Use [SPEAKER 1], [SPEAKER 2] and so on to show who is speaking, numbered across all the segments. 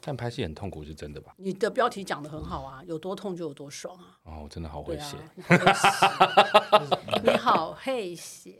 [SPEAKER 1] 但拍戏很痛苦是真的吧？
[SPEAKER 2] 你的标题讲的很好啊，有多痛就有多爽啊！
[SPEAKER 1] 哦，我真的好
[SPEAKER 2] 对
[SPEAKER 1] 会
[SPEAKER 2] 啊
[SPEAKER 1] 写。，
[SPEAKER 2] 你好会写你好会写。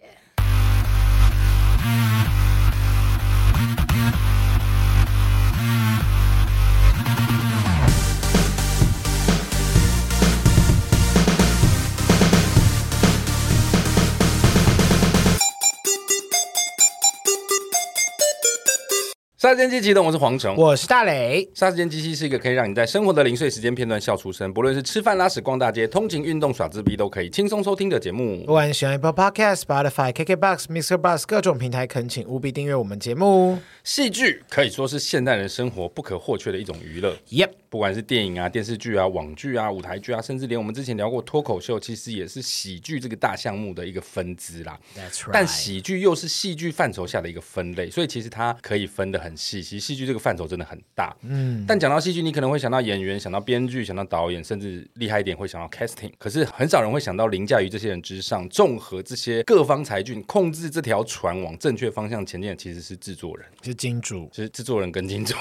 [SPEAKER 1] 杀时间机器动，我是蝗虫。
[SPEAKER 3] 我是大磊，
[SPEAKER 1] 杀时间机器是一个可以让你在生活的零碎时间片段笑出声，不论是吃饭、拉屎、逛大街、通勤、运动、耍自闭，都可以轻松收听的节目。
[SPEAKER 3] 不管你喜欢 Apple Podcast、Spotify、KKBox、Mr. Bus 各种平台，恳请务必订阅我们节目。
[SPEAKER 1] 戏剧可以说是现代人生活不可或缺的一种娱乐。
[SPEAKER 3] Yep，
[SPEAKER 1] 不管是电影啊、电视剧啊、网剧啊、舞台剧啊，甚至连我们之前聊过脱口秀，其实也是喜剧这个大项目的一个分支啦。
[SPEAKER 3] That's
[SPEAKER 1] 但喜剧又是戏剧范畴下的一个分类，所以其实它可以分得很细。其实戏剧这个范畴真的很大。嗯，但讲到戏剧，你可能会想到演员，想到编剧，想到导演，甚至厉害一点会想到 casting。可是很少人会想到凌驾于这些人之上，综合这些各方才俊，控制这条船往正确方向前进的其实是制作人，，
[SPEAKER 3] 是金主
[SPEAKER 1] 就是制作人跟金主。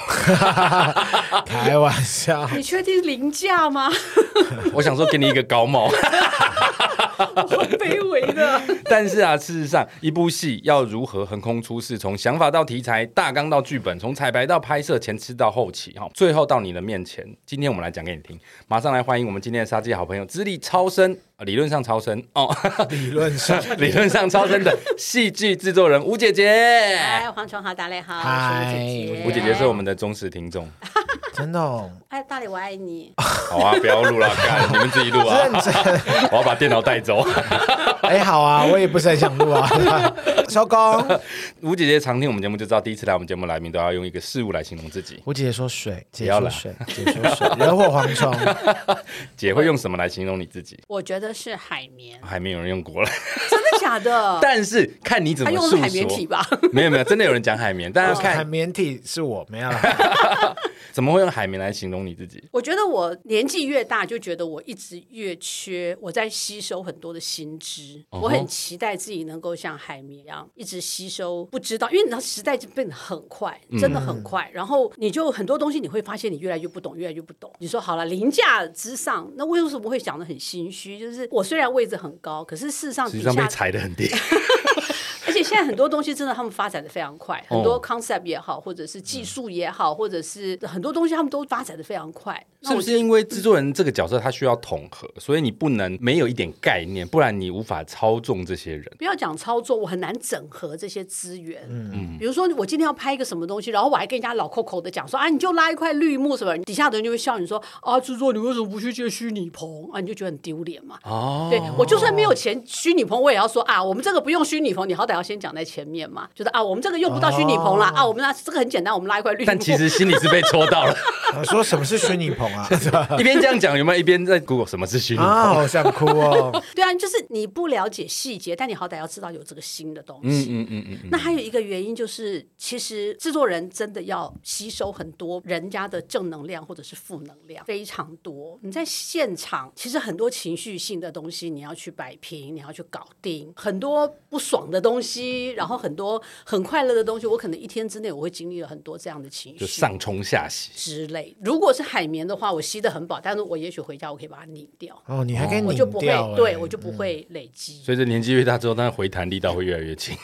[SPEAKER 3] 开玩笑，
[SPEAKER 2] 你确定凌驾吗？
[SPEAKER 1] 我想说给你一个高帽。
[SPEAKER 2] 我好卑微的。
[SPEAKER 1] 但是啊，事实上，一部戏要如何横空出世，从想法到题材，大纲到剧本，从彩排到拍摄，前期到后期，哈，最后到你的面前。今天我们来讲给你听，马上来欢迎我们今天的杀鸡好朋友，资历超生，呃理论上超生哦，
[SPEAKER 3] 理论上
[SPEAKER 1] 理论上超生的戏剧制作人吴姐姐。
[SPEAKER 2] 哎，蝗虫好，大磊好，
[SPEAKER 3] 嗨
[SPEAKER 2] 我是
[SPEAKER 1] 吴姐姐是我们的忠实听众，
[SPEAKER 3] 真的、哦、
[SPEAKER 2] 哎，大磊我爱你。
[SPEAKER 1] 好啊，不要录了，干你们自己录 啊
[SPEAKER 3] 认，真。
[SPEAKER 1] 我要把电脑带走。
[SPEAKER 3] 哎，好啊，我也不是很想录啊，收工。
[SPEAKER 1] 吴姐姐常听我们节目就知道，第一次来我们节目来宾都要用一个事物来形容自己，
[SPEAKER 3] 我姐姐说水，
[SPEAKER 1] 不
[SPEAKER 3] 姐姐
[SPEAKER 1] 要
[SPEAKER 3] 说
[SPEAKER 1] 啦
[SPEAKER 3] 水，姐姐说水，惹火蝗虫。
[SPEAKER 1] 姐会用什么来形容你自己？
[SPEAKER 2] 我觉得是海绵，
[SPEAKER 1] 还没有人用过了。
[SPEAKER 2] 真的假 的？
[SPEAKER 1] 但是看你怎
[SPEAKER 2] 他
[SPEAKER 1] 么
[SPEAKER 2] 用的
[SPEAKER 1] 诉
[SPEAKER 2] 是海绵体
[SPEAKER 1] 说。
[SPEAKER 2] 吧？ 哦
[SPEAKER 1] 没有没有，真的有人讲海 绵，但是
[SPEAKER 3] 海
[SPEAKER 1] 看
[SPEAKER 3] 绵体是我没有啦，
[SPEAKER 1] 怎么会用海绵来形容你自己？
[SPEAKER 2] 我觉得我年纪越大，就觉得我一直越缺，我在吸收很多的新知。
[SPEAKER 1] 嗯哼
[SPEAKER 2] 我很期待自己能够像海绵一样，一直吸收不知道，因为你知道时代就变得很快，真的
[SPEAKER 1] 嗯
[SPEAKER 2] 很快。然后你就很多东西，你会发现你越来越不懂，越来越不懂。你说好了，凌驾之上，那为什么会讲的很心虚？就是我虽然位置很高，可是事实上
[SPEAKER 1] 实
[SPEAKER 2] 底
[SPEAKER 1] 际
[SPEAKER 2] 下
[SPEAKER 1] 上被踩得很 低。
[SPEAKER 2] 而且现在很多东西真的他们发展的非常快，
[SPEAKER 1] 哦嗯
[SPEAKER 2] 很多 concept 也好，或者是技术也好，或者是很多东西他们都发展的非常快。那
[SPEAKER 1] 是
[SPEAKER 2] 我
[SPEAKER 1] 不
[SPEAKER 2] 觉
[SPEAKER 1] 是因为制作人这个角色他需要统合，所以你不能没有一点概念，不然你无法操纵这些人？
[SPEAKER 2] 不要讲操作，我很难整合这些资源。嗯，比如说我今天要拍一个什么东西，然后我还跟人家老扣扣的讲说啊，你就拉一块绿幕什么，底下的人就会笑你说啊，制作你为什么不去借虚拟棚啊？你就觉得很丢脸嘛。
[SPEAKER 1] 哦，
[SPEAKER 2] 对我就算没有钱虚拟棚，我也要说啊，我们这个不用虚拟棚，你好歹要先讲在前面嘛，就是啊，我们这个用不到虚拟棚啦，啊，我们拿这个很简单，我们拉一块绿幕。
[SPEAKER 1] 哦但其实心里是被戳 到了。
[SPEAKER 3] 我说什么是虚拟棚啊？
[SPEAKER 1] 一边这样讲，有没有一边在 Google 什么是虚拟？
[SPEAKER 3] 啊，好想哭哦。
[SPEAKER 2] 对啊，就是你不了解细节，但你好歹要知道有这个新的东
[SPEAKER 1] 嗯
[SPEAKER 2] 西。
[SPEAKER 1] 嗯嗯嗯嗯，
[SPEAKER 2] 那还有一个原因就是，其实制作人真的要吸收很多人家的正能量或者是负能量，非常多。你在现场，其实很多情绪性的东西你要去摆平，你要去搞定很多不爽的东西，然后很多很快乐的东西。我可能一天之内我会经历了很多这样的情绪，
[SPEAKER 1] 就上冲下洗。
[SPEAKER 2] 之类。如果是海绵的话，我吸得很饱，但是我也许回家我可以把它拧掉，
[SPEAKER 3] 哦，你还可以
[SPEAKER 2] 我
[SPEAKER 3] 拧
[SPEAKER 2] 就不会，
[SPEAKER 3] 掉、欸，
[SPEAKER 2] 对我就不会累积。
[SPEAKER 1] 随着年纪越大之后，那回弹力道会越来越轻，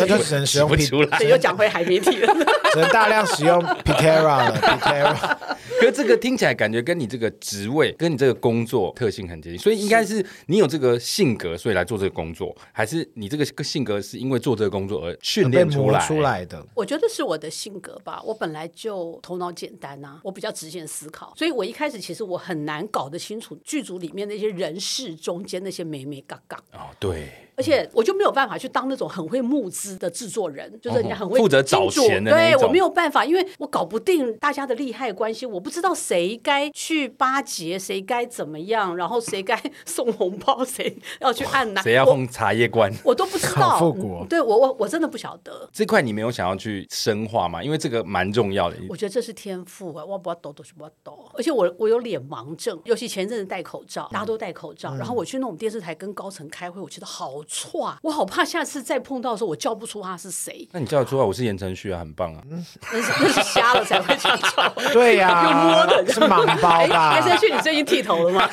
[SPEAKER 3] 那就只能使
[SPEAKER 1] 洗
[SPEAKER 3] 用
[SPEAKER 1] 不
[SPEAKER 3] P，
[SPEAKER 1] 出来。
[SPEAKER 2] 所以又讲回海绵体了。
[SPEAKER 3] 只能大量使用 Pitera 了。Pitera
[SPEAKER 1] 可是这个听起来感觉跟你这个职位、跟你这个工作特性很接近，所以应该是你有这个性格，所以来做这个工作，还是你这个性格是因为做这个工作而训
[SPEAKER 3] 啊被
[SPEAKER 1] 练出
[SPEAKER 3] 磨
[SPEAKER 1] 来？
[SPEAKER 3] 出来的，
[SPEAKER 2] 我觉得是我的性格吧，我本来就头脑简单呐、我比较直线思考，所以我一开始其实我很难搞得清楚剧组里面那些人事中间那些美美嘎嘎，
[SPEAKER 1] 哦，对，
[SPEAKER 2] 而且我就没有办法去当那种很会募资的制作人，就是人家很会
[SPEAKER 1] 哦负责找
[SPEAKER 2] 金主
[SPEAKER 1] 钱的那一
[SPEAKER 2] 对
[SPEAKER 1] 种
[SPEAKER 2] 我没有办法，因为我搞不定大家的利害关系，我不知道谁该去巴结，谁该怎么样，然后谁该 送红包，谁要去按哪，
[SPEAKER 1] 谁要
[SPEAKER 2] 我
[SPEAKER 1] 碰茶叶罐？
[SPEAKER 2] 我都不知
[SPEAKER 3] 好
[SPEAKER 2] 道。
[SPEAKER 3] 复古哦
[SPEAKER 2] 对我我我真的不晓得。
[SPEAKER 1] 这块你没有想要去深化吗？因为这个蛮重要的。
[SPEAKER 2] 我觉得这是天赋啊，我不抖都是不抖，而且我我有脸
[SPEAKER 3] 嗯
[SPEAKER 2] 盲症，尤其前阵子戴口罩，大家都戴口罩，然后我去那种电视台跟高层开会，我觉得好好歘，我好怕下次再碰到的时候我叫不出他是谁，
[SPEAKER 1] 那你叫得出来，我是言承旭啊，很棒啊。
[SPEAKER 3] 嗯
[SPEAKER 2] 那是那是瞎了才会这样叫。
[SPEAKER 3] 对 呀、
[SPEAKER 2] 用摸的
[SPEAKER 3] 是盲包吧？
[SPEAKER 2] 哎，先去你最近剃头了吗？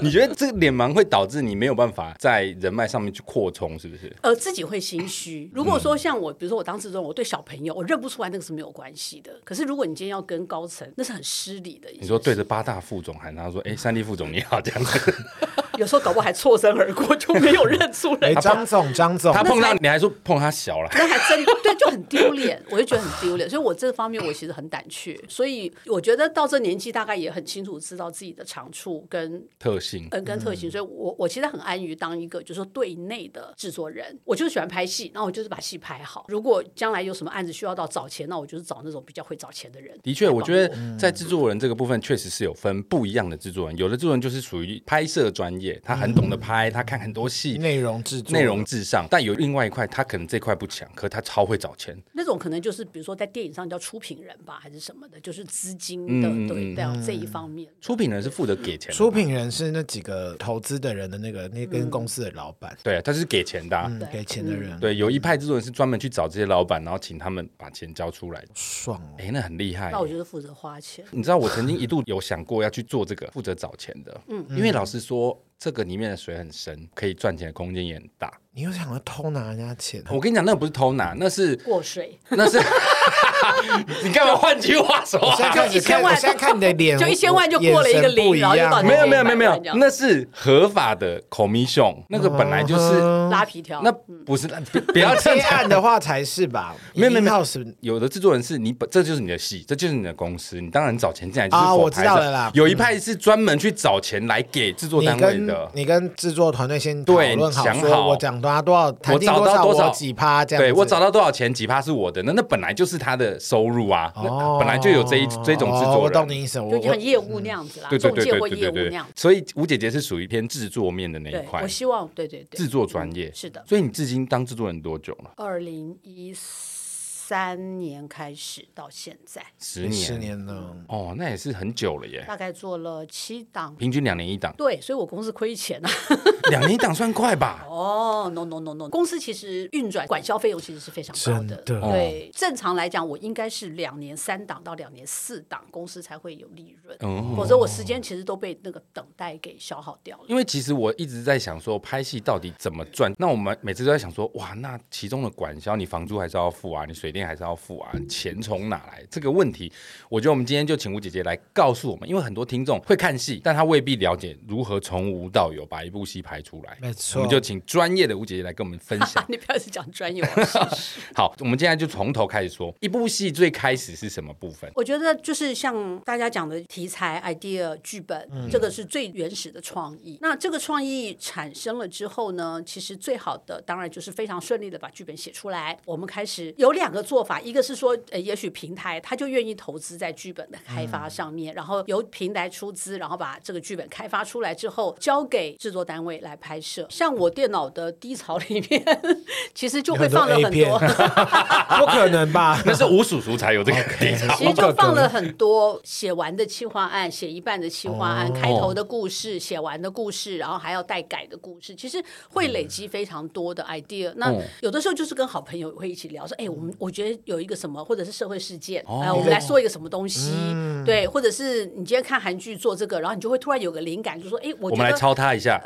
[SPEAKER 1] 你觉得这个脸盲会导致你没有办法在人脉上面去扩充，是不
[SPEAKER 3] 嗯
[SPEAKER 1] 是？
[SPEAKER 2] 呃，自己会心虚。如果说像我，比如说我当时这种，我对小朋友我认不出来，那个是没有关系的。可是如果你今天要跟高层，那是很失礼的一件事。
[SPEAKER 1] 你说对着八大副总喊他说：“哎，三立副总你好。”这 样子，
[SPEAKER 2] 有时候搞不好还错身而过，就没有认出来
[SPEAKER 3] 哎，。张总，张总，
[SPEAKER 1] 他碰到你还说碰他小了。
[SPEAKER 2] 那还真对，就很丢脸，我就觉得很丢脸，所以我这方面我其实很胆怯，所以我觉得到这年纪大概也很清楚知道自己的长处跟
[SPEAKER 1] 特性，
[SPEAKER 2] 嗯，跟特型，所以我我其实很安于当一个就是说对内的制作人，我就喜欢拍戏，然后我就是把戏拍好。如果将来有什么案子需要到找钱，那我就是找那种比较会找钱的人。
[SPEAKER 1] 的确，我觉
[SPEAKER 3] 嗯
[SPEAKER 1] 得在制作人这个部分确实是有分不一样的制作人，有的制作人就是属于拍摄专业，他很懂得拍，他看很多戏，
[SPEAKER 3] 嗯内容制作，
[SPEAKER 1] 内容至上；但有另外一块，他可能这块不强，可他超会找钱。
[SPEAKER 2] 那种可能就是比如说在电影上叫出品人吧，还是什么的，就是资金的、
[SPEAKER 1] 嗯
[SPEAKER 2] 对这样、这一方面。
[SPEAKER 1] 出品人是负责给钱的嘛，
[SPEAKER 3] 出品人是那几个投资的人的那个那跟公司的老板，
[SPEAKER 1] 对，他是给钱的啊、
[SPEAKER 3] 嗯，给钱的人，
[SPEAKER 1] 对，有一派制作人是专门去找这些老板，然后请他们把钱交出来。
[SPEAKER 3] 爽哦。
[SPEAKER 1] 哎，那很厉害
[SPEAKER 2] 那。我就是负责花钱，
[SPEAKER 1] 你知道我曾经一度有想过要去做这个负责找钱的，嗯，因为老实说，这个里面的水很深，可以赚钱的空间也很大。
[SPEAKER 3] 你又想要偷拿人家钱，
[SPEAKER 1] 我跟你讲，那个不是偷拿，那是
[SPEAKER 2] 过水
[SPEAKER 1] 那是 你干嘛换句话说
[SPEAKER 3] 我现在
[SPEAKER 1] 啊？
[SPEAKER 3] 看
[SPEAKER 2] 就一千
[SPEAKER 3] 你看
[SPEAKER 2] 万
[SPEAKER 3] 我现在看你的脸，
[SPEAKER 2] 就一千万就过了一个零
[SPEAKER 3] 眼神不一
[SPEAKER 2] 然后
[SPEAKER 3] 样
[SPEAKER 2] 就
[SPEAKER 1] 没
[SPEAKER 2] 到
[SPEAKER 1] 有没有没有没有
[SPEAKER 2] 这，样
[SPEAKER 1] 那是合法的 commission，那个本来就是
[SPEAKER 3] 哦
[SPEAKER 2] 拉皮条。
[SPEAKER 1] 那不是 不不要这
[SPEAKER 3] 黑
[SPEAKER 1] 样
[SPEAKER 3] 暗
[SPEAKER 1] 讲。
[SPEAKER 3] 的话才是吧？
[SPEAKER 1] 没有没有没有
[SPEAKER 3] In-house
[SPEAKER 1] 有的制作人是你本这就是你的戏，这就是你的公司，你当然找钱进来就是
[SPEAKER 3] 啊
[SPEAKER 1] 否
[SPEAKER 3] 我知
[SPEAKER 1] 拍摄
[SPEAKER 3] 道了啦
[SPEAKER 1] 有一派是专门去找钱来给制作
[SPEAKER 3] 你
[SPEAKER 1] 单位
[SPEAKER 3] 跟
[SPEAKER 1] 的，
[SPEAKER 3] 你跟制作团队先讨
[SPEAKER 1] 对
[SPEAKER 3] 论好，
[SPEAKER 1] 想好
[SPEAKER 3] 说我讲多少多少，谈
[SPEAKER 1] 我
[SPEAKER 3] 定
[SPEAKER 1] 找
[SPEAKER 3] 少
[SPEAKER 1] 到多少
[SPEAKER 3] 我几趴这样子。
[SPEAKER 1] 对我找到多少钱，几趴是我的，那那本来就是他的收入啊，
[SPEAKER 3] 哦
[SPEAKER 1] 那本来就有这一这种制
[SPEAKER 3] 哦
[SPEAKER 1] 作
[SPEAKER 3] 我懂
[SPEAKER 1] 人。
[SPEAKER 3] 你意思，我
[SPEAKER 2] 就
[SPEAKER 3] 我
[SPEAKER 2] 像业务那样子啦，
[SPEAKER 1] 对对
[SPEAKER 2] 中
[SPEAKER 1] 对
[SPEAKER 2] 介
[SPEAKER 1] 对
[SPEAKER 2] 或
[SPEAKER 1] 对对
[SPEAKER 2] 业务那
[SPEAKER 1] 对
[SPEAKER 2] 样，。
[SPEAKER 1] 所以吴姐姐是属于偏制作面的那一
[SPEAKER 2] 对，
[SPEAKER 1] 块
[SPEAKER 2] 我，希望对对对，嗯
[SPEAKER 1] 制作专业。
[SPEAKER 2] 是的。
[SPEAKER 1] 所以你至今当制作人多久了？
[SPEAKER 2] 二零一三年开始到现在，
[SPEAKER 1] 十年。
[SPEAKER 3] 十年了，
[SPEAKER 1] 哦，那也是很久了耶，
[SPEAKER 2] 大概做了七档。，
[SPEAKER 1] 平均两年一档
[SPEAKER 2] 对，所以我公司亏钱啊！
[SPEAKER 1] 两年一档算快吧？
[SPEAKER 2] 哦、n o no no no，公司其实运转管销费用其实是非常高的。
[SPEAKER 3] 真的
[SPEAKER 2] 对，正常来讲，我应该是两年三档到两年四档，公司才会有利润，
[SPEAKER 1] 哦
[SPEAKER 2] 否则我时间其实都被那个等待给消耗掉了。。
[SPEAKER 1] 因为其实我一直在想说，拍戏到底怎么赚？那我们每次都在想说，哇，那其中的管销，你房租还是要付啊，你水电还是要付啊，钱从哪来？这个问题，我觉得我们今天就请吴姐姐来告诉我们，因为很多听众会看戏，但他未必了解如何从无到有把一部戏拍出来。
[SPEAKER 3] 没
[SPEAKER 1] 我
[SPEAKER 3] 错
[SPEAKER 1] 们就请专业的吴姐姐来跟我们分享
[SPEAKER 2] 你不要一直讲专业，
[SPEAKER 1] 好，我们现在就从头开始说，一部戏最开始是什么部分？
[SPEAKER 2] 我觉得就是像大家讲的题材、idea、剧本，
[SPEAKER 3] 嗯
[SPEAKER 2] 这个是最原始的创意。那这个创意产生了之后呢，其实最好的当然就是非常顺利的把剧本写出来。我们开始有两个做法，一个是说，呃，也许平台他就愿意投资在剧本的开发上
[SPEAKER 3] 嗯
[SPEAKER 2] 面，然后由平台出资，然后把这个剧本开发出来之后，交给制作单位来拍摄。像我电脑的低潮里面， 其实就会放了
[SPEAKER 3] 有
[SPEAKER 2] 很
[SPEAKER 3] 很多
[SPEAKER 2] 多
[SPEAKER 3] A 片。 不可能吧？
[SPEAKER 1] 那是吴叔叔才有 这个地方。
[SPEAKER 2] 其实就放了很多写完的企划案，写一半的企划案，
[SPEAKER 3] 哦
[SPEAKER 2] 开头的故事，写完的故事，然后还要待改的故事，其实会累积非常多的 idea、那
[SPEAKER 1] 嗯
[SPEAKER 2] 有的时候就是跟好朋友会一起聊，说，哎，我们我觉得有一个什么，或者是社会事件，
[SPEAKER 1] 哦
[SPEAKER 2] 哎、我们来说一个什么东西，
[SPEAKER 1] 嗯
[SPEAKER 2] 对，或者是你今天看韩剧做这个，然后你就会突然有个灵感，就说，哎，
[SPEAKER 1] 我
[SPEAKER 2] 我觉
[SPEAKER 1] 们来
[SPEAKER 2] 得。
[SPEAKER 1] 抄他一下。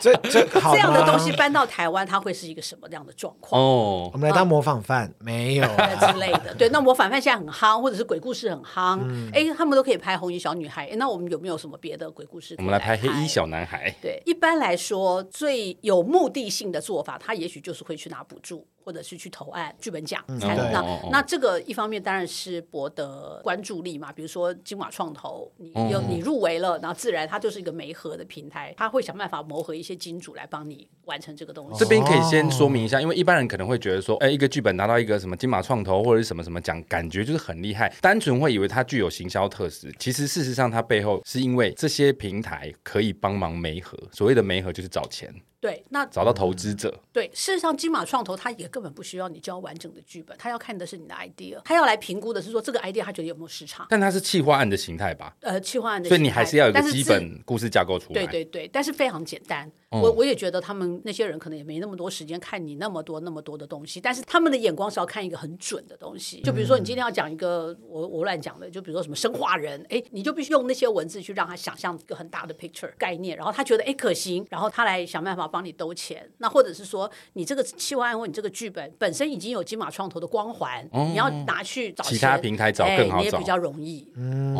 [SPEAKER 3] 这这好
[SPEAKER 2] 这样的
[SPEAKER 3] 吗
[SPEAKER 2] 东西搬到台湾，它会是一个什么样的状况？
[SPEAKER 1] 哦
[SPEAKER 3] 我，们来当模仿犯没有啊？
[SPEAKER 2] 之类的。啊对，那模反派现在很夯，或者是鬼故事很夯，
[SPEAKER 1] 嗯
[SPEAKER 2] 哎、他们都可以拍红衣小女孩。哎，那我们有没有什么别的鬼故事？
[SPEAKER 1] 我们来拍黑衣。小男孩。
[SPEAKER 2] 对，一般来说，最有目的性的做法，他也许就是会去拿补助，或者是去投案剧本奖。才
[SPEAKER 3] 对
[SPEAKER 2] 能那
[SPEAKER 1] 哦哦
[SPEAKER 2] 那这个一方面当然是博得关注力嘛，比如说金马创投，你有
[SPEAKER 1] 嗯
[SPEAKER 2] 你入围了，然后自然它就是一个媒合的平台，他会想办法磨合一些金主来帮你完成这个东西。
[SPEAKER 1] 这边可以先说明一下，因为一般人可能会觉得说，哎、一个剧本拿到一个什么金马创投或者是什么什么奖，感觉就是很厉害，单纯会以为它具有行销特质。其实事实上，它背后是因为这些平台可以帮忙媒合，所谓的媒合就是找钱。
[SPEAKER 2] 对，那
[SPEAKER 1] 找到投资者，
[SPEAKER 2] 对，事实上金马创投他也根本不需要你交完整的剧本，他要看的是你的 idea，他要来评估的是说这个 idea 他觉得有没有市场。
[SPEAKER 1] 但它是企划案的形态吧，
[SPEAKER 2] 呃，企划案的
[SPEAKER 1] 所
[SPEAKER 2] 形
[SPEAKER 1] 以
[SPEAKER 2] 态，
[SPEAKER 1] 你还是要有一个
[SPEAKER 2] 但
[SPEAKER 1] 基
[SPEAKER 2] 自
[SPEAKER 1] 本故事架构出来。嗯
[SPEAKER 2] 对对对，但是非常简单。我我也觉得他们那些人可能也没那么多时间看你那么多那么多的东西，但是他们的眼光是要看一个很准的东西。就比如
[SPEAKER 1] 嗯
[SPEAKER 2] 说你今天要讲一个，我我乱讲的，就比如说什么生化人，哎，你就必须用那些文字去让他想象一个很大的 picture 概念，然后他觉得哎可行，然后他来想办法帮你兜钱。那或者是说你这个企划案或你这个剧本本身已经有金马创投的光环，你要拿去找
[SPEAKER 1] 哦其他
[SPEAKER 2] 钱
[SPEAKER 1] 平台找
[SPEAKER 2] 哎
[SPEAKER 1] 更好
[SPEAKER 2] 你也
[SPEAKER 1] 找嗯哦
[SPEAKER 2] 比较容易。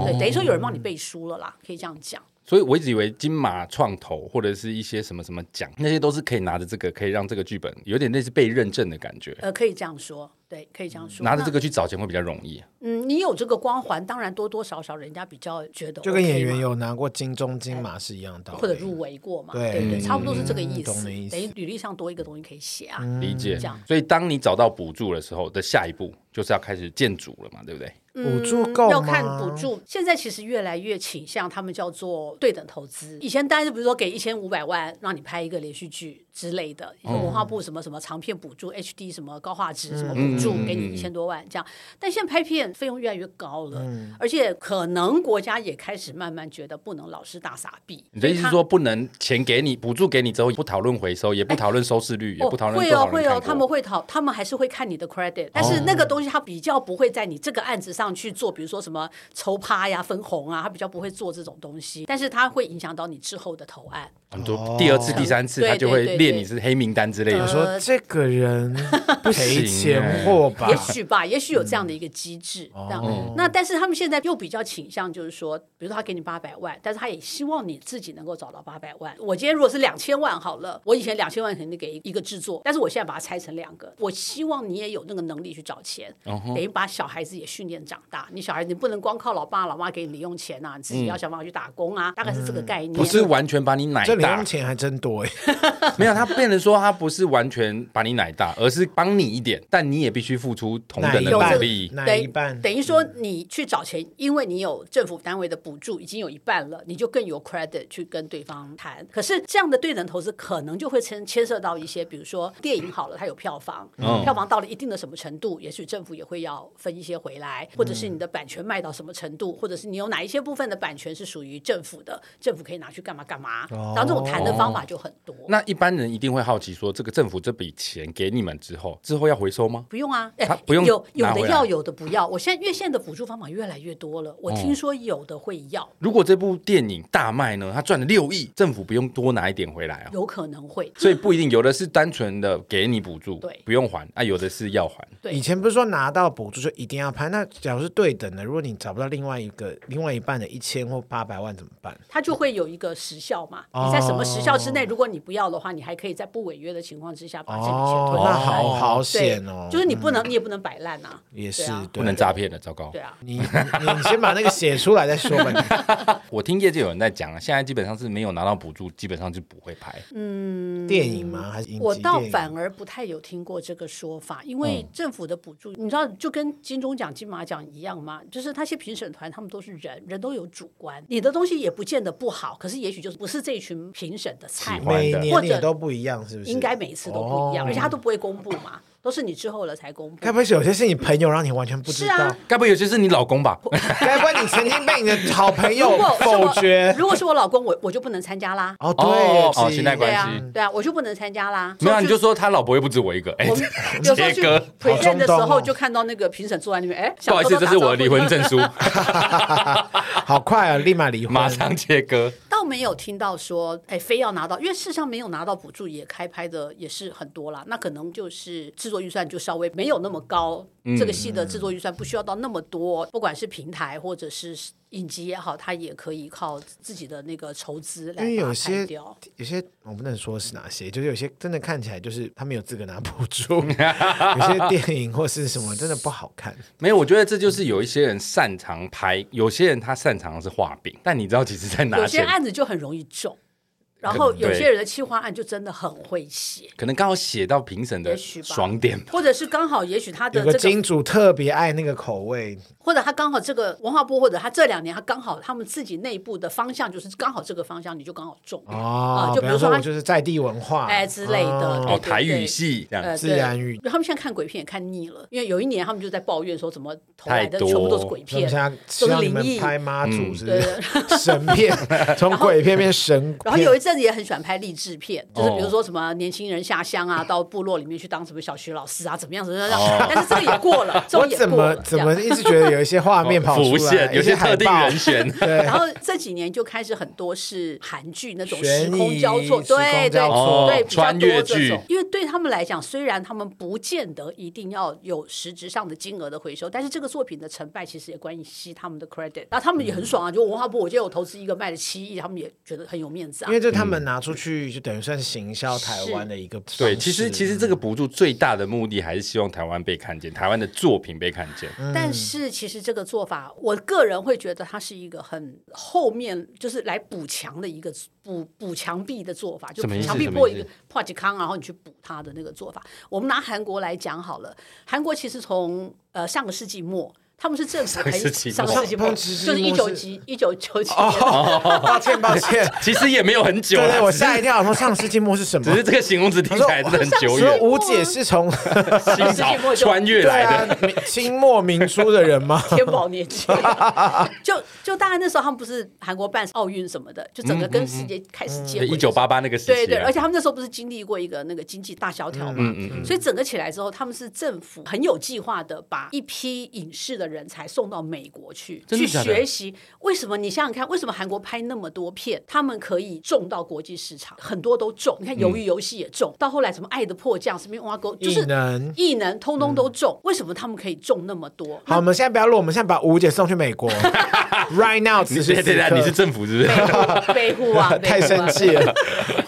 [SPEAKER 2] 对，等于说有人帮你背书了啦，可以这样讲。
[SPEAKER 1] 所以我一直以为金马创投或者是一些什么什么奖，那些都是可以拿着这个，可以让这个剧本有点类似被认证的感觉，
[SPEAKER 2] 呃，可以这样说，对，可以这样说。
[SPEAKER 1] 嗯拿着这
[SPEAKER 2] 个，
[SPEAKER 1] 个去找钱会比较容易。
[SPEAKER 2] 嗯，你有这个光环，当然多多少少人家比较觉得、OK、
[SPEAKER 3] 就跟演员。有拿过金钟、金马是一样的道理，
[SPEAKER 2] 或者入围过嘛，
[SPEAKER 3] 对
[SPEAKER 2] 对对，差不多是这个
[SPEAKER 3] 嗯
[SPEAKER 2] 意
[SPEAKER 3] 懂
[SPEAKER 2] 思。
[SPEAKER 3] 你意思嗯
[SPEAKER 2] 等于履历上多一个东西可以写啊。
[SPEAKER 1] 理解
[SPEAKER 2] 这样，
[SPEAKER 1] 所以当你找到补助的时候的下一步就是要开始建组了嘛，对不对？
[SPEAKER 3] 补助够
[SPEAKER 2] 嗯
[SPEAKER 3] 吗？
[SPEAKER 2] 要看补助，现在其实越来越倾向他们叫做对等投资。以前大家就比如说给一千五百万让你拍一个连续剧之类的，一个文化部什么什么长片补助、HD 什么高画质什么补助，
[SPEAKER 1] 嗯嗯嗯
[SPEAKER 2] 给
[SPEAKER 1] 嗯
[SPEAKER 2] 你一千多万这样。但现在拍片费用越来越高了，
[SPEAKER 1] 嗯
[SPEAKER 2] 而且可能国家也开始慢慢觉得不能老是大撒币。
[SPEAKER 1] 你的意思
[SPEAKER 2] 所以
[SPEAKER 1] 是
[SPEAKER 2] 它
[SPEAKER 1] 说，不能钱给你补助给你之后，不讨论回收，也不讨论收视率，也
[SPEAKER 2] 哦
[SPEAKER 1] 不讨论
[SPEAKER 2] 会
[SPEAKER 1] 多
[SPEAKER 2] 哦
[SPEAKER 1] 少人
[SPEAKER 2] 会
[SPEAKER 1] 看
[SPEAKER 2] 哦
[SPEAKER 1] 过，哦
[SPEAKER 2] 他们会讨，他们还是会看你的 credit，但是那个东西他比较不会在你这个案子上去做，比如说什么抽趴呀、分红啊，他比较不会做这种东西，但是它会影响到你之后的投案。
[SPEAKER 1] 很多
[SPEAKER 3] 哦
[SPEAKER 1] 第二次、第三次，
[SPEAKER 2] 对
[SPEAKER 1] 他就会
[SPEAKER 2] 对对
[SPEAKER 1] 列
[SPEAKER 2] 对
[SPEAKER 1] 你是黑名单之类
[SPEAKER 3] 我
[SPEAKER 1] 的。
[SPEAKER 3] 说这 个人赔
[SPEAKER 1] 哎
[SPEAKER 3] 钱货吧
[SPEAKER 2] 也，许吧，也许有这样的一个机制。这样，那但是他们现在又比较倾向，就是说，比如说他给你八百万，但是他也希望你自己能够找到八百万。我今天如果是两千万好了，我以前两千万肯定给一个制作，但是我现在把它拆成两个，我希望你也有那个能力去找钱，等于把小孩子也训练长大。你小孩子你不能光靠老爸老妈给你零用钱啊呐、你自己要想办法去打工啊，大概是这个概念。
[SPEAKER 1] 不是完全把你奶
[SPEAKER 3] 这零
[SPEAKER 1] 大
[SPEAKER 3] 用，钱还真多哎。
[SPEAKER 1] 没有，他变成说他不是完全把你奶大，而是帮你一点，但你也必须付出同等的
[SPEAKER 2] 哪一半
[SPEAKER 1] 努力。
[SPEAKER 3] 哪一
[SPEAKER 2] 等
[SPEAKER 3] 半？嗯
[SPEAKER 2] 等于说你去找钱，因为你有政府单位的补助，已经有一半了，你就更有 credit 去跟对方谈。可是这样的对等投资，可能就会牵牵涉到一些，比如说电影好了，它有票房，
[SPEAKER 1] 嗯
[SPEAKER 2] 票房到了一定的什么程度，也许政府也会要分一些回来，或者是你的版权卖到什么程度，或者是你有哪一些部分的版权是属于政府的，政府可以拿去干嘛干嘛。
[SPEAKER 3] 哦
[SPEAKER 2] 然后这种谈的方法就很多。
[SPEAKER 1] 那一般人一定会好奇说，这个政府这笔钱给你们之后，之后要回收吗？
[SPEAKER 2] 不用啊，哎
[SPEAKER 1] 他不用
[SPEAKER 2] 有有
[SPEAKER 1] 拿
[SPEAKER 2] 的
[SPEAKER 1] 回来
[SPEAKER 2] 要，有的不要。我现在因为现在的补助方法越来越多了，我
[SPEAKER 1] 哦
[SPEAKER 2] 听说有的会要，
[SPEAKER 1] 如果这部电影大卖呢，他赚了六亿，政府不用多拿一点回来啊、
[SPEAKER 2] 有可能会。
[SPEAKER 1] 所以不一定，有的是单纯的给你补助，
[SPEAKER 2] 对
[SPEAKER 1] 不用还；啊，有的是要还。
[SPEAKER 2] 对
[SPEAKER 3] 以前不是说拿到补助就一定要拍？那假如是对等的，如果你找不到另外一个另外一半的一千或八百万怎么办？
[SPEAKER 2] 它就会有一个时效嘛，
[SPEAKER 3] 哦
[SPEAKER 2] 你在什么时效之内，如果你不要的话，你还可以在不违约的情况之下把这笔钱退回
[SPEAKER 3] 哦那
[SPEAKER 2] 来。
[SPEAKER 3] 好好
[SPEAKER 2] 对
[SPEAKER 3] 险哦，
[SPEAKER 2] 就是你不能，你也不能摆烂呐。
[SPEAKER 3] 也是
[SPEAKER 2] 对啊
[SPEAKER 1] 不能
[SPEAKER 3] 找
[SPEAKER 1] 诈骗的，糟糕
[SPEAKER 2] 对！啊，
[SPEAKER 3] 你，你你先把那个写出来再说 吧。你
[SPEAKER 1] 我听业界有人在讲啊，现在基本上是没有拿到补助，基本上就不会拍。
[SPEAKER 2] 嗯
[SPEAKER 3] 电影吗？还是影集
[SPEAKER 2] 我倒
[SPEAKER 3] 电影嗯
[SPEAKER 2] 反而不太有听过这个说法，因为政府的补助，你知道，就跟金钟奖、金马奖一样嘛，就是那些评审团他们都是人，人都有主观，你的东西也不见得不好，可是也许就是不是这一群评审的菜
[SPEAKER 1] 喜。欢
[SPEAKER 3] 每
[SPEAKER 1] 的
[SPEAKER 2] 或
[SPEAKER 3] 年
[SPEAKER 2] 者
[SPEAKER 3] 也都不一样，是不是？
[SPEAKER 2] 应该每一次都不一样，
[SPEAKER 3] 哦
[SPEAKER 2] 而且他都不会公布嘛，都是你之后了才公布
[SPEAKER 3] 该。不会是有些是你朋友让你完全不知
[SPEAKER 2] 是
[SPEAKER 3] 道
[SPEAKER 2] 啊？
[SPEAKER 1] 该不会有些是你老公吧？
[SPEAKER 3] 该不会你曾经被你的好朋友
[SPEAKER 2] 如果是
[SPEAKER 3] 否
[SPEAKER 2] 我
[SPEAKER 3] 决？
[SPEAKER 2] 如果是我老公，我我就不能参加啦。
[SPEAKER 3] 哦，对
[SPEAKER 1] 哦哦
[SPEAKER 3] 是
[SPEAKER 1] 现在关
[SPEAKER 2] 对
[SPEAKER 1] 系
[SPEAKER 2] 啊，对啊，我就不能参加啦。
[SPEAKER 1] 没有、啊，你
[SPEAKER 2] 所
[SPEAKER 1] 就
[SPEAKER 2] 以
[SPEAKER 1] 说他老婆又不止我一个，哎、
[SPEAKER 2] 我们 有时候去
[SPEAKER 1] 切割
[SPEAKER 2] present 的时
[SPEAKER 3] 好中东哦
[SPEAKER 2] 候，就看到那个评审坐在那边，哎，
[SPEAKER 1] 不好意思，
[SPEAKER 2] 想
[SPEAKER 1] 这
[SPEAKER 2] 说
[SPEAKER 1] 是我的离婚
[SPEAKER 2] 打招呼。
[SPEAKER 1] 证书，
[SPEAKER 3] 好快啊， 立马离婚，
[SPEAKER 1] 马上切割。
[SPEAKER 2] 倒没有听到说，哎，非要拿到，因为事实上没有拿到补助，也开拍的也是很多啦。那可能就是制作预算就稍微没有那么高，
[SPEAKER 1] 嗯
[SPEAKER 2] 这个戏的制作预算不需要到那么多，不管是平台或者是影集也好，它也可以靠自己的那个筹资来
[SPEAKER 3] 因为
[SPEAKER 2] 把
[SPEAKER 3] 有
[SPEAKER 2] 它
[SPEAKER 3] 些
[SPEAKER 2] 拍掉。
[SPEAKER 3] 有些我不能说是哪些，就是有些真的看起来就是他们有资格拿 补助，有些电影或是什么真的不好看。
[SPEAKER 1] 没有，我觉得这就是有一些人擅长拍，有些人他擅长的是画饼，但你知道，其实在拿
[SPEAKER 2] 有些
[SPEAKER 1] 钱，
[SPEAKER 2] 案子就很容易中。然后有
[SPEAKER 1] 对
[SPEAKER 2] 些人的企划案就真的很会写，
[SPEAKER 1] 可能刚好写到评审的
[SPEAKER 2] 也许吧
[SPEAKER 1] 爽点吧。
[SPEAKER 2] 或者是刚好也许他的
[SPEAKER 3] 有个
[SPEAKER 2] 这个，
[SPEAKER 3] 金主特别爱那个口味，
[SPEAKER 2] 或者他刚好这个文化部，或者他这两年他刚好他们自己内部的方向就是刚好这个方向，你就刚好中。
[SPEAKER 3] 哦，
[SPEAKER 2] 啊就比如
[SPEAKER 3] 比方
[SPEAKER 2] 说
[SPEAKER 3] 说
[SPEAKER 2] 他
[SPEAKER 3] 我就是在地文化，
[SPEAKER 2] 哎之类的
[SPEAKER 1] 哦，
[SPEAKER 3] 哦
[SPEAKER 2] 对对
[SPEAKER 1] 台语系这样
[SPEAKER 2] 呃，
[SPEAKER 1] 子，
[SPEAKER 3] 自
[SPEAKER 2] 对
[SPEAKER 3] 然语
[SPEAKER 2] 他们现在看鬼片也看腻了，因为有一年他们就在抱怨说，怎么投来的
[SPEAKER 1] 太多
[SPEAKER 2] 全部都是鬼
[SPEAKER 3] 所以我
[SPEAKER 2] 片
[SPEAKER 3] 们，现在希望你们拍妈
[SPEAKER 2] 嗯
[SPEAKER 3] 祖是不是？ 神 片，从鬼片变神片，
[SPEAKER 2] 然后有一阵子也很喜欢拍励志片，就是
[SPEAKER 1] 哦
[SPEAKER 2] 比如说什么年轻人下乡啊，到部落里面去当什么小学老师啊，怎么样怎么样。
[SPEAKER 1] 哦
[SPEAKER 2] 但是这个也过 了，这
[SPEAKER 3] 我
[SPEAKER 2] 个也
[SPEAKER 3] 怎
[SPEAKER 2] 过
[SPEAKER 3] 么
[SPEAKER 2] 了。这
[SPEAKER 3] 怎
[SPEAKER 2] 样
[SPEAKER 3] 么一直觉得有一些画面跑出
[SPEAKER 1] 哦浮
[SPEAKER 3] 来，
[SPEAKER 1] 现，有
[SPEAKER 3] 一些
[SPEAKER 1] 些
[SPEAKER 3] 海
[SPEAKER 1] 特定
[SPEAKER 3] 报
[SPEAKER 1] 人 选。
[SPEAKER 3] 对
[SPEAKER 2] 然。后这几年就开始很多是韩剧那种
[SPEAKER 3] 悬
[SPEAKER 2] 时空
[SPEAKER 3] 疑
[SPEAKER 2] 交错，
[SPEAKER 3] 时空
[SPEAKER 2] 对对
[SPEAKER 3] 交错
[SPEAKER 2] 对，比较
[SPEAKER 1] 穿越
[SPEAKER 2] 多这
[SPEAKER 1] 剧
[SPEAKER 2] 种因为对他们来讲，虽然他们不见得一定要有实质上的金额的回收，但是这个作品的成败其实也关系他们的 credit。那他们也很爽啊，就文化部我记得我投资一个卖了七亿，他们也觉得很有面子啊
[SPEAKER 3] 因。为这他们拿出去，就等于算是行销台湾的一个方式。
[SPEAKER 1] 对，其实其实这个补助最大的目的还是希望台湾被看见，台湾的作品被看见。
[SPEAKER 2] 但是其实这个做法，我个人会觉得它是一个很后面就是来补墙的一个补补墙壁的做法，就
[SPEAKER 1] 什么意思
[SPEAKER 2] 墙壁
[SPEAKER 1] 什么
[SPEAKER 2] 破
[SPEAKER 1] 意
[SPEAKER 2] 一
[SPEAKER 1] 思
[SPEAKER 2] 个破几康，然后你去补它的那个做法。我们拿韩国来讲好了，韩国其实从呃上个世纪末。他们是政府
[SPEAKER 1] 上个世纪
[SPEAKER 2] 上
[SPEAKER 1] 末哦
[SPEAKER 2] 个世纪末，就
[SPEAKER 3] 上个世纪末
[SPEAKER 2] 是一九
[SPEAKER 3] 是
[SPEAKER 2] 几一九九几年，
[SPEAKER 3] 抱歉 抱歉，
[SPEAKER 1] 其实也没有很久
[SPEAKER 3] 对对，
[SPEAKER 1] 了，
[SPEAKER 3] 我
[SPEAKER 1] 只是
[SPEAKER 3] 吓一跳，我说上世纪末是什么
[SPEAKER 1] 只？是这个形容词听起来真的很久
[SPEAKER 3] 所以
[SPEAKER 1] 远，
[SPEAKER 3] 吴姐 是从
[SPEAKER 1] 清
[SPEAKER 2] 上世纪末
[SPEAKER 1] 朝
[SPEAKER 2] 就啊
[SPEAKER 1] 穿越
[SPEAKER 3] 对
[SPEAKER 1] 来的。
[SPEAKER 3] 啊明清末明初的人吗？
[SPEAKER 2] 天宝年间， 就就大概那时候他们不是韩国办奥运什么的，就整
[SPEAKER 1] 嗯
[SPEAKER 2] 个跟世界开始接轨。
[SPEAKER 1] 一九八八那个时期啊，
[SPEAKER 2] 对对，而且他们那时候不是经历过一个那个经济大萧条嘛，
[SPEAKER 1] 嗯
[SPEAKER 2] 所以整个起来之后，他们是政府很有计划的把一批影视的人才送到美国去
[SPEAKER 1] 真的
[SPEAKER 2] 去
[SPEAKER 1] 假的
[SPEAKER 2] 学习。为什么？你想想看，为什么韩国拍那么多片，他们可以中到国际市场，很多都中。
[SPEAKER 1] 嗯
[SPEAKER 2] 你看《鱿鱼游戏》也中，到后来什么《爱的迫降》、什么《挖沟》，就
[SPEAKER 1] 哎
[SPEAKER 3] 异
[SPEAKER 2] 是
[SPEAKER 3] 能
[SPEAKER 2] 异能通通
[SPEAKER 1] 嗯
[SPEAKER 2] 都中。为什么他们可以中那么多？
[SPEAKER 3] 好，我们现在不要录，我们现在把吴姐送去美 国，right now，
[SPEAKER 1] 你
[SPEAKER 3] 此时
[SPEAKER 1] 对
[SPEAKER 3] 此
[SPEAKER 1] 对对，
[SPEAKER 3] 刻。
[SPEAKER 1] 你是政府是不是？
[SPEAKER 2] 北户 啊，
[SPEAKER 3] 太
[SPEAKER 2] 北户啊
[SPEAKER 3] 生气了。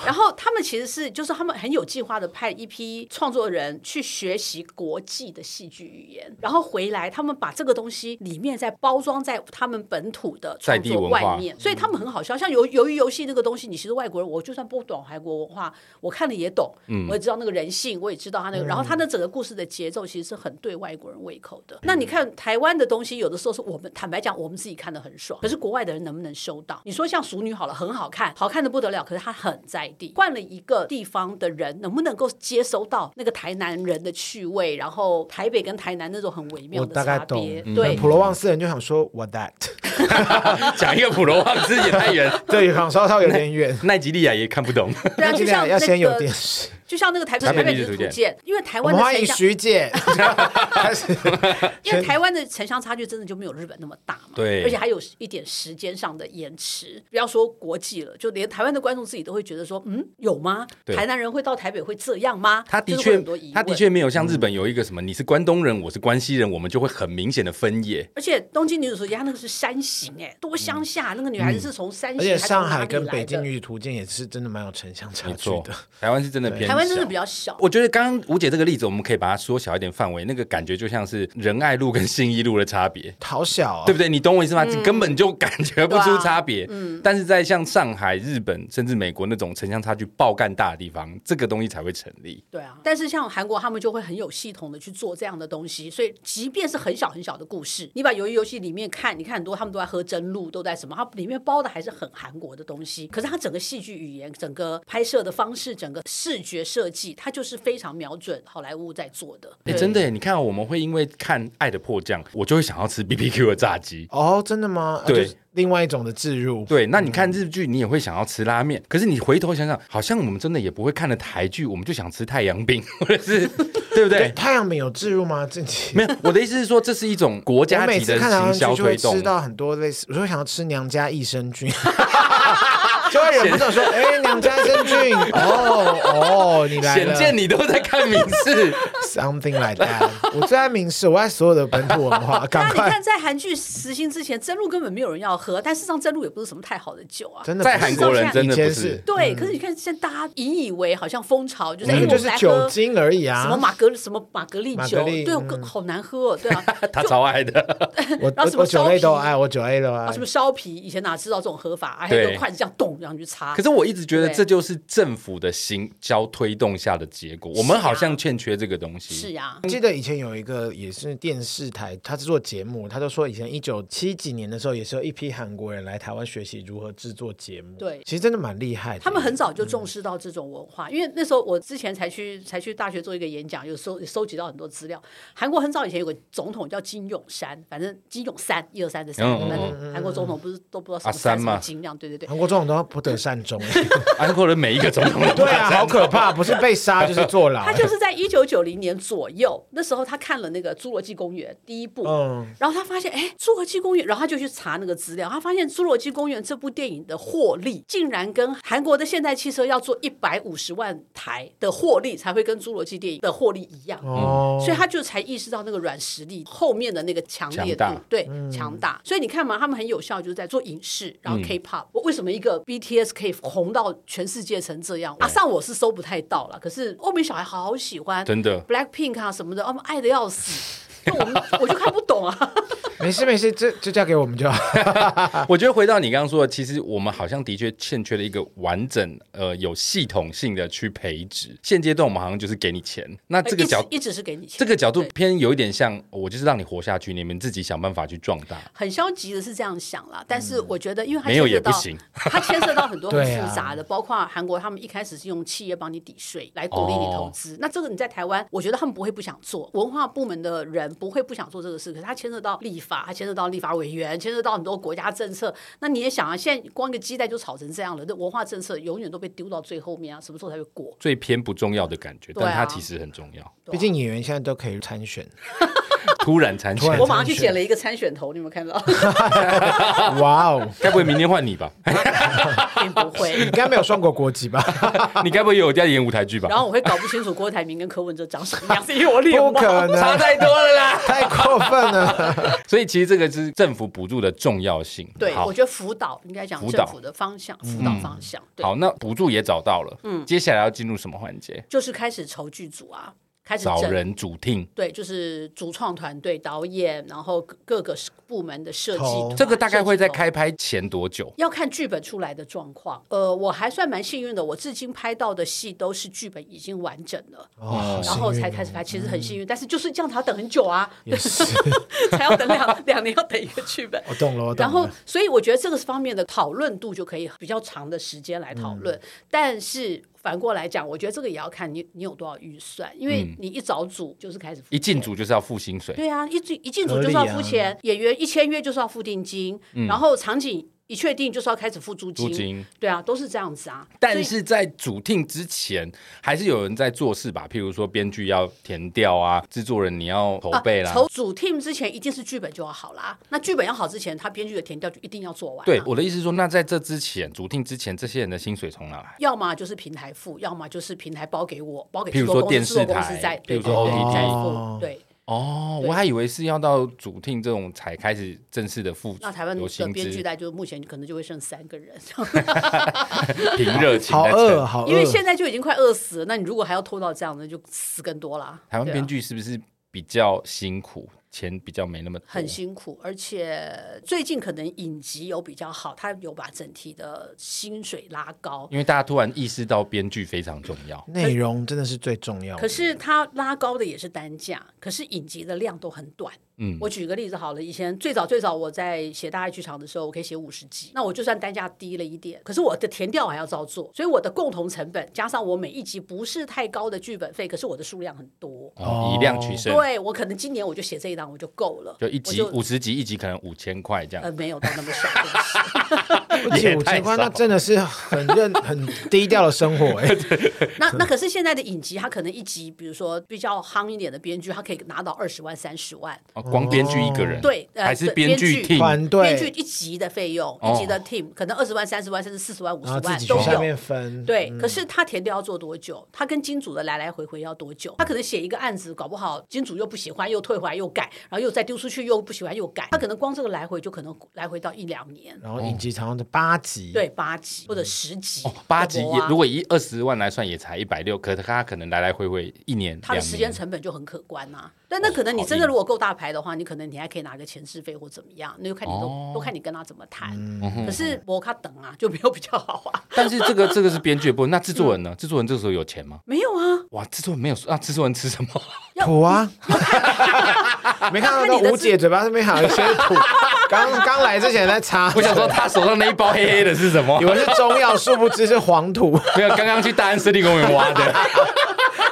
[SPEAKER 2] 然后他们其实是，就是他们很有计划的派一批创作人去学习国际的戏剧语言，然后回来，他们把这个东西里面再包装在他们本土的
[SPEAKER 1] 在
[SPEAKER 2] 创
[SPEAKER 1] 地
[SPEAKER 2] 作
[SPEAKER 1] 文化
[SPEAKER 2] 外面，所以他们很好笑。像由由于游戏那个东西，你其实外国人，我就算不懂韩国文化，我看了也懂，
[SPEAKER 3] 嗯
[SPEAKER 2] 我也知道那个人性，我也知道他那个，然后他那整个故事的节奏其实是很对外国人胃口的。那你看台湾的东西，有的时候是我们坦白讲，我们自己看的很爽，可是国外的人能不能收到？你说像《熟女》好了，很好看，好看的不得了，可是它很在地。换了一个地方的人，能不能够接收到那个台南人的趣味，然后台北跟台南那种很微妙
[SPEAKER 3] 我
[SPEAKER 2] 的
[SPEAKER 3] 大概
[SPEAKER 2] 差
[SPEAKER 3] 懂
[SPEAKER 2] 别？，
[SPEAKER 3] 那
[SPEAKER 2] 对，
[SPEAKER 3] 普罗旺斯人就想说 what that，
[SPEAKER 1] 讲一个普罗旺斯也太 远，
[SPEAKER 3] 对，可能稍稍有点远。
[SPEAKER 1] 奈及利亚也看不懂。
[SPEAKER 2] 对啊，就像
[SPEAKER 3] 要
[SPEAKER 2] 那
[SPEAKER 3] 先有电
[SPEAKER 2] 个，
[SPEAKER 3] 视。
[SPEAKER 2] 就像那个台
[SPEAKER 1] 台北
[SPEAKER 2] 北
[SPEAKER 1] 历史
[SPEAKER 2] 的
[SPEAKER 1] 图
[SPEAKER 2] 土
[SPEAKER 1] 鉴
[SPEAKER 2] 建，因为台
[SPEAKER 3] 我
[SPEAKER 2] 湾
[SPEAKER 3] 们
[SPEAKER 2] 的
[SPEAKER 3] 欢迎
[SPEAKER 2] 城乡
[SPEAKER 3] 徐 姐，开始
[SPEAKER 2] 因为台湾的城乡差距真的就没有日本那么大嘛，
[SPEAKER 1] 对
[SPEAKER 2] 而且还有一点时间上的延迟，不要说国际了，就连台湾的观众自己都会觉得说，嗯，有吗？
[SPEAKER 1] 对
[SPEAKER 2] 台南人会到台北会这样吗？
[SPEAKER 1] 他的
[SPEAKER 2] 就是会
[SPEAKER 1] 确
[SPEAKER 2] 有很多疑问，
[SPEAKER 1] 他的，确没有像日本有一个什么，你是关东人，我是关西人，我们就会很明显的分野。
[SPEAKER 2] 而且东京女主角她那个是山形哎、多乡下，
[SPEAKER 1] 嗯
[SPEAKER 2] 那个女孩子是从山形，
[SPEAKER 3] 而且上海跟北
[SPEAKER 2] 还是从哪
[SPEAKER 3] 京
[SPEAKER 2] 里来
[SPEAKER 3] 与途径也是真的蛮有城乡差
[SPEAKER 1] 没
[SPEAKER 3] 距
[SPEAKER 1] 错
[SPEAKER 3] 的。，
[SPEAKER 1] 台湾是真的偏
[SPEAKER 2] 的，
[SPEAKER 1] 小。
[SPEAKER 2] 台湾真的比较小。
[SPEAKER 1] 我觉得刚刚吴姐这个例子，我们可以把它缩小一点范围，那个感觉就像是仁爱路跟信义路的差别。
[SPEAKER 3] 好小啊
[SPEAKER 1] 对，不对？你懂我意思吗？
[SPEAKER 2] 嗯
[SPEAKER 1] 根本就感觉不
[SPEAKER 2] 对
[SPEAKER 1] 出
[SPEAKER 2] 啊
[SPEAKER 1] 差别。但是在像上海、日本甚至美国那种城乡差距爆干大的地方，这个东西才会成立。
[SPEAKER 2] 对啊，但是像韩国他们就会很有系统的去做这样的东西，所以即便是很小很小的故事，你把鱿鱼游戏里面看，你看很多他们都在喝真露，都在什么，它里面包的还是很韩国的东西，可是它整个戏剧语言、整个拍摄的方式、整个视觉设计，它就是非常瞄准好莱坞在做的。
[SPEAKER 1] 哎，
[SPEAKER 2] 对
[SPEAKER 1] 真的耶！你看哦、我们会因为看《爱的迫降》，我就会想要吃 B B Q 的炸鸡。
[SPEAKER 3] 哦，真的吗？啊
[SPEAKER 1] 对，
[SPEAKER 3] 就是另外一种的置入。
[SPEAKER 1] 对，那你看
[SPEAKER 3] 嗯
[SPEAKER 1] 日剧，你也会想要吃拉面。可是你回头想想，好像我们真的也不会看了台剧，我们就想吃太阳饼，或者 是对不
[SPEAKER 3] 对，
[SPEAKER 1] 对？
[SPEAKER 3] 太阳饼有置入吗？近期
[SPEAKER 1] 没有，我的意思是说，这是一种国
[SPEAKER 3] 我
[SPEAKER 1] 家
[SPEAKER 3] 每
[SPEAKER 1] 级
[SPEAKER 3] 次
[SPEAKER 1] 的
[SPEAKER 3] 看台湾
[SPEAKER 1] 行
[SPEAKER 3] 剧
[SPEAKER 1] 销
[SPEAKER 3] 就会
[SPEAKER 1] 推
[SPEAKER 3] 吃
[SPEAKER 1] 动。
[SPEAKER 3] 到很多类似，我就想要吃娘家益 生菌，就会忍不住说：“哎、娘家益 生菌，哦哦，你来
[SPEAKER 1] 显
[SPEAKER 3] 了。
[SPEAKER 1] 见你都在看名 次，
[SPEAKER 3] ”Something like that。我最爱民视，我爱所有的本土文化，
[SPEAKER 2] 那
[SPEAKER 3] 赶
[SPEAKER 2] 你
[SPEAKER 3] 快
[SPEAKER 2] 看，！在韩剧实行之前，真露根本没有人要喝，但事实上真露也不是什么太好的酒啊。
[SPEAKER 3] 真的
[SPEAKER 1] 在韩国人真的
[SPEAKER 3] 以前
[SPEAKER 1] 不
[SPEAKER 3] 是
[SPEAKER 1] 是。
[SPEAKER 2] 对，可是你看，现在大家引以为好像风潮，就是哎，
[SPEAKER 3] 嗯那
[SPEAKER 2] 我
[SPEAKER 3] 个就
[SPEAKER 2] 们
[SPEAKER 3] 是
[SPEAKER 2] 来
[SPEAKER 3] 酒
[SPEAKER 2] 喝
[SPEAKER 3] 精而已
[SPEAKER 2] 什么
[SPEAKER 3] 啊。
[SPEAKER 2] 玛格什么玛格丽
[SPEAKER 3] 玛
[SPEAKER 2] 酒，
[SPEAKER 3] 格丽
[SPEAKER 2] 对，
[SPEAKER 3] 嗯
[SPEAKER 2] 好难喝哦，对 啊，
[SPEAKER 1] 他超爱的，
[SPEAKER 3] 我
[SPEAKER 2] 然后
[SPEAKER 3] 我
[SPEAKER 2] 什么
[SPEAKER 3] 我酒类
[SPEAKER 2] 烧
[SPEAKER 3] 都
[SPEAKER 2] 啤
[SPEAKER 3] 爱，我酒类都爱
[SPEAKER 2] 啊，什。么烧啤，以前哪知道这种喝法啊？还有
[SPEAKER 1] 对
[SPEAKER 2] 个筷子这样咚，让你去擦
[SPEAKER 1] 可。是我一直觉得
[SPEAKER 2] 对
[SPEAKER 1] 这就是政府的行销推动下的结果，我们
[SPEAKER 2] 是啊
[SPEAKER 1] 好像欠缺这个东西。
[SPEAKER 2] 是呀、
[SPEAKER 3] 记得以前有一个也是电视台，他是做节目，他就说以前一九七几年的时候，也是有一批韩国人来台湾学习如何制作节目。
[SPEAKER 2] 对
[SPEAKER 3] 其实真的蛮厉害的。
[SPEAKER 2] 他们很早就重视到这种文化，因为那时候我之前才去才去大学做一个演讲，有收收集到很多资料。韩国很早以前有个总统叫金永山，反正金永三一二三的
[SPEAKER 1] 嗯
[SPEAKER 2] 三，
[SPEAKER 1] 嗯嗯
[SPEAKER 2] 反正韩国总统不是都不知道什
[SPEAKER 1] 啊三
[SPEAKER 2] 么三什
[SPEAKER 1] 嘛
[SPEAKER 2] 么金这样，对对对。
[SPEAKER 3] 韩国总统都不得善 终。
[SPEAKER 1] 韩国人啊每一个总统都
[SPEAKER 3] 对啊，好可怕！不是 被杀就是坐牢
[SPEAKER 2] 他。就是在一九九零年左右，那时候他看了那个《侏罗纪公园》第一部，
[SPEAKER 3] 嗯，
[SPEAKER 2] 然后他发现，哎，《侏罗纪公园》，然后他就去查那个资料，他发现《侏罗纪公园》这部电影的获利，竟然跟韩国的现代汽车要做一百五十万台的获利，才会跟《侏罗纪电影》的获利一样。
[SPEAKER 3] 哦，
[SPEAKER 2] 所以他就才意识到那个软实力后面的那个强烈
[SPEAKER 1] 强大
[SPEAKER 2] 度，对，强大。嗯所以你看嘛，他们很有效，就是在做影视，然后 K-pop。我为什么一个 BTS 可以红到全世界成这样？马啊上我是搜不太到了，可是欧美小孩好喜欢
[SPEAKER 1] 真的
[SPEAKER 2] Blackpink 啊什么的，他们爱的要死。那我们我就看不懂啊。
[SPEAKER 3] 没事没事，这就交给我们就好。
[SPEAKER 1] 我觉得回到你刚刚说的，其实我们好像的确欠缺了一个完整、呃有系统性的去培植。现阶段我们好像就是给你钱，那 这个
[SPEAKER 2] 哎一直
[SPEAKER 1] 角
[SPEAKER 2] 一直是给你钱，
[SPEAKER 1] 这个角度
[SPEAKER 2] 对
[SPEAKER 1] 偏有一点像，我就是让你活下去，你们自己想办法去壮大。
[SPEAKER 2] 很消极的是这样想啦，但是我觉得，因为它
[SPEAKER 1] 嗯没有
[SPEAKER 2] 牵
[SPEAKER 1] 也
[SPEAKER 2] 涉
[SPEAKER 1] 不
[SPEAKER 2] 到
[SPEAKER 1] 行，
[SPEAKER 2] 它牵涉到很多很
[SPEAKER 3] 对啊
[SPEAKER 2] 复杂的，包括韩国他们一开始是用企业帮你抵税来鼓励你
[SPEAKER 1] 哦
[SPEAKER 2] 投资，那这个你在台湾，我觉得他们不会不想做，文化部门的人不会不想做这个事，可是它牵涉到立法，它牵涉到立法委员，牵涉到很多国家政策，那你也想啊，现在光一个鸡蛋就炒成这样了，那文化政策永远都被丢到最后面啊，什么时候才会过？
[SPEAKER 1] 最偏不重要的感觉，
[SPEAKER 2] 对啊
[SPEAKER 1] 但它其实很重要。
[SPEAKER 2] 对啊
[SPEAKER 3] 毕竟演员现在都可以参选。
[SPEAKER 1] 突然 参
[SPEAKER 3] 突
[SPEAKER 1] 选
[SPEAKER 3] 然
[SPEAKER 2] 我，马上去剪了一个参选头，你有没有看到？
[SPEAKER 3] 哇哦，
[SPEAKER 1] 该不会明天换你吧？
[SPEAKER 2] 并不会
[SPEAKER 3] 你。该没有双国国籍吧？
[SPEAKER 1] 你该不会有在演舞台剧吧
[SPEAKER 2] 然？后我会搞不清楚郭台铭跟柯文哲长什 么样子，因为我脸
[SPEAKER 3] 不
[SPEAKER 2] 盲。
[SPEAKER 3] 可
[SPEAKER 1] 差
[SPEAKER 3] 能，
[SPEAKER 1] 太多了啦！
[SPEAKER 3] 太过分了。
[SPEAKER 1] 所以其实这个是政府补助的重要性。
[SPEAKER 2] 对，
[SPEAKER 1] 好
[SPEAKER 2] 我觉得辅导应该讲
[SPEAKER 1] 辅导嗯
[SPEAKER 2] 政府的方向，辅导方向，对，
[SPEAKER 1] 好，那补助也找到了，嗯，接下来要进入什么环节？
[SPEAKER 2] 就是开始筹剧组啊，开始
[SPEAKER 1] 找
[SPEAKER 2] 整。
[SPEAKER 1] 人主听，
[SPEAKER 2] 对，就是主创团队、导演，然后各各个部门的设计
[SPEAKER 3] 头
[SPEAKER 2] 团，
[SPEAKER 1] 这个大概会在
[SPEAKER 2] 设计团
[SPEAKER 1] 开
[SPEAKER 2] 哦
[SPEAKER 1] 拍前多久？
[SPEAKER 2] 要看剧本出来的状况。呃，我还算蛮幸运的，我至今拍到的戏都是剧本已经完整了，
[SPEAKER 3] 哦
[SPEAKER 2] 然后才开始拍，其实很幸运，但是就是这样，他等很久啊，对， 才要等两两年，要等一个剧
[SPEAKER 1] 哦
[SPEAKER 2] 本。
[SPEAKER 3] 我懂了，我懂
[SPEAKER 2] 然
[SPEAKER 3] 了。
[SPEAKER 2] 后，所以我觉得这个方面的讨论度就可以比较长的时间来讨
[SPEAKER 1] 嗯
[SPEAKER 2] 论。但是反过来讲，我觉得这个也要看你你有多少预算，因为你一找组就是开始付
[SPEAKER 1] 一进
[SPEAKER 2] 钱。
[SPEAKER 1] 组就是要付薪水，
[SPEAKER 2] 对啊，一进一进组
[SPEAKER 3] 合
[SPEAKER 2] 就
[SPEAKER 3] 理
[SPEAKER 2] 是要
[SPEAKER 3] 啊
[SPEAKER 2] 付钱，演员一签约就是要付定金，然后场景一确定就是要开始付租
[SPEAKER 1] 嗯租
[SPEAKER 2] 金，
[SPEAKER 1] 金。
[SPEAKER 2] 对啊，都是这样子啊。所
[SPEAKER 1] 但
[SPEAKER 2] 以
[SPEAKER 1] 是在主听之前，还是有人在做事吧？譬如说，编剧要填调啊，制作人你要筹
[SPEAKER 2] 啊
[SPEAKER 1] 备啦。
[SPEAKER 2] 筹组 team 之前一定是剧本就要好啦。那剧本要好之前，他编剧的填调就一定要做完、啊。
[SPEAKER 1] 对，我的意思是说，那在这之前，主听之前，这些人的薪水从哪来？
[SPEAKER 2] 要么就是平台付，要么就是平台包给我，包给
[SPEAKER 1] 譬如
[SPEAKER 2] 制
[SPEAKER 1] 说
[SPEAKER 2] 作公
[SPEAKER 1] 电
[SPEAKER 2] 司，
[SPEAKER 1] 视
[SPEAKER 2] 制作公
[SPEAKER 1] 台
[SPEAKER 2] 司在，
[SPEAKER 1] 譬
[SPEAKER 2] 对
[SPEAKER 1] 如
[SPEAKER 2] 对
[SPEAKER 1] 说
[SPEAKER 2] 对，在
[SPEAKER 3] OTT
[SPEAKER 2] 付。对，
[SPEAKER 1] 哦，
[SPEAKER 2] 对
[SPEAKER 1] 我还以为是要到主听这种才开始正式的付
[SPEAKER 2] 那台湾
[SPEAKER 1] 有
[SPEAKER 2] 的
[SPEAKER 1] 薪
[SPEAKER 2] 编剧
[SPEAKER 1] 资，
[SPEAKER 2] 带就目前可能就会剩三 个人，
[SPEAKER 1] 凭热 情
[SPEAKER 3] 好
[SPEAKER 1] 在
[SPEAKER 3] 饿
[SPEAKER 1] 撑
[SPEAKER 3] 哦，。好饿。
[SPEAKER 2] 因为现在就已经快饿死了。那你如果还要拖到这样，那就死更多啦。
[SPEAKER 1] 台湾
[SPEAKER 2] 对啊
[SPEAKER 1] 编剧是不是比较辛苦，钱比较没那么多？
[SPEAKER 2] 很辛苦，而且最近可能影集有比较好，他有把整体的薪水拉高。
[SPEAKER 1] 因为大家突然意识到编剧非常重要。
[SPEAKER 3] 内容真的是最重要的。
[SPEAKER 2] 可是他拉高的也是单价，可是影集的量都很短。
[SPEAKER 1] 嗯，
[SPEAKER 2] 我举个例子好了，以前最早最早我在写大爱剧场的时候，我可以写五十集，那我就算单价低了一点，可是我的填调还要照做，所以我的共同成本加上我每一集不是太高的剧本费，可是我的数量很多。
[SPEAKER 1] 哦，以量取胜，
[SPEAKER 2] 对我可能今年我就写这一档我就够了，
[SPEAKER 1] 就一
[SPEAKER 2] 我
[SPEAKER 1] 集五十集，一集可能五千块这样
[SPEAKER 2] 呃，没有到那么少，对不起
[SPEAKER 3] 不止
[SPEAKER 1] 也
[SPEAKER 3] 五
[SPEAKER 1] 太
[SPEAKER 3] 千块，那
[SPEAKER 1] 少
[SPEAKER 3] 真的是很认很低调的生活 哎、
[SPEAKER 2] 那那可是现在的影集，它可能一集，比如说比较夯一点的编剧，他可以拿到二十万、三十万，
[SPEAKER 1] 哦光编剧一个人，
[SPEAKER 2] 对呃
[SPEAKER 1] 还是
[SPEAKER 2] 对
[SPEAKER 1] 编剧
[SPEAKER 2] 编剧
[SPEAKER 1] team，
[SPEAKER 3] 团
[SPEAKER 2] 编剧
[SPEAKER 3] 队，
[SPEAKER 2] 一集的费用，
[SPEAKER 1] 嗯哦啊
[SPEAKER 2] 一集的 team 可能二十万、三十万，甚至四十万、五十
[SPEAKER 3] 然后自
[SPEAKER 2] 万
[SPEAKER 3] 己
[SPEAKER 2] 都
[SPEAKER 3] 去下
[SPEAKER 2] 有。
[SPEAKER 3] 面分。
[SPEAKER 2] 对，
[SPEAKER 1] 嗯
[SPEAKER 2] 可是他填调要做多久？他跟金主的来来回回要多久？他可能写一个案子，搞不好金主又不喜欢，又退回来又改，然后又再丢出去，又不喜欢又改。他可能光这个来回就可能来回到一两年，
[SPEAKER 3] 然后影集常常的八集，，
[SPEAKER 2] 对，八集或者十集
[SPEAKER 1] 哦，八集
[SPEAKER 2] 有
[SPEAKER 1] 也
[SPEAKER 2] 啊
[SPEAKER 1] 如果以二十万来算，也才一百六，可他可能来来回回一年，
[SPEAKER 2] 它的
[SPEAKER 1] 两
[SPEAKER 2] 时
[SPEAKER 1] 年
[SPEAKER 2] 间成本就很可观呐、但那可能你
[SPEAKER 1] 哦好
[SPEAKER 2] 真的
[SPEAKER 1] 硬
[SPEAKER 2] 如果够大牌的话，你可能你还可以拿个前置费或怎么样，那就看你都、
[SPEAKER 1] 哦嗯
[SPEAKER 2] 都看你跟他怎么谈。可是摩卡等啊就没有比较好啊，
[SPEAKER 1] 但是这个这个是编剧的部分，那制作人
[SPEAKER 2] 嗯
[SPEAKER 1] 呢？制作人这时候有钱吗？
[SPEAKER 2] 没有啊，
[SPEAKER 1] 哇，制作人没有说啊，制作人吃什么？
[SPEAKER 3] 土啊！没看到
[SPEAKER 2] 看你
[SPEAKER 3] 那
[SPEAKER 2] 的
[SPEAKER 3] 吴
[SPEAKER 2] 字
[SPEAKER 3] 姐嘴巴上面好像有一些土，刚刚来之前在擦，
[SPEAKER 1] 我想说他手上那一包黑黑的是什么
[SPEAKER 3] 以？为是中药，殊不知是黄 土，
[SPEAKER 1] 没有，刚刚去大安森林公园挖的。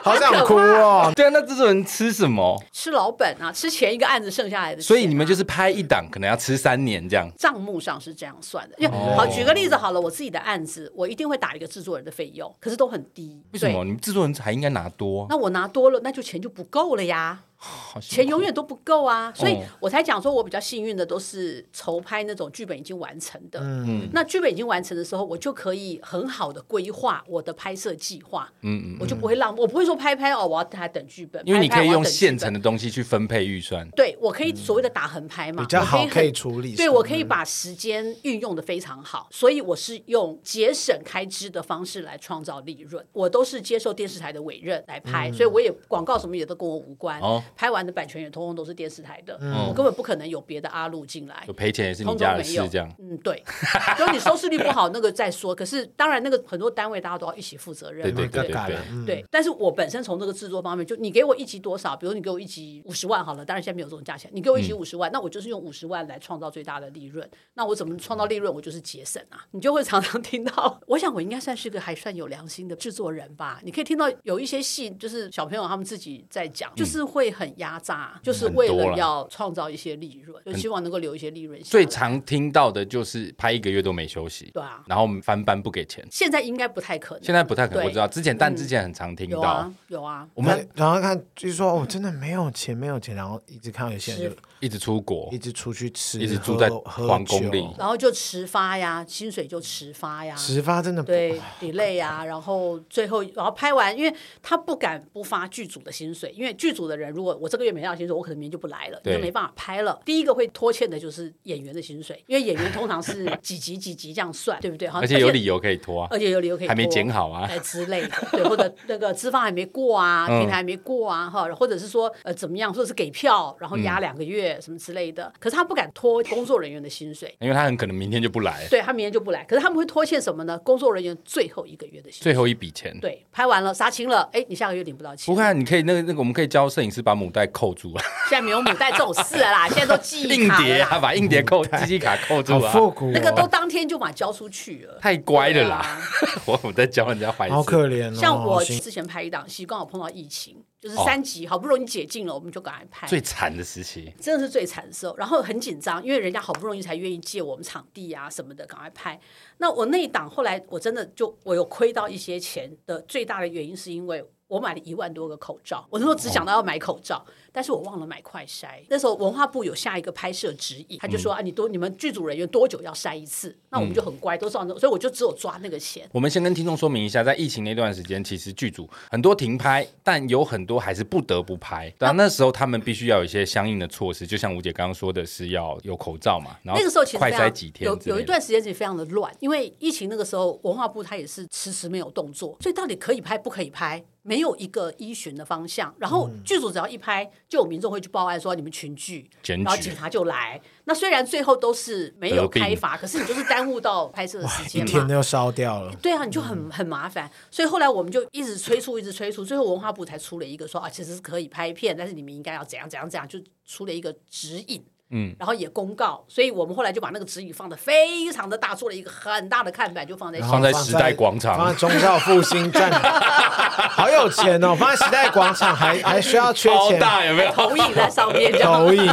[SPEAKER 3] 好想哭哦！
[SPEAKER 1] 对啊，那制作人吃什么？
[SPEAKER 2] 吃老本啊，吃前一个案子剩下来的钱啊、
[SPEAKER 1] 所以你们就是拍一档，可能要吃三年这样。
[SPEAKER 2] 账目上是这样算的。因为
[SPEAKER 1] 哦
[SPEAKER 2] 好，举个例子好了，我自己的案子，我一定会打一个制作人的费用，可是都很低。
[SPEAKER 1] 为什么？
[SPEAKER 2] 对？
[SPEAKER 1] 你们制作人还应该拿多？啊
[SPEAKER 2] 那我拿多了，那就钱就不够了呀，
[SPEAKER 1] 好辛苦
[SPEAKER 2] 钱永远都不够
[SPEAKER 1] 哦
[SPEAKER 2] 啊，所以我才讲说，我比较幸运的都是筹拍那种剧本已经完成的。嗯，那剧本已经完成的时候，我就可以很好的规划我的拍摄计划。嗯嗯，我就不会浪，我不会说拍拍哦，我要还等剧本，
[SPEAKER 1] 因为你
[SPEAKER 2] 拍拍
[SPEAKER 1] 可以
[SPEAKER 2] 我要
[SPEAKER 1] 用
[SPEAKER 2] 等剧
[SPEAKER 1] 现
[SPEAKER 2] 本
[SPEAKER 1] 成的嗯东西去分配预算。
[SPEAKER 2] 对我可以所谓的打横拍嘛，
[SPEAKER 3] 比较好
[SPEAKER 2] 我
[SPEAKER 3] 可以
[SPEAKER 2] 很
[SPEAKER 3] 处理
[SPEAKER 2] 对我可
[SPEAKER 1] 嗯
[SPEAKER 2] 以把时间运用的非常好，所以我是用节省开支的方式来创造利润。我都是接受电视台的委任来拍，所以我也广告什么也都跟我无关，
[SPEAKER 1] 嗯哦嗯
[SPEAKER 2] 拍完的版权也通通都是电视台的，我根本不可能有别的阿路进来
[SPEAKER 1] 就。赔钱也是你
[SPEAKER 2] 通
[SPEAKER 1] 家的
[SPEAKER 2] 通没
[SPEAKER 1] 事
[SPEAKER 2] 有，
[SPEAKER 1] 这样。
[SPEAKER 2] 嗯，对， 就你收视率不好那个再说。可是当然，那个很多单位大家都要一起负责任
[SPEAKER 1] 对
[SPEAKER 2] 嘛，
[SPEAKER 1] 对对
[SPEAKER 3] 尴尬
[SPEAKER 1] 对
[SPEAKER 3] 了
[SPEAKER 1] 对，
[SPEAKER 2] 对，但是我本身从这个制作方面，就你给我一集多少，比如你给我一集五十万好了，当然现在没有这种价钱，你给我一
[SPEAKER 1] 嗯
[SPEAKER 2] 集五十万，那我就是用五十万来创造最大的利润。那我怎么创造利润？我就是节省啊。你就会常常 听到，我想我应该算是个还算有良心的制作人吧。你可以听到有一些戏，就是小朋友他们自己在讲，就是会很压榨，啊就是
[SPEAKER 1] 嗯
[SPEAKER 2] 为
[SPEAKER 1] 很多啦
[SPEAKER 2] 了要创造一些利润，就希望能够留一些利润下来。
[SPEAKER 1] 最常听到的就是拍一个月都没休息，
[SPEAKER 2] 对啊
[SPEAKER 1] 然后翻班不给钱。
[SPEAKER 2] 现在应该不太可能，
[SPEAKER 1] 现在不太可能，
[SPEAKER 2] 对嗯
[SPEAKER 1] 我知道之前，但之前很常听
[SPEAKER 2] 有
[SPEAKER 1] 到
[SPEAKER 2] 啊，有啊，
[SPEAKER 1] 我们
[SPEAKER 3] 然后看，就是说哦，真的没有钱，没有钱，然后一直看到有些人
[SPEAKER 2] 是
[SPEAKER 3] 就
[SPEAKER 1] 一直出国
[SPEAKER 3] 一，直出去吃，
[SPEAKER 1] 一直
[SPEAKER 3] 喝
[SPEAKER 1] 住在
[SPEAKER 3] 喝
[SPEAKER 1] 皇宫
[SPEAKER 3] 酒
[SPEAKER 1] 里
[SPEAKER 2] 然后就迟发呀，薪水就迟发呀，
[SPEAKER 3] 十发真的不
[SPEAKER 2] 对 delay 啊，然后最后然后拍完，因为他不敢不发剧组的薪水，因为剧组的人如果我这个月没到薪水，我可能明天就不来了，
[SPEAKER 1] 对
[SPEAKER 2] 就没办法拍了。第一个会拖欠的就是演员的薪水，因为演员通 常是几集几集这样算，对不对？好
[SPEAKER 1] 而且有理由可以拖啊
[SPEAKER 2] 而且有理由可以
[SPEAKER 1] 还没
[SPEAKER 2] 拖
[SPEAKER 1] 剪好啊
[SPEAKER 2] 哎之类的，对，或者那个资方还没过啊，
[SPEAKER 1] 嗯
[SPEAKER 2] 平台还没过啊，哈，或者是说呃怎么样，或者是给票，然后压
[SPEAKER 1] 嗯
[SPEAKER 2] 两个月什么之类的，可是他不敢拖工作人员的薪水。
[SPEAKER 1] 因为他很可能明天就不来，
[SPEAKER 2] 对他明天就不来，可是他们会拖欠什么呢？工作人员最后一个月的薪水。
[SPEAKER 1] 最后一笔钱。
[SPEAKER 2] 对，拍完了杀青了，哎，你下个月领不到钱。
[SPEAKER 1] 不看，你可以那个那个，我们可以教摄影师把母带扣住啊，
[SPEAKER 2] 现在没有母带这种事 了啦，现在都记忆
[SPEAKER 1] 硬
[SPEAKER 2] 卡了
[SPEAKER 1] 碟
[SPEAKER 2] 啦
[SPEAKER 1] 啊，把硬碟扣、机器卡扣住
[SPEAKER 3] 好
[SPEAKER 1] 啊，
[SPEAKER 3] 复古、哦，
[SPEAKER 2] 那个都当天就把它交出去了。
[SPEAKER 1] 太乖了
[SPEAKER 2] 对
[SPEAKER 1] 啦
[SPEAKER 2] 啊！
[SPEAKER 1] 我我在教人家坏事，
[SPEAKER 3] 好可怜哦。
[SPEAKER 2] 像
[SPEAKER 3] 好
[SPEAKER 2] 我
[SPEAKER 3] 辛
[SPEAKER 2] 之前拍一档戏，刚好碰到疫情，就是三级，好不容易解禁了，我们就赶快拍。
[SPEAKER 1] 最惨的时期。
[SPEAKER 2] 真的是最惨受，然后很紧张，因为人家好不容易才愿意借我们场地啊什么的，赶快拍。那我那一档后来我真的就我有亏到一些钱的，最大的原因是因为我买了一万多个口罩，我那时候只想到要买口罩，但是我忘了买快筛。那时候文化部有下一个拍摄指引，他就说、啊，你多你们剧组人员多久要筛一次？那我们就很乖，都照那，所以我就只有抓那个钱。
[SPEAKER 1] 我们先跟听众说明一下，在疫情那段时间，其实剧组很多停拍，但有很多还是不得不拍。然后那时候他们必须要有一些相应的措施，就像吴姐刚刚说的是要有口罩嘛，然后
[SPEAKER 2] 那个时候其实
[SPEAKER 1] 快
[SPEAKER 2] 非常
[SPEAKER 1] 筛几天
[SPEAKER 2] 有
[SPEAKER 1] 之类的
[SPEAKER 2] 有一段时间其实非常的乱，因为疫情那个时候文化部它也是迟迟没有动作，所以到底可以拍不可以拍，没有一个依循的方向。然
[SPEAKER 1] 嗯
[SPEAKER 2] 后剧组只要一拍，就有民众会去报案说你们群聚，
[SPEAKER 1] 检举
[SPEAKER 2] 然后警察就来。那虽然最后都是没
[SPEAKER 1] 得
[SPEAKER 2] 有
[SPEAKER 1] 病
[SPEAKER 2] 开罚，可是你就是耽误到拍摄的时
[SPEAKER 3] 苦一
[SPEAKER 2] 间
[SPEAKER 3] 天
[SPEAKER 2] 嘛
[SPEAKER 3] 都。要烧掉了。
[SPEAKER 2] 对啊，你就
[SPEAKER 1] 嗯
[SPEAKER 2] 很很麻烦，所以后来我们就一直催促，一直催促，最后文化部才出了一个说啊，其实是可以拍片，但是你们应该要怎样怎样怎样，就出了一个指引，嗯，然后也公告，所以我们后来就把那个指引放的非常的大，做了一个很大的看板，就放在
[SPEAKER 3] 然后
[SPEAKER 1] 放在时代广场
[SPEAKER 3] 放在中校复兴 站，好有钱哦！放在时代广场还还需要缺
[SPEAKER 1] 超
[SPEAKER 3] 钱
[SPEAKER 1] 大有没 有？
[SPEAKER 2] 投影在上面，这样
[SPEAKER 3] 投影，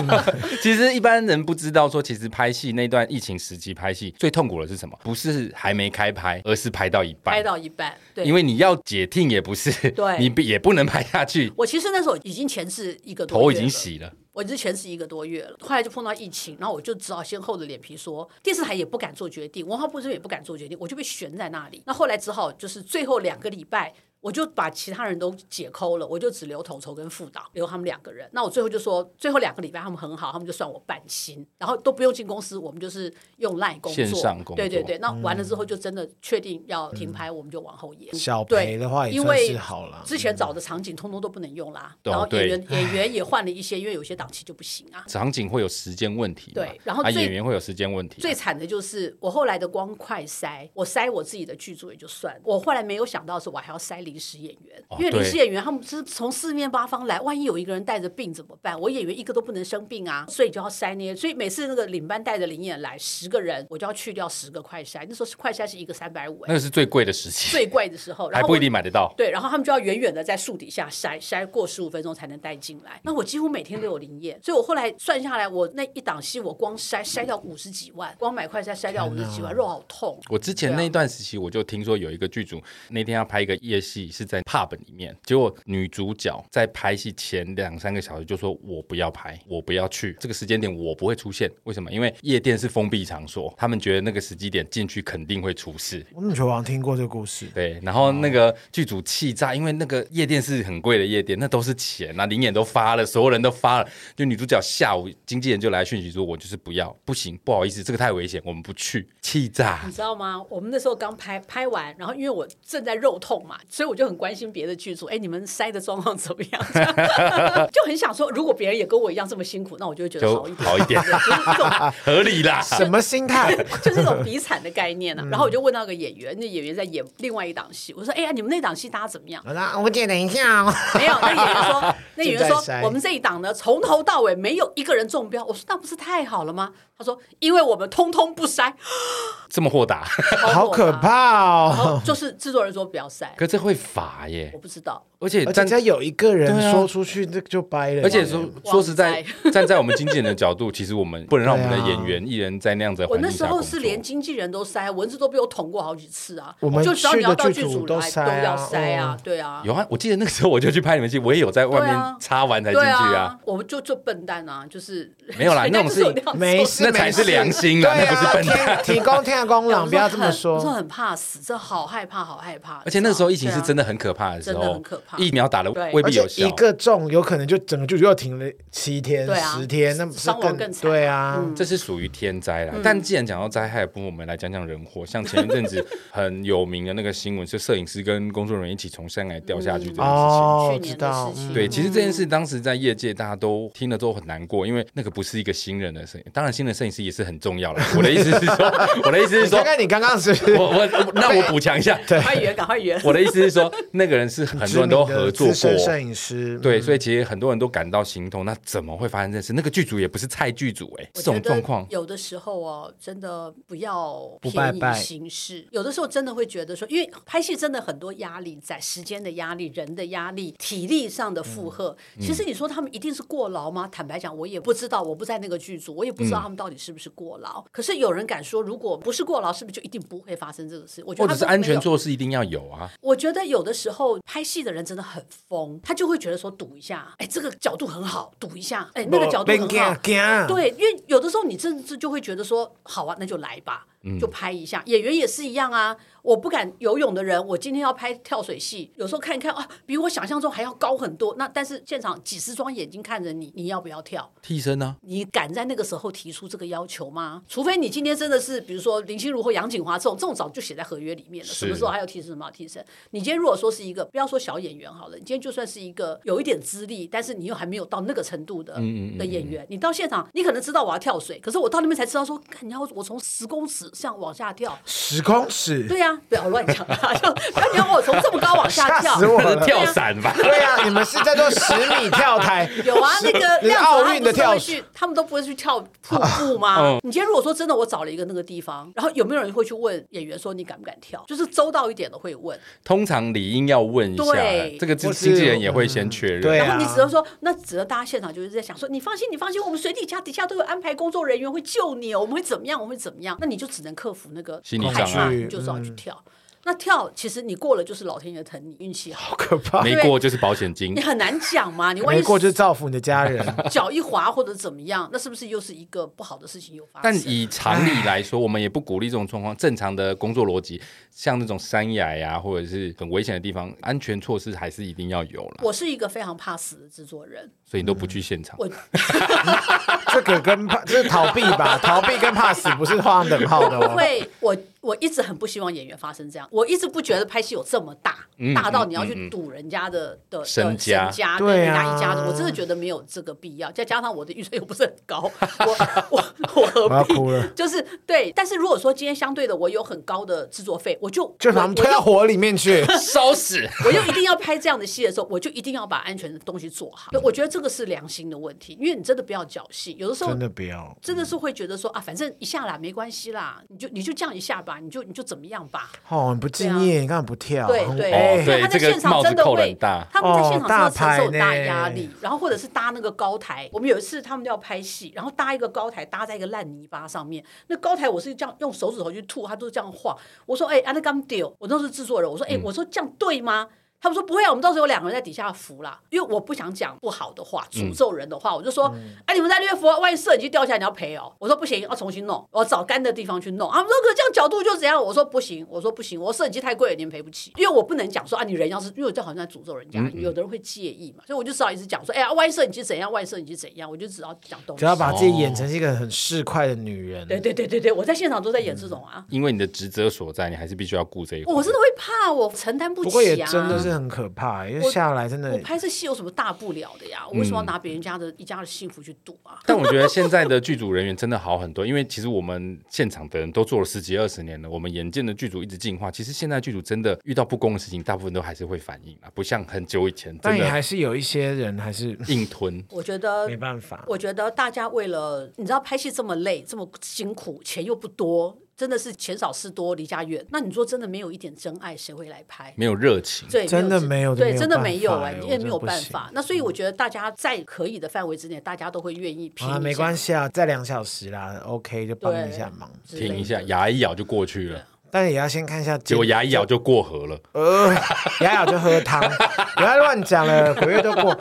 [SPEAKER 1] 其实一般人不知道说，其实拍戏那段疫情时期拍戏最痛苦的是什么？不是还没开拍，而是拍到一半，
[SPEAKER 2] 拍到一半，对，
[SPEAKER 1] 因为你要解禁也不是，
[SPEAKER 2] 对
[SPEAKER 1] 你不也不能拍下去，
[SPEAKER 2] 我其实那时候已经前置一个多月
[SPEAKER 1] 头已经
[SPEAKER 2] 了
[SPEAKER 1] 洗了。
[SPEAKER 2] 我之前是一个多月了，后来就碰到疫情，然后我就只好先厚着脸皮说，电视台也不敢做决定，文化部这边也不敢做决定，我就被悬在那里。那后来只好就是最后两个礼拜。我就把其他人都解扣了，我就只留统筹跟副导，留他们两个人。那我最后就说，最后两个礼拜他们很好，他们就算我半薪，然后都不用进公司，我们就是用赖工作，
[SPEAKER 1] 线上工作嗯
[SPEAKER 2] 对对对。那完了之后就真的确定要停拍，我们就往后延。
[SPEAKER 3] 小
[SPEAKER 2] 对
[SPEAKER 3] 赔的话也
[SPEAKER 2] 因
[SPEAKER 3] 算
[SPEAKER 2] 为
[SPEAKER 3] 是好了。
[SPEAKER 2] 之前找的场景通通都不能用啦，
[SPEAKER 1] 懂
[SPEAKER 2] 然后
[SPEAKER 1] 嗯对
[SPEAKER 2] 演员演员也换了一些，因为有些档期就不行 啊。
[SPEAKER 1] 场景会有时间问题嘛，
[SPEAKER 2] 对然后
[SPEAKER 1] 啊
[SPEAKER 2] 最
[SPEAKER 1] 演员会有时间问题嘛，
[SPEAKER 2] 最惨的就是我后来的光快塞，我塞我自己的剧组也就算了，我后来没有想到是我还要塞临时演员，
[SPEAKER 1] 哦
[SPEAKER 2] 因为临时
[SPEAKER 1] 对
[SPEAKER 2] 演员他们是从四面八方来，万一有一个人带着病怎么办？我演员一个都不能生病啊，所以就要塞那些。所以每次那个领班带着领演来十个人，我就要去掉十个快筛。那时候是快筛是一个三百五，哎
[SPEAKER 1] 那个是最贵的时期，
[SPEAKER 2] 最贵的时候，然
[SPEAKER 1] 还
[SPEAKER 2] 后
[SPEAKER 1] 不
[SPEAKER 2] 我
[SPEAKER 1] 一定买得到。
[SPEAKER 2] 对，然后他们就要远远的在树底下筛筛过十五分钟才能带进来。那我几乎每天都有灵验，所以我后来算下来，我那一档戏我光筛筛掉五十几万，光买快筛筛掉五十几万，肉好痛。
[SPEAKER 1] 我之前
[SPEAKER 2] 对啊
[SPEAKER 1] 那一段时期，我就听说有一个剧组那天要拍一个夜戏，是在 pub 里面，结果女主角在拍戏前两三个小时就说：“我不要拍，我不要去，这个时间点我不会出现。”为什么？因为夜店是封闭场所，他们觉得那个时机点进去肯定会出事。
[SPEAKER 3] 我怎么觉得我好像听过这个故事？
[SPEAKER 1] 对，然后那
[SPEAKER 2] 哦
[SPEAKER 1] 个剧组气炸，因为那个夜店是很贵的夜店，那都是钱啊，灵眼都发了，所有人都发了。就女主角下午经纪人就来讯息说：“我就是不要，不行，不好意思，这个太危险，我们不去。”气炸
[SPEAKER 2] 你。知道吗？我们那时候刚拍拍完，然后因为我正在肉痛嘛，所以我就很关心别的剧组，哎，你们塞的状况怎么样？这样 就很想说，如果别人也跟我一样这么辛苦，那我就会觉得
[SPEAKER 1] 就
[SPEAKER 2] 好一点。
[SPEAKER 1] 好一点，
[SPEAKER 2] 就是这种
[SPEAKER 1] 合理啦。
[SPEAKER 3] 什么 心态？
[SPEAKER 2] 就是那种比惨的概念呢、啊然
[SPEAKER 1] 嗯
[SPEAKER 2] 后我就问到一个演员，那演员在演另外一档戏，我说：“哎呀，你们那档戏搭怎么样
[SPEAKER 3] 好啦，我姐等一下哦。
[SPEAKER 2] ？”没有，那演员 说，那演员
[SPEAKER 3] 正在
[SPEAKER 2] 说
[SPEAKER 3] 筛，
[SPEAKER 2] 我们这一档呢，从头到尾没有一个人中标。我说那不是太好了吗？他说，因为我们通通不 筛，
[SPEAKER 1] 这么豁达，
[SPEAKER 3] 好可。怕
[SPEAKER 2] 然
[SPEAKER 3] 哦！
[SPEAKER 2] 后就是制作人说不要筛，
[SPEAKER 1] 可这会罚耶
[SPEAKER 2] 我，不知道，
[SPEAKER 1] 而且
[SPEAKER 3] 而且
[SPEAKER 1] 站
[SPEAKER 3] 只要有一个人
[SPEAKER 1] 对啊
[SPEAKER 3] 说出去，这就掰了。
[SPEAKER 1] 而且说
[SPEAKER 2] 网
[SPEAKER 1] 说实在，
[SPEAKER 2] 在
[SPEAKER 1] 站在我们经纪人的角度，其实我们不能让我们的
[SPEAKER 3] 对啊
[SPEAKER 1] 演员艺人在那样子的
[SPEAKER 2] 我
[SPEAKER 1] 环
[SPEAKER 2] 那
[SPEAKER 1] 境
[SPEAKER 2] 时
[SPEAKER 1] 下
[SPEAKER 2] 候
[SPEAKER 1] 工
[SPEAKER 2] 是
[SPEAKER 1] 作。
[SPEAKER 2] 连经纪人都筛，文字都被我捅过好几次啊。
[SPEAKER 3] 我们
[SPEAKER 2] 就只要你要到
[SPEAKER 3] 去的剧
[SPEAKER 2] 组
[SPEAKER 3] 组都
[SPEAKER 2] 来
[SPEAKER 3] 筛啊
[SPEAKER 2] 要筛啊，对啊。
[SPEAKER 1] 有啊，我记得那个时候我就去拍你们戏，我也有在外
[SPEAKER 2] 对
[SPEAKER 1] 面
[SPEAKER 2] 啊
[SPEAKER 1] 插完才进
[SPEAKER 2] 对
[SPEAKER 1] 去
[SPEAKER 2] 啊，。我们就就笨蛋啊，就是
[SPEAKER 1] 没有啦
[SPEAKER 2] 人家
[SPEAKER 1] 那种
[SPEAKER 2] 就是有
[SPEAKER 1] 事情
[SPEAKER 2] 样做
[SPEAKER 3] 没啊事，
[SPEAKER 1] 那才是良心啦
[SPEAKER 3] 啦，对
[SPEAKER 1] 那不是
[SPEAKER 3] 啊，天提供天的
[SPEAKER 2] 哎
[SPEAKER 3] 功
[SPEAKER 2] 我
[SPEAKER 3] 劳，不要这么
[SPEAKER 2] 说很。我说
[SPEAKER 3] 说。
[SPEAKER 2] 很怕死，这好害怕，好害怕。
[SPEAKER 1] 而且那时候疫情
[SPEAKER 2] 对啊
[SPEAKER 1] 是真的很可怕的时
[SPEAKER 2] 真
[SPEAKER 1] 候，
[SPEAKER 2] 的很可怕
[SPEAKER 1] 疫苗打了
[SPEAKER 2] 对
[SPEAKER 1] 未
[SPEAKER 3] 而
[SPEAKER 1] 必
[SPEAKER 3] 且
[SPEAKER 1] 有效
[SPEAKER 3] 一。个中，有可能就整个剧组又停了七天、
[SPEAKER 2] 对啊
[SPEAKER 3] 十天，那不是
[SPEAKER 2] 伤亡更惨嗯
[SPEAKER 3] 对啊？
[SPEAKER 1] 这是属于天灾啦，但既然讲到灾害的部分，我们来讲讲人祸。像前一阵子很有名的那个新闻，是摄影师跟工作人员一起从山崖掉下去这件事情。
[SPEAKER 3] 哦，
[SPEAKER 2] 去
[SPEAKER 3] 知
[SPEAKER 2] 年的
[SPEAKER 3] 道
[SPEAKER 2] 事，情
[SPEAKER 3] 嗯
[SPEAKER 1] 对，其实这件事当时在业界大家都听了之后很难过，因为那个不是一个新人的摄影，当然新人摄影师也是很重要的。我的意思是 说，我的意思是
[SPEAKER 3] 你
[SPEAKER 1] 说
[SPEAKER 3] 看，看你刚刚是不是
[SPEAKER 1] 我我那我补强一下，
[SPEAKER 2] 赶快圆，赶 快圆。
[SPEAKER 1] 我的意思是说，那个人是很多人都合作
[SPEAKER 3] 知名的资深
[SPEAKER 1] 过。
[SPEAKER 3] 摄影师，
[SPEAKER 2] 嗯
[SPEAKER 1] 对，所以其实很多人都感到心痛。那怎么会发生这事？那个剧组也不是菜剧组哎、这
[SPEAKER 2] 我
[SPEAKER 1] 种
[SPEAKER 2] 觉
[SPEAKER 1] 状
[SPEAKER 2] 得
[SPEAKER 1] 况
[SPEAKER 2] 有的时候哦，真的不要
[SPEAKER 3] 不拜
[SPEAKER 2] 便宜
[SPEAKER 3] 拜
[SPEAKER 2] 行事。有的时候真的会觉得说，因为拍戏真的很多压力在，时间的压力、人的压力、体力上的
[SPEAKER 1] 嗯
[SPEAKER 2] 负荷。其实你说他们一定是过劳吗？坦白讲，我也不知道，我不在那个剧组，我也不知道他们到底是不是过劳。可是有人敢说，如果不是过劳，是不是就一定不会发生这个事？我觉
[SPEAKER 1] 或
[SPEAKER 2] 得
[SPEAKER 1] 者
[SPEAKER 2] 他
[SPEAKER 1] 是
[SPEAKER 2] 们
[SPEAKER 1] 安
[SPEAKER 2] 没有
[SPEAKER 1] 全措施一定要有啊。
[SPEAKER 2] 我觉得有的时候拍戏的人真的很疯，他就会觉得说赌一下，哎，这个角度很好，赌一下，哎，那个角度很好。
[SPEAKER 3] 好
[SPEAKER 2] 对，因为有的时候你甚至就会觉得说，好啊，那就来吧，就拍一下。演员也是一样啊，我不敢游泳的人，我今天要拍跳水戏，有时候看一看啊，比我想象中还要高很多。那但是现场几十双眼睛看着你，你要不要跳？
[SPEAKER 1] 替身啊呢、
[SPEAKER 2] 你敢在那个时候提出这个要求吗？除非你今天真的是，比如说林心如或杨锦华这种，这种早就写在合约里面了，
[SPEAKER 1] 是
[SPEAKER 2] 什么时候还要提升什么要提升？你今天如果说是一个，不要说小演员好了，你今天就算是一个有一点资历，但是你又还没有到那个程度
[SPEAKER 3] 嗯
[SPEAKER 2] 的的演员，你到现场，你可能知道我要跳水，可是我到那边才知道说，干你要我从十公尺这样往下跳，
[SPEAKER 3] 十公尺，
[SPEAKER 2] 对呀、不要乱讲 啊，就不要你要我从这么高往下
[SPEAKER 3] 吓
[SPEAKER 2] 跳
[SPEAKER 3] 死。我
[SPEAKER 1] 那
[SPEAKER 3] 了
[SPEAKER 1] 是！跳伞吧？
[SPEAKER 3] 对啊，你们是在做十米跳台，
[SPEAKER 2] 有啊，那个
[SPEAKER 3] 你是
[SPEAKER 2] 量
[SPEAKER 3] 奥运的跳水
[SPEAKER 2] 去，他们都不会去 跳瀑布
[SPEAKER 1] 嗯
[SPEAKER 2] 吗？你今天如果说真的，我找了一个那个地方，然后有没有人会去问演员说你敢不敢跳？就是周到一点的会问，
[SPEAKER 1] 通常理应要问一下
[SPEAKER 2] 对，
[SPEAKER 1] 这个经
[SPEAKER 3] 或是
[SPEAKER 1] 经纪人也会先确认。
[SPEAKER 3] 嗯对啊
[SPEAKER 2] 然后你只能说，那只能大家现场就是在想说，你放心，你放心，我们水底下底下都有安排工作人员哦会救你，我们会怎么样，我们会怎么样？那你就只能克服那个
[SPEAKER 1] 心理
[SPEAKER 2] 害
[SPEAKER 1] 障
[SPEAKER 2] 怕，
[SPEAKER 1] 碍
[SPEAKER 3] 嗯
[SPEAKER 2] 你就只好去跳。那跳其实你过了就是老天爷疼你，运气好，
[SPEAKER 3] 好可怕，
[SPEAKER 1] 没过就是保险金
[SPEAKER 2] 你，很难讲嘛。你万
[SPEAKER 3] 没
[SPEAKER 2] 一
[SPEAKER 3] 过就造福你的家人。
[SPEAKER 2] 脚一滑或者怎么样，那是不是又是一个不好的事情又发生？
[SPEAKER 1] 但以常理来说，我们也不鼓励这种状况。正常的工作逻辑，像那种山崖呀、或者是很危险的地方，安全措施还是一定要有了。
[SPEAKER 2] 我是一个非常怕死的制作人，
[SPEAKER 1] 所以你都不去现场，
[SPEAKER 2] 我
[SPEAKER 3] 这个跟怕这是逃避吧？逃避跟怕死不是画上等号的哦。
[SPEAKER 2] 会，我我一直很不希望演员发生这样，我一直不觉得拍戏有这么大，
[SPEAKER 1] 嗯
[SPEAKER 2] 大到你要去赌人家的、的的
[SPEAKER 1] 身家
[SPEAKER 2] 身家
[SPEAKER 3] 对
[SPEAKER 2] 跟人家
[SPEAKER 3] 啊
[SPEAKER 2] 一家子，我真的觉得没有这个必要。再加上我的预算又不是很高，我我我
[SPEAKER 3] 我
[SPEAKER 2] 何
[SPEAKER 3] 要
[SPEAKER 2] 必？
[SPEAKER 3] 哭了，
[SPEAKER 2] 就是对，但是如果说今天相对的我有很高的制作费，我就
[SPEAKER 3] 就把
[SPEAKER 2] 我
[SPEAKER 3] 他们推到
[SPEAKER 2] 我
[SPEAKER 3] 火里面去。
[SPEAKER 1] 烧死。
[SPEAKER 2] 我又一定要拍这样的戏的时候，我就一定要把安全的东西做好。对我觉得这个是良心的问题，因为你真的不要侥幸，有的时候
[SPEAKER 3] 真的不要，
[SPEAKER 2] 真
[SPEAKER 1] 嗯
[SPEAKER 2] 的是会觉得说啊，反正一下啦，没关系啦，你就你就这样一下吧，你就你就怎么样吧。
[SPEAKER 3] 哦，你不敬业，你干嘛不跳？
[SPEAKER 2] 对
[SPEAKER 3] 很
[SPEAKER 2] 对，
[SPEAKER 1] 哦
[SPEAKER 3] 哎
[SPEAKER 2] 因
[SPEAKER 1] 对
[SPEAKER 2] 为他在
[SPEAKER 1] 这个
[SPEAKER 2] 现场
[SPEAKER 1] 帽子
[SPEAKER 2] 真的
[SPEAKER 1] 扣得
[SPEAKER 2] 会
[SPEAKER 1] 很大，
[SPEAKER 2] 他们在现
[SPEAKER 3] 哦
[SPEAKER 2] 场真
[SPEAKER 3] 大
[SPEAKER 2] 的承受
[SPEAKER 3] 牌
[SPEAKER 2] 大
[SPEAKER 3] 呢
[SPEAKER 2] 压力，然后或者是搭那个高台。我们有一次他们要拍戏，然后搭一个高台，搭在一个烂泥巴上面。那高台我是这样用手指头去吐，他都这样晃。我说：“哎、安德刚丢。”我那时候是制作人，我说：“哎、
[SPEAKER 1] 嗯
[SPEAKER 2] 我说这样对吗？”他们说不会啊，我们到时候有两个人在底下扶啦，因为我不想讲不好的话、
[SPEAKER 1] 嗯
[SPEAKER 2] 诅咒人的话，我就说，
[SPEAKER 3] 嗯
[SPEAKER 2] 哎，你们在那边扶，万一摄影机掉下来，你要赔哦。我说不行，要重新弄，我找干的地方去弄。啊他们说可这样角度就怎样？我说不行，我说不行，我摄影机太贵了，你们赔不起，因为我不能讲说啊，你人要是，因为我这好像在诅咒人
[SPEAKER 3] 嗯
[SPEAKER 2] 家，有的人会介意嘛，所以我就只好一直讲说，哎呀，万一摄影机怎样，万一摄影机怎样，我就只好讲东西
[SPEAKER 3] 只。要把自己演成是一个很市侩的女人。
[SPEAKER 2] 对对对对对，我在现场都在演这种
[SPEAKER 3] 嗯
[SPEAKER 2] 啊，
[SPEAKER 1] 因为你的职责所在，你还是必须要顾这一块。
[SPEAKER 2] 我真的会怕，我承担不起
[SPEAKER 3] 不
[SPEAKER 2] 啊。
[SPEAKER 3] 过也真的是很可怕，因为下来真的
[SPEAKER 2] 我拍这戏有什么大不了的呀？我为
[SPEAKER 3] 嗯
[SPEAKER 2] 什么要拿别人家的一家的幸福去赌 啊？
[SPEAKER 1] 但我觉得现在的剧组人员真的好很多，因为其实我们现场的人都做了十几二十年了，我们眼见的剧组一直进化。其实现在剧组真的遇到不公的事情，大部分都还是会反应啊，不像很久以前
[SPEAKER 3] 但
[SPEAKER 1] 真
[SPEAKER 3] 也
[SPEAKER 1] 的
[SPEAKER 3] 还是有一些人还是
[SPEAKER 1] 硬吞。
[SPEAKER 2] 我觉得
[SPEAKER 3] 没办法。
[SPEAKER 2] 我觉得大家为了你知道拍戏这么累，这么辛苦，钱又不多，真的是钱少事多，离家远。那你说真的没有一点真爱，谁会来拍？
[SPEAKER 1] 没有热情，啊
[SPEAKER 2] 对，
[SPEAKER 3] 真的没有
[SPEAKER 2] 对，
[SPEAKER 3] 真
[SPEAKER 2] 真
[SPEAKER 3] 的
[SPEAKER 2] 的
[SPEAKER 3] 没
[SPEAKER 2] 没
[SPEAKER 3] 有
[SPEAKER 2] 有
[SPEAKER 3] 办法
[SPEAKER 2] 哎，
[SPEAKER 3] 哎
[SPEAKER 2] 你也
[SPEAKER 3] 我真
[SPEAKER 2] 没
[SPEAKER 3] 的
[SPEAKER 2] 有
[SPEAKER 3] 不
[SPEAKER 2] 办
[SPEAKER 3] 行嗯
[SPEAKER 2] 法。那所以我觉得大家在可以的范围之内，大家都会愿意拼
[SPEAKER 3] 好啦，没关
[SPEAKER 2] 系，
[SPEAKER 3] 系啊，再两小时啦，OK，就帮一下忙。
[SPEAKER 1] 停一下，牙一咬就过去了，
[SPEAKER 3] 但也要先看一下，
[SPEAKER 1] 结果牙一咬就过河了。
[SPEAKER 3] 呃，牙咬就喝 汤，不要乱讲了，鬼月都过。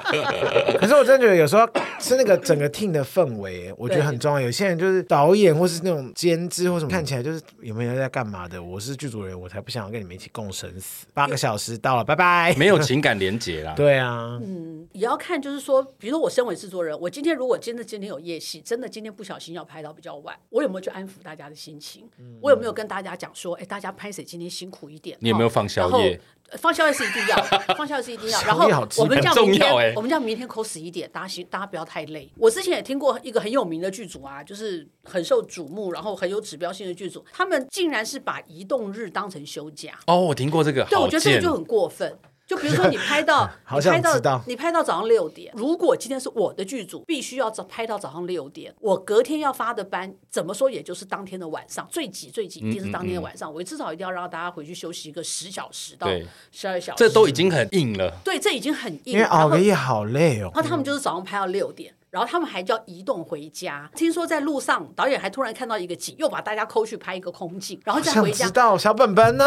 [SPEAKER 3] 可是我真的觉得有时候是那个整个 team 的氛围，我觉得很重要。有些人就是导演或是那种监制或什么，看起来就是有没有人在干嘛的。我是剧组人，我才不想要跟你们一起共生死。八个小时到了，拜拜。
[SPEAKER 1] 没有情感连结啦。
[SPEAKER 3] 对啊，
[SPEAKER 2] 嗯也要看，就是说，比如说我身为制作人，我今天如果真的今天有夜戏，真的今天不小心要拍到比较晚，我有没有去安抚大家的心情？
[SPEAKER 3] 嗯
[SPEAKER 2] 我有没有跟大家讲说，哎，大家拍谁今天辛苦一点？
[SPEAKER 1] 你有没有
[SPEAKER 2] 哦
[SPEAKER 1] 放宵
[SPEAKER 2] 然后
[SPEAKER 1] 夜
[SPEAKER 2] 呃放宵夜是一定要的，放宵夜是一定要。然
[SPEAKER 3] 宵
[SPEAKER 2] 后
[SPEAKER 3] 夜好基
[SPEAKER 2] 我们
[SPEAKER 3] 本
[SPEAKER 2] 这样
[SPEAKER 1] 很
[SPEAKER 2] 明
[SPEAKER 1] 重要
[SPEAKER 2] 天，
[SPEAKER 1] 欸
[SPEAKER 2] 我们这样明天口死一点，大家行，大家不要太累。我之前也听过一个很有名的剧组啊，就是很受瞩目，然后很有指标性的剧组，他们竟然是把移动日当成休假。
[SPEAKER 1] 哦，我听过这个，
[SPEAKER 2] 对，
[SPEAKER 1] 好
[SPEAKER 2] 我觉得这个
[SPEAKER 1] 贱
[SPEAKER 2] 就很过分。就比如说你拍到
[SPEAKER 3] ，好
[SPEAKER 2] 你
[SPEAKER 3] 想
[SPEAKER 2] 拍
[SPEAKER 3] 知道
[SPEAKER 2] 到你拍到早上六点，如果今天是我的剧组，必须要早拍到早上六点，我隔天要发的班，怎么说也就是当天的晚上，最挤最挤一定是当天的晚
[SPEAKER 3] 嗯
[SPEAKER 2] 上，我至少一定要让大家回去休息一个十小时到
[SPEAKER 1] 对
[SPEAKER 2] 十二小时，
[SPEAKER 1] 这都已经很硬了。
[SPEAKER 2] 对，这已经很硬，
[SPEAKER 3] 因为熬
[SPEAKER 2] 然后
[SPEAKER 3] 个夜好累哦。
[SPEAKER 2] 然后他们就是早上拍到六点，然后他们还叫移动回家。听说在路上，导演还突然看到一个景，又把大家抠去拍一个空镜，然后再
[SPEAKER 3] 想
[SPEAKER 2] 回
[SPEAKER 3] 知
[SPEAKER 2] 家。
[SPEAKER 3] 道小本本呢？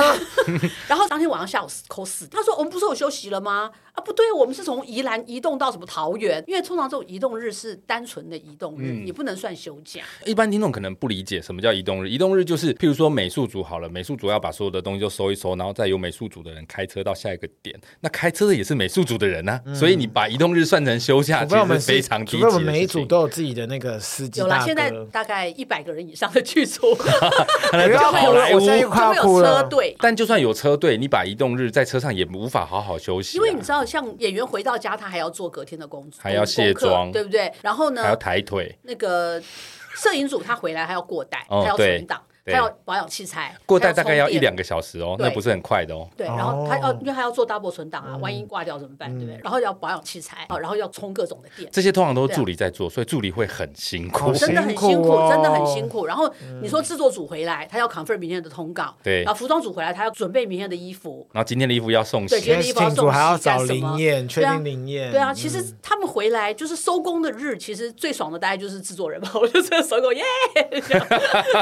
[SPEAKER 2] 然后当天晚上下午扣四，他说我们不是有休息了吗？啊，不对，我们是从宜兰移动到什么桃园，因为通常这种移动日是单纯的移动
[SPEAKER 1] 嗯
[SPEAKER 2] 日，你不能算休假。
[SPEAKER 1] 一般听众可能不理解什么叫移动日，移动日就是譬如说美术组好了，美术组要把所有的东西都收一收，然后再由美术组的人开车到下一个点。那开车的也是美术组的人啊，
[SPEAKER 2] 嗯
[SPEAKER 1] 所以你把移动日算成休假，
[SPEAKER 3] 除
[SPEAKER 1] 其
[SPEAKER 3] 非我
[SPEAKER 1] 实
[SPEAKER 3] 们
[SPEAKER 1] 是非
[SPEAKER 3] 是，
[SPEAKER 1] 常低
[SPEAKER 3] 除
[SPEAKER 1] 级
[SPEAKER 3] 非
[SPEAKER 1] 的
[SPEAKER 3] 我们每一
[SPEAKER 1] 事
[SPEAKER 3] 组
[SPEAKER 1] 情。
[SPEAKER 3] 都有自己的那个司机
[SPEAKER 2] 有
[SPEAKER 3] 大
[SPEAKER 2] 啦，
[SPEAKER 3] 哥。
[SPEAKER 2] 现在大概一百个人以上的剧组
[SPEAKER 1] 可能
[SPEAKER 3] 不要
[SPEAKER 1] 叫
[SPEAKER 3] 哭
[SPEAKER 1] 好
[SPEAKER 3] 了，哎
[SPEAKER 1] 莱
[SPEAKER 3] 我
[SPEAKER 1] 坞
[SPEAKER 3] 现在又
[SPEAKER 2] 就
[SPEAKER 3] 快
[SPEAKER 2] 会有
[SPEAKER 3] 要哭
[SPEAKER 2] 车
[SPEAKER 3] 了。哎
[SPEAKER 2] 队。
[SPEAKER 1] 但就算有车队，你把移动日在车上也无法好好休息啊、
[SPEAKER 2] 因为你知道，像演员回到家，他还要做隔天的工作，
[SPEAKER 1] 还要卸
[SPEAKER 2] 功课
[SPEAKER 1] 妆
[SPEAKER 2] 对不对？然后呢，
[SPEAKER 1] 还要抬腿，
[SPEAKER 2] 那个摄影组他回来还要过带，
[SPEAKER 1] 哦
[SPEAKER 2] 他要
[SPEAKER 1] 对
[SPEAKER 2] 存档，
[SPEAKER 1] 对
[SPEAKER 2] 他要保养器材，
[SPEAKER 1] 过
[SPEAKER 2] 他
[SPEAKER 1] 带大概要
[SPEAKER 2] 充
[SPEAKER 1] 一
[SPEAKER 2] 电
[SPEAKER 1] 两个小时哦，那
[SPEAKER 2] 对
[SPEAKER 1] 不是很快的哦。嗯
[SPEAKER 2] 对，然后他要
[SPEAKER 3] 哦
[SPEAKER 2] 因为他要做 double 存档啊，万一挂掉怎么办？对不对？然后要保养器材啊，然后要充各种的电。
[SPEAKER 1] 这些通常都是助理在做，所以助理会很辛苦嗯
[SPEAKER 3] 哦。
[SPEAKER 2] 啊真的很
[SPEAKER 3] 辛
[SPEAKER 2] 辛
[SPEAKER 3] 苦
[SPEAKER 2] 苦，
[SPEAKER 3] 哦
[SPEAKER 2] 真的很辛苦。然后你说制作组回来，他要 confirm 明天的通告，
[SPEAKER 1] 对
[SPEAKER 2] 然后服装组回来，他要准备明天的衣服，
[SPEAKER 1] 然后今天的衣服要送
[SPEAKER 2] 对
[SPEAKER 1] 洗，
[SPEAKER 2] 今天
[SPEAKER 3] 是主还要找灵验，确
[SPEAKER 2] 对啊
[SPEAKER 3] 定灵验。
[SPEAKER 2] 对啊，其
[SPEAKER 1] 嗯
[SPEAKER 2] 实他们回来就是收工的日，其实最爽的大概就是制作人吧，我就真的收工耶。这样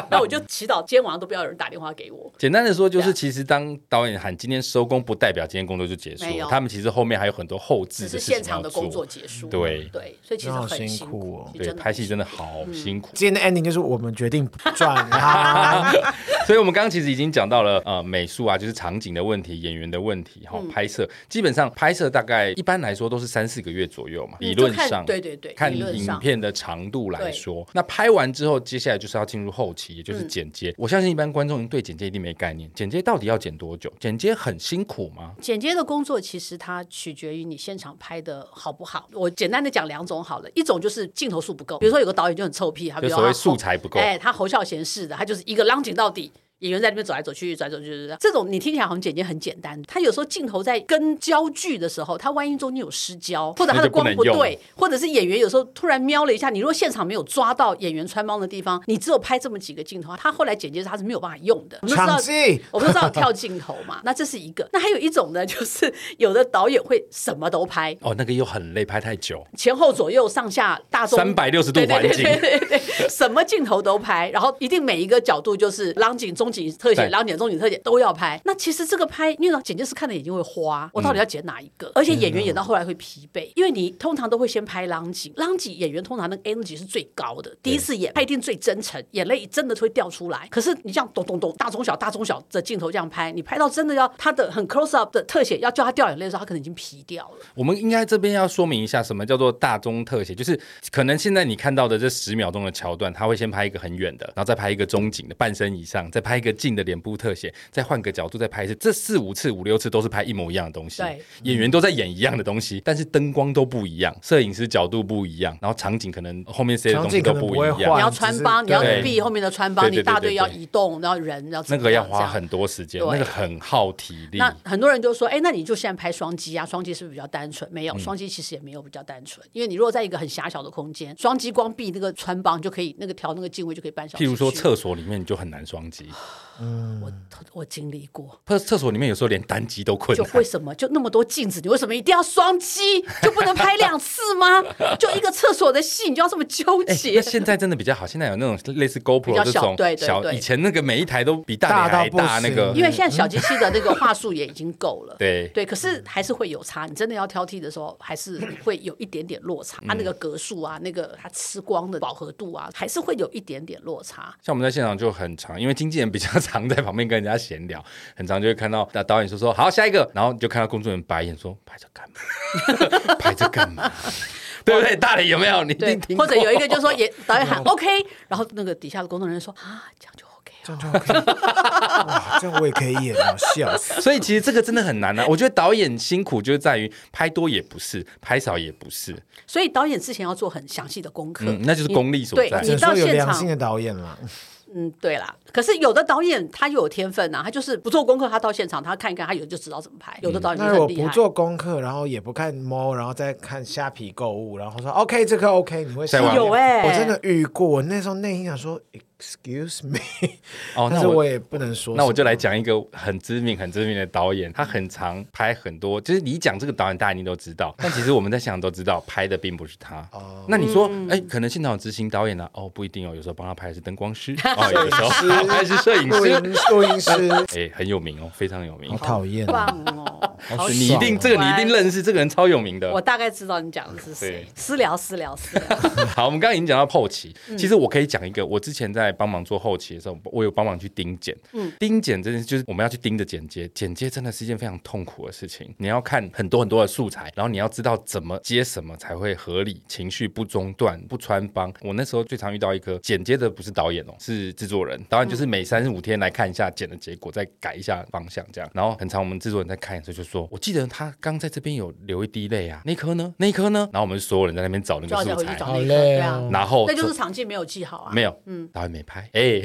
[SPEAKER 2] 那我就期道今天晚上都不要有人打电话给我。
[SPEAKER 1] 简单的说，就
[SPEAKER 2] 对
[SPEAKER 1] 是
[SPEAKER 2] 啊
[SPEAKER 1] 其实当导演喊今天收工，不代表今天工作就结束
[SPEAKER 2] 没
[SPEAKER 1] 了
[SPEAKER 2] 有，
[SPEAKER 1] 他们其实后面还有很多后置
[SPEAKER 2] 只
[SPEAKER 1] 的
[SPEAKER 2] 是
[SPEAKER 1] 事
[SPEAKER 2] 现
[SPEAKER 1] 情
[SPEAKER 2] 场
[SPEAKER 1] 要
[SPEAKER 2] 的工
[SPEAKER 1] 做。
[SPEAKER 2] 作结束，
[SPEAKER 1] 对
[SPEAKER 2] 对，所以其实
[SPEAKER 3] 那好
[SPEAKER 2] 很
[SPEAKER 3] 辛
[SPEAKER 2] 辛
[SPEAKER 3] 苦哦
[SPEAKER 1] 对，拍戏真
[SPEAKER 2] 的嗯
[SPEAKER 1] 的好辛苦。
[SPEAKER 3] 今天的 ending 就是我们决定不啊 转啦，
[SPEAKER 1] 所以我们刚刚其实已经讲到了呃美术啊，就是场景的问题、演员的问题，哈、
[SPEAKER 2] 嗯
[SPEAKER 1] 拍摄基本上拍摄大概一般来说都是三四个月左右嘛，
[SPEAKER 2] 嗯
[SPEAKER 1] 理论
[SPEAKER 2] 就看
[SPEAKER 1] 上
[SPEAKER 2] 对对对
[SPEAKER 1] 看
[SPEAKER 2] 理论
[SPEAKER 1] 影
[SPEAKER 2] 上
[SPEAKER 1] 片的长度来
[SPEAKER 2] 对嗯
[SPEAKER 1] 说，那拍完之后，接下来就是要进入后期，也就是剪接。我相信一般观众对剪接一定没概念，剪接到底要剪多久？剪接很辛苦吗？
[SPEAKER 2] 剪接的工作其实它取决于你现场拍的好不好。我简单的讲两种好了，一种就是镜头数不够，比如说有个导演就很臭屁，他比
[SPEAKER 1] 就
[SPEAKER 2] 如
[SPEAKER 1] 所谓
[SPEAKER 2] 他
[SPEAKER 1] 素材不够
[SPEAKER 2] 哎，他侯孝贤式的，他就是一个浪景到底。演员在那边走来走去，走来走去，走来走去这种你听起来好像简洁很简单。他有时候镜头在跟焦距的时候，他万一中间有失焦，或者他
[SPEAKER 1] 那
[SPEAKER 2] 的
[SPEAKER 1] 就不
[SPEAKER 2] 光
[SPEAKER 1] 能
[SPEAKER 2] 不
[SPEAKER 1] 用
[SPEAKER 2] 对，或者是演员有时候突然瞄了一下，你如果现场没有抓到演员穿帮的地方，你只有拍这么几个镜头，他后来剪接他是没有办法用的。我们都知
[SPEAKER 3] 场
[SPEAKER 2] 道
[SPEAKER 3] 记。
[SPEAKER 2] 我们都知道跳镜头嘛，那这是一个。那还有一种呢，就是有的导演会什么都拍，
[SPEAKER 1] 哦，那个又很累，拍太久，
[SPEAKER 2] 前后左右上下大中
[SPEAKER 1] 360度环景
[SPEAKER 2] 对对对对对对， 什么镜头都拍，然后一定每一个角度就是浪景、中景、特写
[SPEAKER 1] 对、
[SPEAKER 2] 浪景、中景、特写都要拍。那其实这个拍，因为呢剪接师看的眼睛会
[SPEAKER 1] 嗯
[SPEAKER 2] 花，我到底要剪哪一个？而且演员演到后来会疲惫，因为你通常都会先拍浪景，浪景演员通常那个 energy 是最高的，第一次演他一定最真诚，眼泪真的会掉出来。可是你这样咚咚咚大中小大中小的镜头这样拍，你拍到真的要他的很 close up 的特写，要叫他掉眼泪的时候，他可能已经疲掉了。
[SPEAKER 1] 我们应该这边要说明一下，什么叫做大中特写，就是可能现在你看到的这十秒钟的桥段，他会先拍一个很远的，然后再拍一个中景的半身以上，再拍一个近的脸部特写，再换个角度再拍一次，这四五次五六次都是拍一模一样的东西
[SPEAKER 2] 对，
[SPEAKER 1] 演员都在演一样的东西，但是灯光都不一样，摄影师角度不一样，然后场景可能后面塞的东西都不
[SPEAKER 3] 场景可能
[SPEAKER 1] 一
[SPEAKER 3] 不会换
[SPEAKER 1] 样
[SPEAKER 2] 你。要
[SPEAKER 3] 只
[SPEAKER 2] 穿
[SPEAKER 3] 是
[SPEAKER 2] 帮，你要
[SPEAKER 1] 对
[SPEAKER 2] 避后面的穿帮，
[SPEAKER 1] 对对
[SPEAKER 2] 你大
[SPEAKER 1] 对对
[SPEAKER 2] 队要
[SPEAKER 1] 对
[SPEAKER 2] 移动，然后人，然后
[SPEAKER 1] 那个要花。
[SPEAKER 2] 怎么样这样
[SPEAKER 1] 很多时间，
[SPEAKER 2] 对
[SPEAKER 1] 那个很耗体力。
[SPEAKER 2] 那很多人就说，哎，那你就现在拍双击啊，双击是不是比较单纯？没有，
[SPEAKER 1] 嗯
[SPEAKER 2] 双击其实也没有比较单纯，因为你如果在一个很狭小的空间，双击光避那个穿帮就可以，那个调那个镜位就可以半小时
[SPEAKER 1] 譬
[SPEAKER 2] 去。
[SPEAKER 1] 如说厕所里面，你就很难双击；
[SPEAKER 2] 我我经历过，
[SPEAKER 1] 厕厕所里面有时候连单击都困
[SPEAKER 2] 就
[SPEAKER 1] 难。
[SPEAKER 2] 为什么就那么多镜子，你为什么一定要双 击？就不能拍两次吗？就一个厕所的戏，你就要这么纠
[SPEAKER 1] 哎、
[SPEAKER 2] 结？
[SPEAKER 1] 那现在真的比较好，现在有那种类似 GoPro
[SPEAKER 2] 较
[SPEAKER 1] 这
[SPEAKER 2] 小
[SPEAKER 1] 种
[SPEAKER 2] 对对对
[SPEAKER 1] 以前那个每一台都比大
[SPEAKER 3] 大
[SPEAKER 1] 连还
[SPEAKER 3] 到不
[SPEAKER 1] 大那
[SPEAKER 3] 行
[SPEAKER 1] 个。
[SPEAKER 2] 因，为现在小机器的那个话术也已经够了
[SPEAKER 1] 嗯 对
[SPEAKER 2] 对，可是还是会有差。你真的要挑剔的时候，还是会有一点点落
[SPEAKER 1] 嗯
[SPEAKER 2] 差。它那个格数啊，那个它吃光的饱和度啊，还是会有一点点落差。
[SPEAKER 1] 像我们在现场就很长，因为经纪人比较 常在旁边跟人家闲聊，很常就会看到导导演说说好下一个，然后你就看到工作人员白眼说拍这干嘛？ 拍这干嘛？对不对？大连有没有？你一
[SPEAKER 2] 对
[SPEAKER 1] 定听，
[SPEAKER 2] 或者
[SPEAKER 1] 过嗯
[SPEAKER 2] 有一个就说也导演喊 OK，然后那个底下的工作人员说啊，这样就 OK 了。
[SPEAKER 3] 这样就 OK，哇，这样我也可以演啊，笑死！
[SPEAKER 1] 所以其实这个真的很难啊！我觉得导演辛苦就是在于拍多也不是，拍少也不是，
[SPEAKER 2] 所以导演之前要做很详细的功课，
[SPEAKER 1] 嗯，那就是
[SPEAKER 2] 你
[SPEAKER 1] 功力所
[SPEAKER 2] 对
[SPEAKER 1] 在。
[SPEAKER 3] 只能
[SPEAKER 2] 你到
[SPEAKER 3] 说有
[SPEAKER 2] 现
[SPEAKER 3] 良
[SPEAKER 2] 场
[SPEAKER 3] 心的导演啦，
[SPEAKER 2] 嗯，对啦。可是有的导演他有天分啊，他就是不做功课，他到现场他看一看，他有的就知道怎么拍。有的导演就
[SPEAKER 3] 那如
[SPEAKER 2] 很
[SPEAKER 3] 果
[SPEAKER 2] 厉
[SPEAKER 3] 不
[SPEAKER 2] 害。
[SPEAKER 3] 做功课，然后也不看猫，然后再看虾皮购物，然后说 OK 这个 OK，你会
[SPEAKER 1] 再往
[SPEAKER 2] 有哎、
[SPEAKER 3] 我真的遇过，我那时候内心想说 Excuse me，
[SPEAKER 1] 哦，
[SPEAKER 3] 但
[SPEAKER 1] 那
[SPEAKER 3] 是
[SPEAKER 1] 我
[SPEAKER 3] 我也不能说什么，
[SPEAKER 1] 那我就来讲一个很知名、很知名的导演，他很常拍很多，就是你讲这个导演，大家一定都知道，但其实我们在现场都知道，拍的并不是他。
[SPEAKER 3] 哦
[SPEAKER 1] 那你说，哎、可能现场有执行导演呢、哦，不一定哦，有时候帮他拍的是灯光师，哦，有的时候拍的是摄影
[SPEAKER 3] 录
[SPEAKER 1] 师，
[SPEAKER 3] 音录音师，
[SPEAKER 1] 哎、很有名哦，非常有名
[SPEAKER 3] 好。讨厌哦，
[SPEAKER 2] 棒 哦，好哦
[SPEAKER 1] 你一定这个你一定认识，这个人超有名的。
[SPEAKER 2] 我大概知道你讲的是谁
[SPEAKER 1] 对，
[SPEAKER 2] 私聊私聊 私聊，
[SPEAKER 1] 好，我们刚刚已经讲到后期，其实我可以讲一个，我之前在帮忙做后期的时候，我有帮忙去盯剪。嗯，盯剪这件事就是我们要去盯着剪接，剪接真的是一件非常痛苦的事情。你要看很多很多的素材，然后你要知道怎么接什么才会合理，情绪不中断，不穿帮。我那时候最常遇到一个剪接的不是导演哦，是制作人，导演就是每三十五天来看一下剪的结果，再改一下方向这样。然后很常我们制作人在看的时候就说，我记得他刚在这边有流一滴泪啊，那颗呢？那颗呢？然后我们所有人在那边找那
[SPEAKER 2] 就要
[SPEAKER 1] 个
[SPEAKER 2] 再
[SPEAKER 1] 素
[SPEAKER 2] 回去
[SPEAKER 1] 材。
[SPEAKER 2] 找
[SPEAKER 3] 好
[SPEAKER 2] 那个，
[SPEAKER 3] 累
[SPEAKER 2] 对啊
[SPEAKER 3] 哦，
[SPEAKER 1] 然后
[SPEAKER 2] 那就是场记没有记好啊。
[SPEAKER 1] 没有，嗯，导演没拍，哎、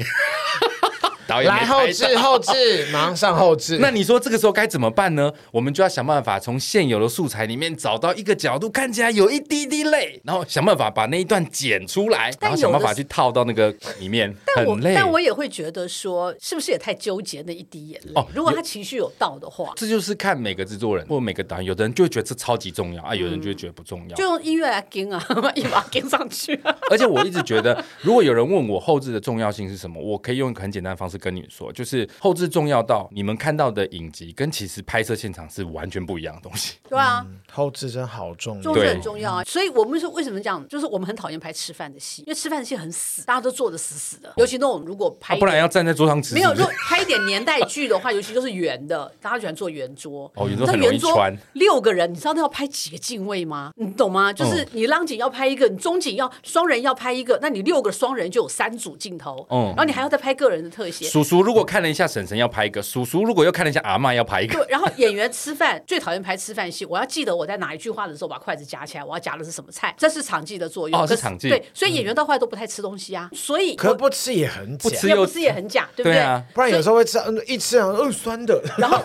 [SPEAKER 1] 导演没
[SPEAKER 3] 来后
[SPEAKER 1] 拍
[SPEAKER 3] 置 后置，马上上后置。
[SPEAKER 1] 那你说这个时候该怎么办呢？我们就要想办法从现有的素材里面找到一个角度看起来有一滴滴泪，然后想办法把那一段剪出来，然
[SPEAKER 2] 但
[SPEAKER 1] 后想办
[SPEAKER 2] 有
[SPEAKER 1] 法
[SPEAKER 2] 的
[SPEAKER 1] 去套到那 个里面，
[SPEAKER 2] 但我
[SPEAKER 1] 很累。
[SPEAKER 2] 但我也会觉得说，是不是也太纠结那一滴眼泪？
[SPEAKER 1] 哦
[SPEAKER 2] 如果他情绪有到的话，
[SPEAKER 1] 这就是看每个制作人或每个导演，有的人就会觉得这超级重要啊，有人嗯就会觉得不重要。
[SPEAKER 2] 就用音乐来跟啊， 一把跟上去、啊
[SPEAKER 1] 而且我一直觉得，如果有人问我后置的重要性是什么，我可以用一个很简单的方式跟你说，就是后置重要到你们看到的影集跟其实拍摄现场是完全不一样的东西。
[SPEAKER 2] 对啊，
[SPEAKER 3] 后置真好重要
[SPEAKER 2] 重。视
[SPEAKER 1] 对
[SPEAKER 2] 很重要啊。所以我们说为什么讲，就是我们很讨厌拍吃饭的戏，因为吃饭的戏很死，大家都坐的死死的。尤其那种如果拍
[SPEAKER 1] 哦啊
[SPEAKER 2] 一
[SPEAKER 1] 不
[SPEAKER 2] 点、
[SPEAKER 1] 然要站在桌上吃
[SPEAKER 2] 没有，
[SPEAKER 1] 是不
[SPEAKER 2] 如
[SPEAKER 1] 是
[SPEAKER 2] 果拍一点年代剧的话， 尤其都是圆的，大家喜欢坐圆桌。
[SPEAKER 1] 哦圆桌
[SPEAKER 2] 那
[SPEAKER 1] 很容易
[SPEAKER 2] 圆桌
[SPEAKER 1] 穿嗯
[SPEAKER 2] 六个人，你知道那要拍几个镜位吗？你懂吗？就是你浪景要拍一个，你中景要双人要拍一个，那你六个双人就有三组镜头，
[SPEAKER 1] 嗯
[SPEAKER 2] 然后你还要再拍个人的特写。
[SPEAKER 1] 叔叔如果看了一下婶婶要拍一个，叔叔如果又看了一下阿嬷要拍一个，
[SPEAKER 2] 对，然后演员吃饭 最讨厌拍吃饭戏。我要记得我在哪一句话的时候把筷子夹起来，我要夹的是什么菜，这是场记的作用。
[SPEAKER 1] 哦
[SPEAKER 2] 可
[SPEAKER 1] 是场记
[SPEAKER 2] 对，所以演员到后来都不太吃东西啊，所以
[SPEAKER 3] 可
[SPEAKER 2] 我
[SPEAKER 3] 不吃也很
[SPEAKER 1] 不
[SPEAKER 3] 假，
[SPEAKER 1] 吃
[SPEAKER 2] 也
[SPEAKER 1] 又
[SPEAKER 2] 不是也很假，对不
[SPEAKER 1] 对啊
[SPEAKER 3] 不然有时候会吃，嗯一吃然后哦酸的。
[SPEAKER 2] 然后，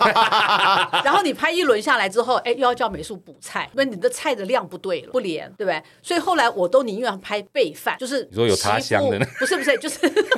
[SPEAKER 2] 然后你拍一轮下来之后，哎，又要叫美术补菜，因为你的菜的量不对了，不连，对不对？所以后来我都宁愿拍备饭，就是
[SPEAKER 1] 你说有插
[SPEAKER 2] 媳妇
[SPEAKER 1] 香的那
[SPEAKER 2] 不是不是，就是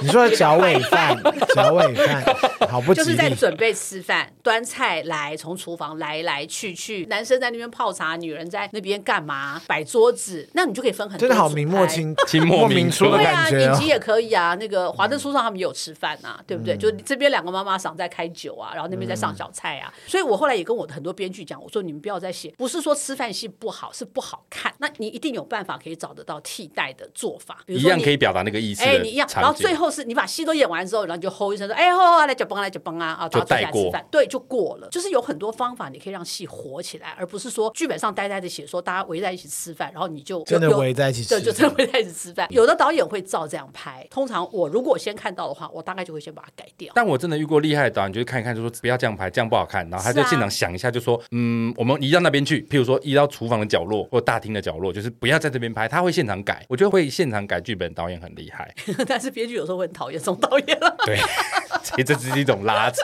[SPEAKER 3] 你说的脚尾 饭，脚尾饭好不吉
[SPEAKER 2] 就是在
[SPEAKER 3] 利。
[SPEAKER 2] 准备吃饭，端菜来，从厨房来来去去，男生在那边泡茶，女人在那边干嘛？摆桌子，那你就可以分很多
[SPEAKER 3] 真的好
[SPEAKER 2] 组
[SPEAKER 3] 明
[SPEAKER 2] 拍
[SPEAKER 3] 末清
[SPEAKER 1] 清末
[SPEAKER 3] 末
[SPEAKER 1] 明
[SPEAKER 3] 明
[SPEAKER 1] 初
[SPEAKER 3] 初的
[SPEAKER 2] 对
[SPEAKER 3] 感
[SPEAKER 2] 啊，
[SPEAKER 3] 觉
[SPEAKER 2] 影
[SPEAKER 3] 哦
[SPEAKER 2] 集。也可以啊。那个华灯初上他们也有吃饭
[SPEAKER 1] 嗯
[SPEAKER 2] 啊，对不对？就这边两个妈妈桑在开酒啊，然后那边在上小菜啊。
[SPEAKER 1] 嗯
[SPEAKER 2] 所以我后来也跟我的很多编剧讲，我说你们不要再写，不是说吃饭戏不好，是不好看。那你一定有办法可以找得到替代的做法，比如
[SPEAKER 1] 一
[SPEAKER 2] 说
[SPEAKER 1] 样
[SPEAKER 2] 你
[SPEAKER 1] 可以。表达那个意思
[SPEAKER 2] 哎，你一
[SPEAKER 1] 的
[SPEAKER 2] 样，然后
[SPEAKER 1] 场
[SPEAKER 2] 最
[SPEAKER 1] 景。
[SPEAKER 2] 后是你把戏都演完之后，然后你就吼一声说：“哎，吼吼来脚崩啊，来脚崩啊！”啊，
[SPEAKER 1] 就
[SPEAKER 2] 然后坐下
[SPEAKER 1] 带
[SPEAKER 2] 来
[SPEAKER 1] 过
[SPEAKER 2] 吃饭，对，就过了。就是有很多方法，你可以让戏火起来，而不是说剧本上呆呆的写说大家围在一起吃饭，然后你就
[SPEAKER 3] 真的
[SPEAKER 2] 有有
[SPEAKER 3] 围在一起吃
[SPEAKER 2] 对，就真的会开始吃饭。有的导演会照这样拍，通常我如果先看到的话，我大概就会先把它改掉。
[SPEAKER 1] 但我真的遇过厉害的导演，就是看一看就说不要这样拍，这样不好看。然后他
[SPEAKER 2] 是
[SPEAKER 1] 就
[SPEAKER 2] 啊
[SPEAKER 1] 现场想一下，就说嗯，我们移到那边去，譬如说移到厨房的角落或大厅的角落，就是不要在这边拍。他会现场改，我觉得会现场改剧本，导演很厉 害。
[SPEAKER 2] 但是编剧有时候会很讨厌这种导演了，
[SPEAKER 1] 对，其实这只是一种拉扯，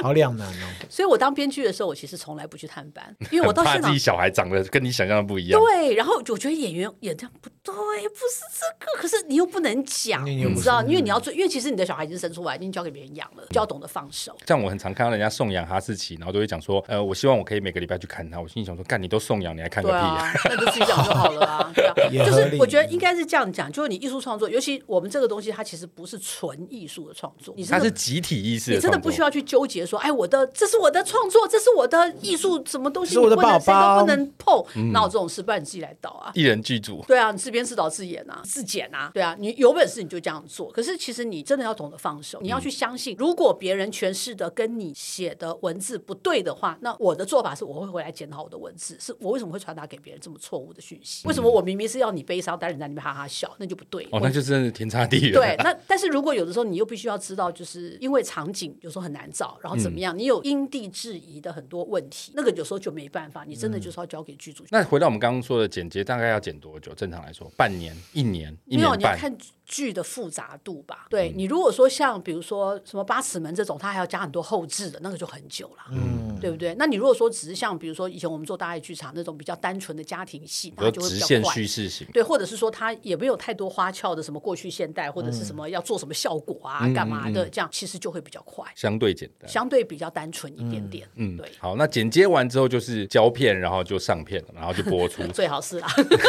[SPEAKER 3] 好两难哦。
[SPEAKER 2] 所以我当编剧的时候，我其实从来不去探班，因为我
[SPEAKER 1] 很
[SPEAKER 2] 到
[SPEAKER 1] 怕
[SPEAKER 2] 现
[SPEAKER 1] 自
[SPEAKER 2] 场
[SPEAKER 1] 己。小孩长得跟你想象的不一样。
[SPEAKER 2] 对，然后我觉得演员演这样不对，不是这个，可是你又不能讲，
[SPEAKER 3] 你又
[SPEAKER 2] 你
[SPEAKER 3] 不
[SPEAKER 2] 知道，因为你要做，因为其实你的小孩已经生出来，已经交给别人养了，就要懂得放手。
[SPEAKER 1] 像我很常看到人家送养哈士奇，然后就会讲说，呃，我希望我可以每个礼拜去看它。我心里想说，干你都送养，你还看个
[SPEAKER 2] 对
[SPEAKER 1] 屁呀、
[SPEAKER 2] 啊，那就自己讲就好了啊。对啊
[SPEAKER 3] 也，
[SPEAKER 2] 就
[SPEAKER 3] 合
[SPEAKER 2] 是
[SPEAKER 3] 理
[SPEAKER 2] 我觉得应该是这样讲，就是你艺术创作，尤其我们这个东西，它其实不是纯艺术的创作，你
[SPEAKER 1] 它
[SPEAKER 2] 啊真
[SPEAKER 1] 是
[SPEAKER 2] 的
[SPEAKER 1] 集体意识，
[SPEAKER 2] 你真的不需。要去纠结说，哎，我的这是我的创作，这是我的艺术，什么东西
[SPEAKER 3] 这是我的
[SPEAKER 2] 你不能
[SPEAKER 3] 宝宝嗯
[SPEAKER 2] 谁都不能碰，哪有这种事？不然你自己来导啊。
[SPEAKER 1] 一人剧组，
[SPEAKER 2] 对啊，你自编自导自演啊，自剪啊，对啊，你有本事你就这样做。可是其实你真的要懂得放手，
[SPEAKER 3] 嗯
[SPEAKER 2] 你要去相信，如果别人诠释的跟你写的文字不对的话，那我的做法是我会回来检讨我的文字，是我为什么会传达给别人这么错误的讯息？为什
[SPEAKER 3] 嗯
[SPEAKER 2] 么我明明是要你悲伤，但是你在那边哈哈笑，那就不对。
[SPEAKER 1] 哦，那就真的天差地远。
[SPEAKER 2] 对，那但是如果有的时候你又必须要知道，就是因为场景有时候很难找，然后怎
[SPEAKER 1] 嗯
[SPEAKER 2] 么样，你有因地制宜的很多问题，那个有时候就没办法，你真的就是要交给剧组。
[SPEAKER 1] 嗯那回到我们刚刚说的剪接，大概要剪多久？正常来说，半年、一年、一
[SPEAKER 2] 没有，
[SPEAKER 1] 年
[SPEAKER 2] 你要
[SPEAKER 1] 半。嗯
[SPEAKER 2] 看剧的复杂度吧。对你如果说像比如说什么八尺门这种，它还要加很多后置的，那个就很久了，嗯，对不对？那你如果说只是像比如说以前我们做大爱剧场那种比较单纯的家庭戏，
[SPEAKER 1] 比
[SPEAKER 2] 那
[SPEAKER 1] 如
[SPEAKER 2] 它就
[SPEAKER 1] 说
[SPEAKER 2] 会比
[SPEAKER 1] 直
[SPEAKER 2] 较
[SPEAKER 1] 线
[SPEAKER 2] 快
[SPEAKER 1] 叙事型，
[SPEAKER 2] 对，或者是说他也没有太多花俏的什么过去现代或者
[SPEAKER 1] 嗯
[SPEAKER 2] 是什么要做什么效果啊、干嘛的，这样其实就会比较快，
[SPEAKER 1] 相对简单。
[SPEAKER 2] 相对比较单纯一点点。嗯，对，，
[SPEAKER 1] 好，那剪接完之后就是胶片，然后就上片，然后就播出
[SPEAKER 2] 最好是啦。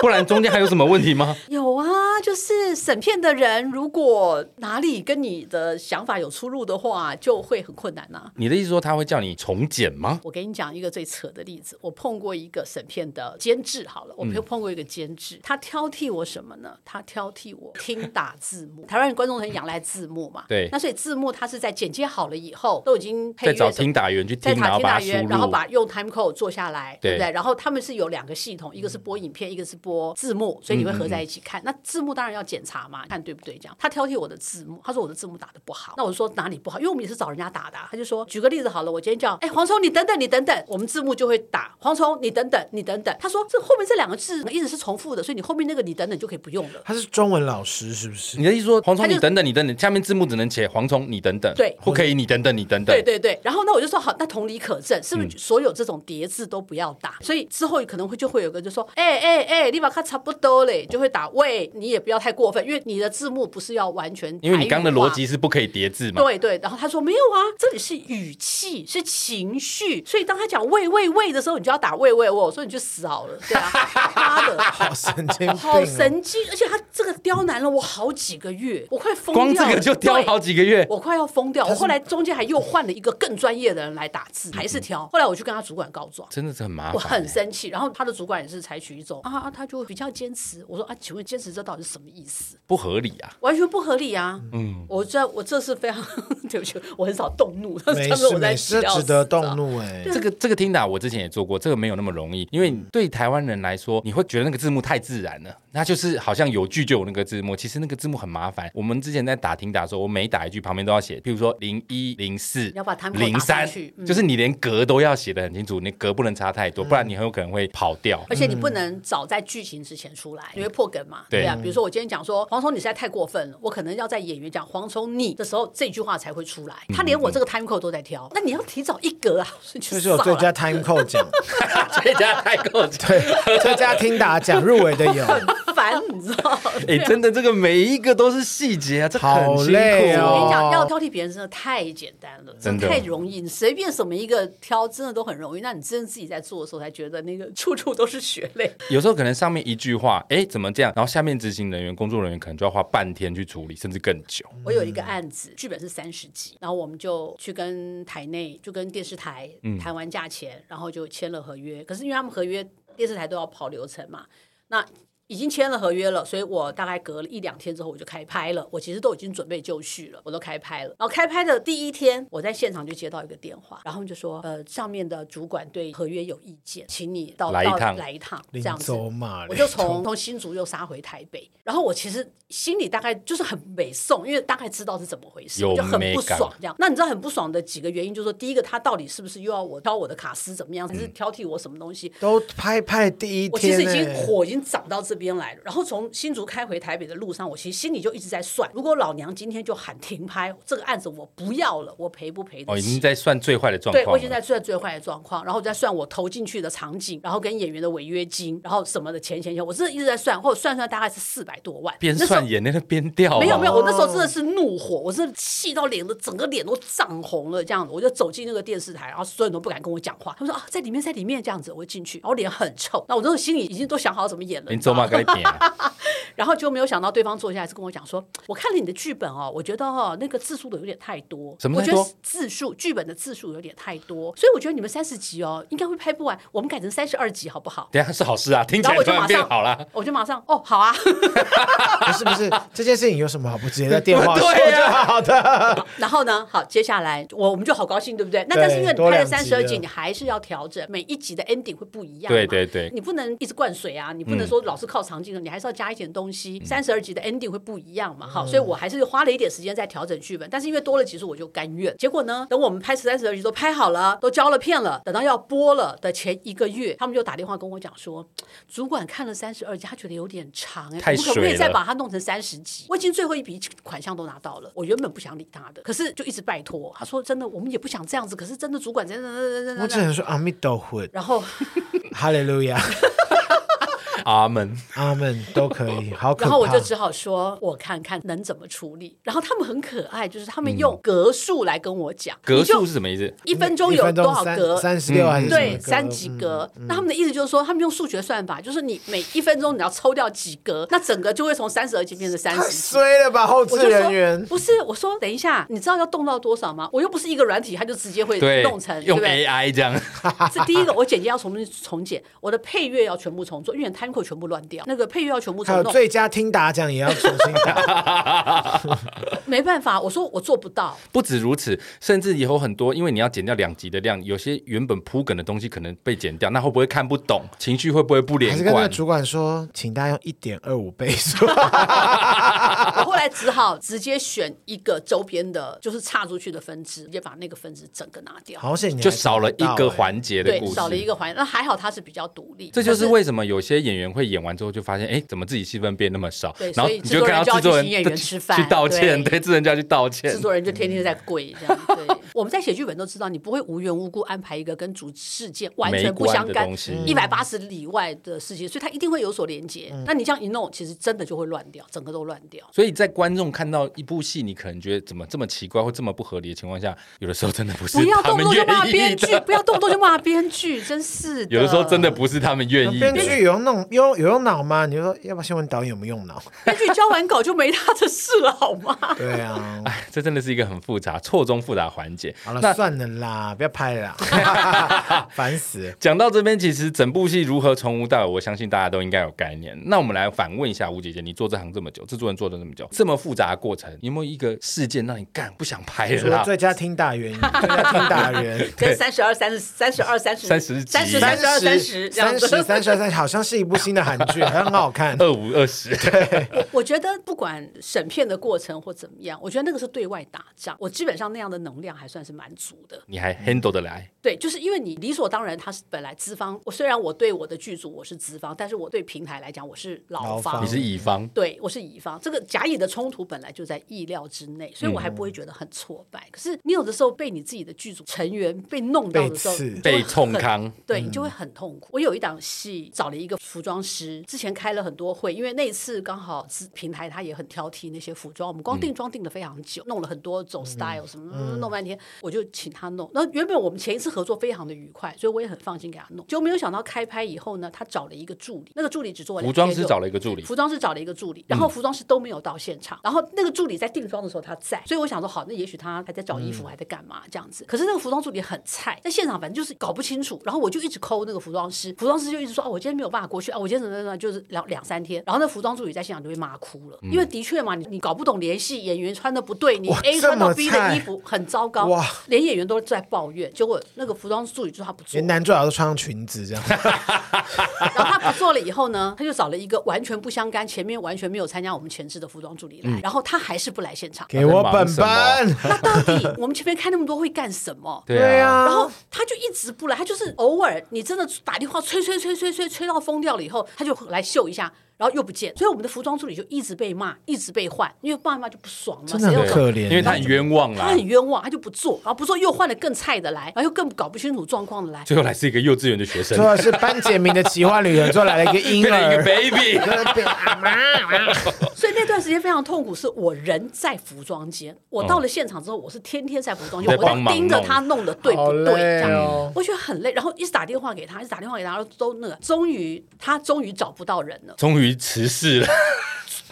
[SPEAKER 1] 不然中间还有什么问题吗？
[SPEAKER 2] 有啊，就是审片的人如果哪里跟你的想法有出入的话，就会很困难呐、
[SPEAKER 1] 你的意思说他会叫你重剪吗？
[SPEAKER 2] 我给你讲一个最扯的例子，我碰过一个审片的监制，好了，我碰碰过一个监制，他挑剔我什么呢？他挑剔我听打字幕，台湾人观众很仰赖字幕嘛，
[SPEAKER 1] 对
[SPEAKER 2] 那所以字幕它是在剪接好了以后，都已经配
[SPEAKER 1] 再
[SPEAKER 2] 乐
[SPEAKER 1] 找
[SPEAKER 2] 什么
[SPEAKER 1] 听打员去
[SPEAKER 2] 在
[SPEAKER 1] 听，然
[SPEAKER 2] 塔
[SPEAKER 1] 后
[SPEAKER 2] 听
[SPEAKER 1] 把它
[SPEAKER 2] 大
[SPEAKER 1] 输
[SPEAKER 2] 约，
[SPEAKER 1] 入，
[SPEAKER 2] 然后把用 time code 做下来，对不
[SPEAKER 1] 对
[SPEAKER 2] 对？然后他们是有两个系统，一个是播影片，一个是播播字幕，
[SPEAKER 1] 嗯
[SPEAKER 2] 所以你会合在一起看。那字幕当然要检查嘛，看对不对这样。他挑剔我的字幕，他说我的字幕打的不好。那我说哪里不好？因为我们也是找人家打的啊、他就说，举个例子好了，我今天叫哎黄虫，你等等，你等等，我们字幕就会打黄虫，你等等，你等等。他说这后面这两个字一直是重复的，所以你后面那个你等等就可以不用了。
[SPEAKER 3] 他是中文老师是不是？
[SPEAKER 1] 你的意思说黄虫
[SPEAKER 2] 他就
[SPEAKER 1] 你等等你等等，下面字幕只能写黄虫你等等，
[SPEAKER 2] 对
[SPEAKER 1] 不可以你等等你等等，
[SPEAKER 2] 对对对，然后那我就说好，那同理可证，是不是所有这种叠字都不要打？所以之后可能会就会有个就说，哎哎哎，立马看差不多嘞，就会打喂，你也不要太过分，因为你的字幕不是要完全
[SPEAKER 1] 因为你刚刚的
[SPEAKER 2] 台语化
[SPEAKER 1] 逻辑。是不可以叠字嘛。
[SPEAKER 2] 对对，然后他说没有啊，这里是语气，是情绪，所以当他讲喂喂喂的时候，你就要打喂喂喂，我说你去死好了，对啊，妈的，
[SPEAKER 3] 好神经病、哦，
[SPEAKER 2] 好神经，而且他这个刁难了我好几个月，我快疯掉
[SPEAKER 1] 光
[SPEAKER 2] 了，
[SPEAKER 1] 这个就雕
[SPEAKER 2] 对
[SPEAKER 1] 好几个月，
[SPEAKER 2] 我快要疯掉。我后来中间还又换了一个更专业的人来打
[SPEAKER 3] 嗯
[SPEAKER 2] 字，还是挑。后来我去跟他主管告状。
[SPEAKER 1] 真的是很麻
[SPEAKER 2] 我
[SPEAKER 1] 烦
[SPEAKER 2] 很
[SPEAKER 1] 欸。
[SPEAKER 2] 生气，然后他的主管也是采取一种啊，啊他就比较坚持。我说啊，请问坚持这到底是什么意思？
[SPEAKER 1] 不合理啊！
[SPEAKER 2] 完全不合理啊！嗯，我这我这是非常 对不起，我很少动怒，但是
[SPEAKER 3] 没
[SPEAKER 2] 他们
[SPEAKER 3] 事
[SPEAKER 2] 我在
[SPEAKER 3] 没
[SPEAKER 2] 气到
[SPEAKER 3] 事，这
[SPEAKER 2] 死啊
[SPEAKER 3] 值得
[SPEAKER 2] 你知道
[SPEAKER 3] 动怒哎、
[SPEAKER 1] 这个这个听打我之前也做过，这个没有那么容易，因为对台湾人来说，你会觉得那个字幕太自然了，那就是好像有句就有那个字幕，其实那个字幕很麻烦。我们之前在打听打的时候，我每打一句旁边都要写，譬如说零一零四，
[SPEAKER 2] 要把 time code
[SPEAKER 1] 零
[SPEAKER 2] 打
[SPEAKER 1] 三
[SPEAKER 2] 上去，嗯
[SPEAKER 1] 就是你连格都要写的很清楚，你格不能差太多，不然你很有可能会跑 掉。
[SPEAKER 2] 而且你不能早在剧情之前出来，你会破梗嘛？
[SPEAKER 1] 对
[SPEAKER 2] 对啊，比如说我今天讲说黄虫你实在太过分了，我可能要在演员讲黄虫你的时候，这句话才会出来。他连我这个 time code 都在挑，那你要提早一格啊，所以
[SPEAKER 3] 这
[SPEAKER 2] 就是
[SPEAKER 3] 有
[SPEAKER 2] 少
[SPEAKER 3] 最佳
[SPEAKER 2] 了。
[SPEAKER 3] time code 奖，
[SPEAKER 1] 这家太过分。
[SPEAKER 3] 对，最佳听打奖入围的有，
[SPEAKER 2] 很烦，你知道吗？
[SPEAKER 1] 哎、真的，这个每一个都是细节啊，这很
[SPEAKER 3] 好
[SPEAKER 1] 辛苦
[SPEAKER 3] 累
[SPEAKER 2] 我跟你讲，
[SPEAKER 3] 哦
[SPEAKER 2] 要挑剔别人真的太简单了，
[SPEAKER 1] 真的
[SPEAKER 2] 太容易，你随便什么一个挑，真的都很容易。那你真的自己在做的时候，才觉得那个处处都是血泪。
[SPEAKER 1] 有时候可能上面一句话，哎，怎么这样？然后下面执行人员、工作人员可能就要花半天去处理，甚至更久。
[SPEAKER 2] 我有一
[SPEAKER 1] 嗯
[SPEAKER 2] 个案子，剧本是三十集，然后我们就去跟台内就跟电视台
[SPEAKER 1] 嗯
[SPEAKER 2] 谈完价钱，然后就签了合约。可是因为他们合约电视台都要跑流程嘛，那。已经签了合约了，所以我大概隔了一两天之后我就开拍了。我其实都已经准备就绪了，我都开拍了。然后开拍的第一天，我在现场就接到一个电话，然后他们就说，呃，上面的主管对合约有意见，请你到
[SPEAKER 1] 来一
[SPEAKER 2] 到
[SPEAKER 1] 趟
[SPEAKER 2] 来一趟，这
[SPEAKER 3] 林
[SPEAKER 2] 样子。
[SPEAKER 3] 走
[SPEAKER 1] 啊
[SPEAKER 3] 马，
[SPEAKER 2] 我就从从新竹又杀回台北，然后我其实心里大概就是很美送，因为大概知道是怎么回事，
[SPEAKER 1] 有
[SPEAKER 2] 我就很
[SPEAKER 1] 美
[SPEAKER 2] 不
[SPEAKER 1] 感
[SPEAKER 2] 爽这样。那你知道很不爽的几个原因，就是说第一个，他到底是不是又要我挑我的卡司怎么样，还是
[SPEAKER 1] 嗯
[SPEAKER 2] 挑剔我什么东西？
[SPEAKER 3] 都拍拍第一
[SPEAKER 2] 我其
[SPEAKER 3] 天、
[SPEAKER 2] 实
[SPEAKER 3] 欸，
[SPEAKER 2] 已经火已经涨到这边来了，然后从新竹开回台北的路上，我其实心里就一直在算，如果老娘今天就喊停拍，这个案子我不要了，我赔不赔
[SPEAKER 1] 哦，
[SPEAKER 2] 得
[SPEAKER 1] 已
[SPEAKER 2] 起
[SPEAKER 1] 经？在算最坏的状
[SPEAKER 2] 对，我
[SPEAKER 1] 况
[SPEAKER 2] 已经
[SPEAKER 1] 了。
[SPEAKER 2] 在算最坏的状况，然后我在算我投进去的场景，然后跟演员的违约金，然后什么的钱钱钱，我真的一直在算，或者算算大概是四百多万。
[SPEAKER 1] 边
[SPEAKER 2] 那时候
[SPEAKER 1] 算眼泪都边掉、啊，
[SPEAKER 2] 没有没有，我那时候真的是怒火，我真的气到脸都整个脸都涨红了，这样子，我就走进那个电视台，然后所有人都不敢跟我讲话，他们说啊，在里面，在里面这样子，我就进去，然后我脸很臭，那我那时候心里已经都想好怎么演了，
[SPEAKER 1] 你
[SPEAKER 2] 你知道
[SPEAKER 1] 走马
[SPEAKER 2] 吗？
[SPEAKER 1] 该点、 啊，
[SPEAKER 2] 然后就没有想到对方坐下来是跟我讲说，我看了你的剧本哦，我觉得哦那个字数的有点太多，
[SPEAKER 1] 什么
[SPEAKER 2] 我
[SPEAKER 1] 太
[SPEAKER 2] 觉
[SPEAKER 1] 多
[SPEAKER 2] 得字数剧本的字数有点太多，所以我觉得你们三十集哦应该会拍不完，我们改成三十二集好 不好？
[SPEAKER 1] 等一下是好事啊，听起
[SPEAKER 2] 然后
[SPEAKER 1] 来
[SPEAKER 2] 我
[SPEAKER 1] 突
[SPEAKER 2] 就
[SPEAKER 1] 然
[SPEAKER 2] 马
[SPEAKER 1] 变
[SPEAKER 2] 上
[SPEAKER 1] 好了。，
[SPEAKER 2] 我就马上哦好啊，
[SPEAKER 3] 不是不是，这件事情有什么好不直接在 电话说
[SPEAKER 1] 对
[SPEAKER 3] 就
[SPEAKER 1] 啊
[SPEAKER 3] 好的？
[SPEAKER 2] 然后呢，好，接下来我我们就好高兴，对不对？那
[SPEAKER 3] 对
[SPEAKER 2] 但是因为你
[SPEAKER 3] 多
[SPEAKER 2] 拍
[SPEAKER 3] 两
[SPEAKER 2] 了
[SPEAKER 3] 集
[SPEAKER 2] 三十二集，
[SPEAKER 3] 了
[SPEAKER 2] 你还是要调整，每一集的 ending 会不一样嘛。
[SPEAKER 1] 对对对嗯
[SPEAKER 2] 你不能一直灌水啊，你不能说老是靠长镜头，你还是要加一点东西。三十二集的 ending 会不一样嘛，
[SPEAKER 1] 嗯
[SPEAKER 2] 好，所以我还是花了一点时间在调整剧本，但是因为多了集数，我就甘愿。结果呢，等我们拍三十二集都拍好了，都交了片了，等到要播了的前一个月，他们就打电话跟我讲说，主管看了三十二集，他觉得有点长、哎，
[SPEAKER 1] 太
[SPEAKER 2] 我们可不可
[SPEAKER 1] 水
[SPEAKER 2] 以再
[SPEAKER 1] 了
[SPEAKER 2] 把它弄成三十集？我已经最后一笔款项都拿到了，我原本不想理他的，可是就一直拜托，他说真的，我们也不想这样子，可是真的主管真的，真的
[SPEAKER 3] 我
[SPEAKER 2] 真
[SPEAKER 3] 只
[SPEAKER 2] 的
[SPEAKER 3] 能说阿弥陀佛，
[SPEAKER 2] 然后，
[SPEAKER 3] 哈利路亚，
[SPEAKER 1] 阿门。
[SPEAKER 3] 阿门都可以，好可
[SPEAKER 2] 然
[SPEAKER 3] 怕。
[SPEAKER 2] 后我就只好说，我看看能怎么处理。然后他们很可爱，就是他们用格数来跟我讲，
[SPEAKER 1] 格数
[SPEAKER 2] 你
[SPEAKER 1] 是什么意思？
[SPEAKER 2] 就一分钟
[SPEAKER 3] 一
[SPEAKER 2] 有
[SPEAKER 3] 分钟
[SPEAKER 2] 多少
[SPEAKER 3] 三
[SPEAKER 2] 格，
[SPEAKER 3] 三十六
[SPEAKER 1] 嗯
[SPEAKER 3] 还是什么
[SPEAKER 2] 对，
[SPEAKER 3] 格嗯
[SPEAKER 2] 三几格。那他们的意思就是说，他们用数学算法，就是你每一分钟你要抽掉几格，那整个就会从三十二级变成三
[SPEAKER 3] 太
[SPEAKER 2] 十级。
[SPEAKER 3] 衰了吧，后置
[SPEAKER 2] 我就
[SPEAKER 3] 人员
[SPEAKER 2] 说。不是，我说等一下，你知道要动到多少吗？我又不是一个软体，它就直接会
[SPEAKER 1] 对，
[SPEAKER 2] 弄成，对
[SPEAKER 1] 用
[SPEAKER 2] 不对？
[SPEAKER 1] AI 这样，
[SPEAKER 2] 这第一个，我剪辑要重新重剪，我的配乐要全部重做，因为 time code 全部乱掉，那个配乐要全部
[SPEAKER 3] 还
[SPEAKER 2] 重
[SPEAKER 3] 有
[SPEAKER 2] 弄。
[SPEAKER 3] 最佳听打奖也要重新打，
[SPEAKER 2] 没办法，我说我做不到，
[SPEAKER 1] 不止如此，甚至以后很多，因为你要减掉两集的量，有些原本铺梗的东西可能被减掉，那会不会看不懂？情绪会不会不
[SPEAKER 3] 还
[SPEAKER 1] 连
[SPEAKER 3] 是跟那个
[SPEAKER 1] 贯？
[SPEAKER 3] 主管说，请大家用一点二五倍 速。
[SPEAKER 2] 我后来只好直接选一个周边的，就是岔出去的分支，直接把那个分支整个拿掉，
[SPEAKER 3] 好险你还
[SPEAKER 1] 就少了一个
[SPEAKER 3] 找到欸
[SPEAKER 1] 环节的
[SPEAKER 2] 对
[SPEAKER 1] 故，事，
[SPEAKER 2] 少了一个环节。那还好它是比较独立，
[SPEAKER 1] 这就是
[SPEAKER 2] 可
[SPEAKER 1] 为什么有些演员会演完之后就发现，哎，怎么自己戏份变那么少
[SPEAKER 2] 对？
[SPEAKER 1] 然后
[SPEAKER 2] 所以
[SPEAKER 1] 你就看到制
[SPEAKER 2] 制作
[SPEAKER 1] 作
[SPEAKER 2] 人
[SPEAKER 1] 人
[SPEAKER 2] 就要去请演员吃饭
[SPEAKER 1] 去道歉，
[SPEAKER 2] 对
[SPEAKER 1] 对，制作人就要去道歉
[SPEAKER 2] 制。作人就天天在跪这样。对，我们在写剧本都知道，你不会无缘无故安排一个跟主事件完
[SPEAKER 1] 没
[SPEAKER 2] 全不
[SPEAKER 1] 关
[SPEAKER 2] 相
[SPEAKER 1] 的
[SPEAKER 2] 干
[SPEAKER 1] 东西、
[SPEAKER 2] 一百八十里外的事情，所以它一定会有所连接。那你这样一弄，其实真的就会乱掉，整个都乱掉。
[SPEAKER 1] 所以在观众看到一部戏，你可能觉得怎么这么奇怪或这么不合理的情况下，有的时候真的不是
[SPEAKER 2] 不要
[SPEAKER 1] 他
[SPEAKER 2] 动
[SPEAKER 1] 们
[SPEAKER 2] 不动就骂
[SPEAKER 1] 愿意
[SPEAKER 2] 编剧，
[SPEAKER 1] 的，
[SPEAKER 2] 不要动不动就骂编剧，真是 的。
[SPEAKER 1] 有的时候真的不是他们愿意的
[SPEAKER 3] 编。剧有用弄有有用脑吗？你就说，要不要先问导演有没有 用脑？
[SPEAKER 2] 编剧交完稿就没他的事了，好吗？
[SPEAKER 3] 对啊，
[SPEAKER 1] 哎， 这真的是一个很复杂、错综复杂的环节。
[SPEAKER 3] 好了，
[SPEAKER 1] 那
[SPEAKER 3] 算了啦，不要拍了啦，烦死。
[SPEAKER 1] 讲到这边，其实整部戏如何从无到有，我相信大家都应该有概念。那我们来反问一下吴姐姐，你做这行这么久，制作人做了这么久，这么复杂的过程，有没有一个事件让你干不想拍了
[SPEAKER 3] 说
[SPEAKER 1] 啦？
[SPEAKER 3] 最佳听打员，最佳听打员，
[SPEAKER 2] 跟三十二、三十、三十二、三十、
[SPEAKER 1] 30
[SPEAKER 2] 三
[SPEAKER 1] 集
[SPEAKER 2] 十、三十二、三十这样
[SPEAKER 3] 三
[SPEAKER 2] 子
[SPEAKER 3] 十、。三十、三十，好像是一部新的韩剧，好像很好看。
[SPEAKER 1] 二五二十，
[SPEAKER 2] 我觉得不管审片的过程或怎么样，我觉得那个是对外打仗，我基本上那样的能量还算是蛮足的。
[SPEAKER 1] 你还 handle 得来？
[SPEAKER 2] 对，就是因为你理所当然，他是本来资方。我虽然我对我的剧组我是资方，但是我对平台来讲我是
[SPEAKER 3] 劳
[SPEAKER 2] 劳
[SPEAKER 3] 方
[SPEAKER 2] 方
[SPEAKER 1] 你。是乙 方，
[SPEAKER 2] 对，我是乙方，这个甲乙的冲突本来就在意料之内，所以我还不会觉得很挫败。可是你有的时候被你自己的剧组成员被弄到的时候你就会
[SPEAKER 3] 被，刺
[SPEAKER 1] 被
[SPEAKER 2] 很
[SPEAKER 1] 冲 康。
[SPEAKER 2] 对你就会很痛苦。我有一档戏找了一个服装师，之前开了很多会，因为那一次刚好是平台他也很挑剔那些服装，我们
[SPEAKER 1] 嗯
[SPEAKER 2] 光定妆定的非常久，弄了很多种 style 什么，弄半天，我就请他弄。那原本我们前一次合作非常的愉快，所以我也很放心给他弄。结果没有想到开拍以后呢，他找了一个助理，那个助理只做了两
[SPEAKER 1] 服装
[SPEAKER 2] 天
[SPEAKER 1] 师
[SPEAKER 2] 就
[SPEAKER 1] 找了一个 助理，
[SPEAKER 2] 服装师找了一个助理，
[SPEAKER 3] 嗯
[SPEAKER 2] 然后服装师都没有到现场，然后那个助理在定妆的时候他在，所以我想说好，那也许他还在找
[SPEAKER 3] 嗯
[SPEAKER 2] 衣服，还在干嘛这样子。可是那个服装助理很菜，在现场反正就是搞不清楚，然后我就一直抠那个服装师，服装师就一直说啊，我今天没有办法过去啊，我今天怎么怎么，就是两两三天。然后那服装助理在现场就被骂哭了，因为的确嘛，你你搞不懂联系，演员穿的不对，你
[SPEAKER 3] 嗯哇
[SPEAKER 2] A
[SPEAKER 3] 这么
[SPEAKER 2] 穿到 B
[SPEAKER 3] 菜
[SPEAKER 2] 的衣服很糟糕
[SPEAKER 3] 哇，
[SPEAKER 2] 连演员都在抱怨。结果那个服装助理就说他不做
[SPEAKER 3] 连，男主角都穿上裙子这样，
[SPEAKER 2] 然后他不做了以后呢，他就找了一个完全不相干、前面完全没有参加我们前置的服装助理来，
[SPEAKER 3] 嗯
[SPEAKER 2] 然后他还是不来现场。
[SPEAKER 3] 给我本本。
[SPEAKER 2] 那到底我们前面开那么多会干什么？
[SPEAKER 3] 对
[SPEAKER 1] 啊，
[SPEAKER 3] 啊，
[SPEAKER 2] 然后他就一直不来，他就是偶尔你真的打电话催催催催催催到疯掉了以后，他就来秀一下，然后又不见。所以我们的服装助理就一直被骂，一直被换，因为爸妈就不爽嘛，
[SPEAKER 3] 真的很
[SPEAKER 2] 谁要
[SPEAKER 1] 对
[SPEAKER 2] 找
[SPEAKER 3] 可怜啊
[SPEAKER 1] 因为他很冤枉
[SPEAKER 2] 他
[SPEAKER 1] 啦。
[SPEAKER 2] 很冤枉，他就不做，然后不做又换了更菜的来，然后又更搞不清楚状况的来。
[SPEAKER 1] 最后来是一个幼稚园的学生，
[SPEAKER 3] 说的是班杰明的奇幻旅人，做来了一个啊婴
[SPEAKER 1] 变成一个
[SPEAKER 3] 儿。
[SPEAKER 1] baby。
[SPEAKER 2] 所以那段时间非常痛苦，是我人在服装间，我到了现场之后，我是天天在服装间，
[SPEAKER 1] 你在
[SPEAKER 2] 我
[SPEAKER 1] 帮忙，
[SPEAKER 2] 盯着他弄的对不
[SPEAKER 3] 好
[SPEAKER 2] 对，这
[SPEAKER 3] 累
[SPEAKER 2] 样。
[SPEAKER 3] 哦，
[SPEAKER 2] 我觉得很累，然后一直打电话给他，一直打电话给他，然后都那个，终于他终于找不到人了
[SPEAKER 1] 终于辞世了，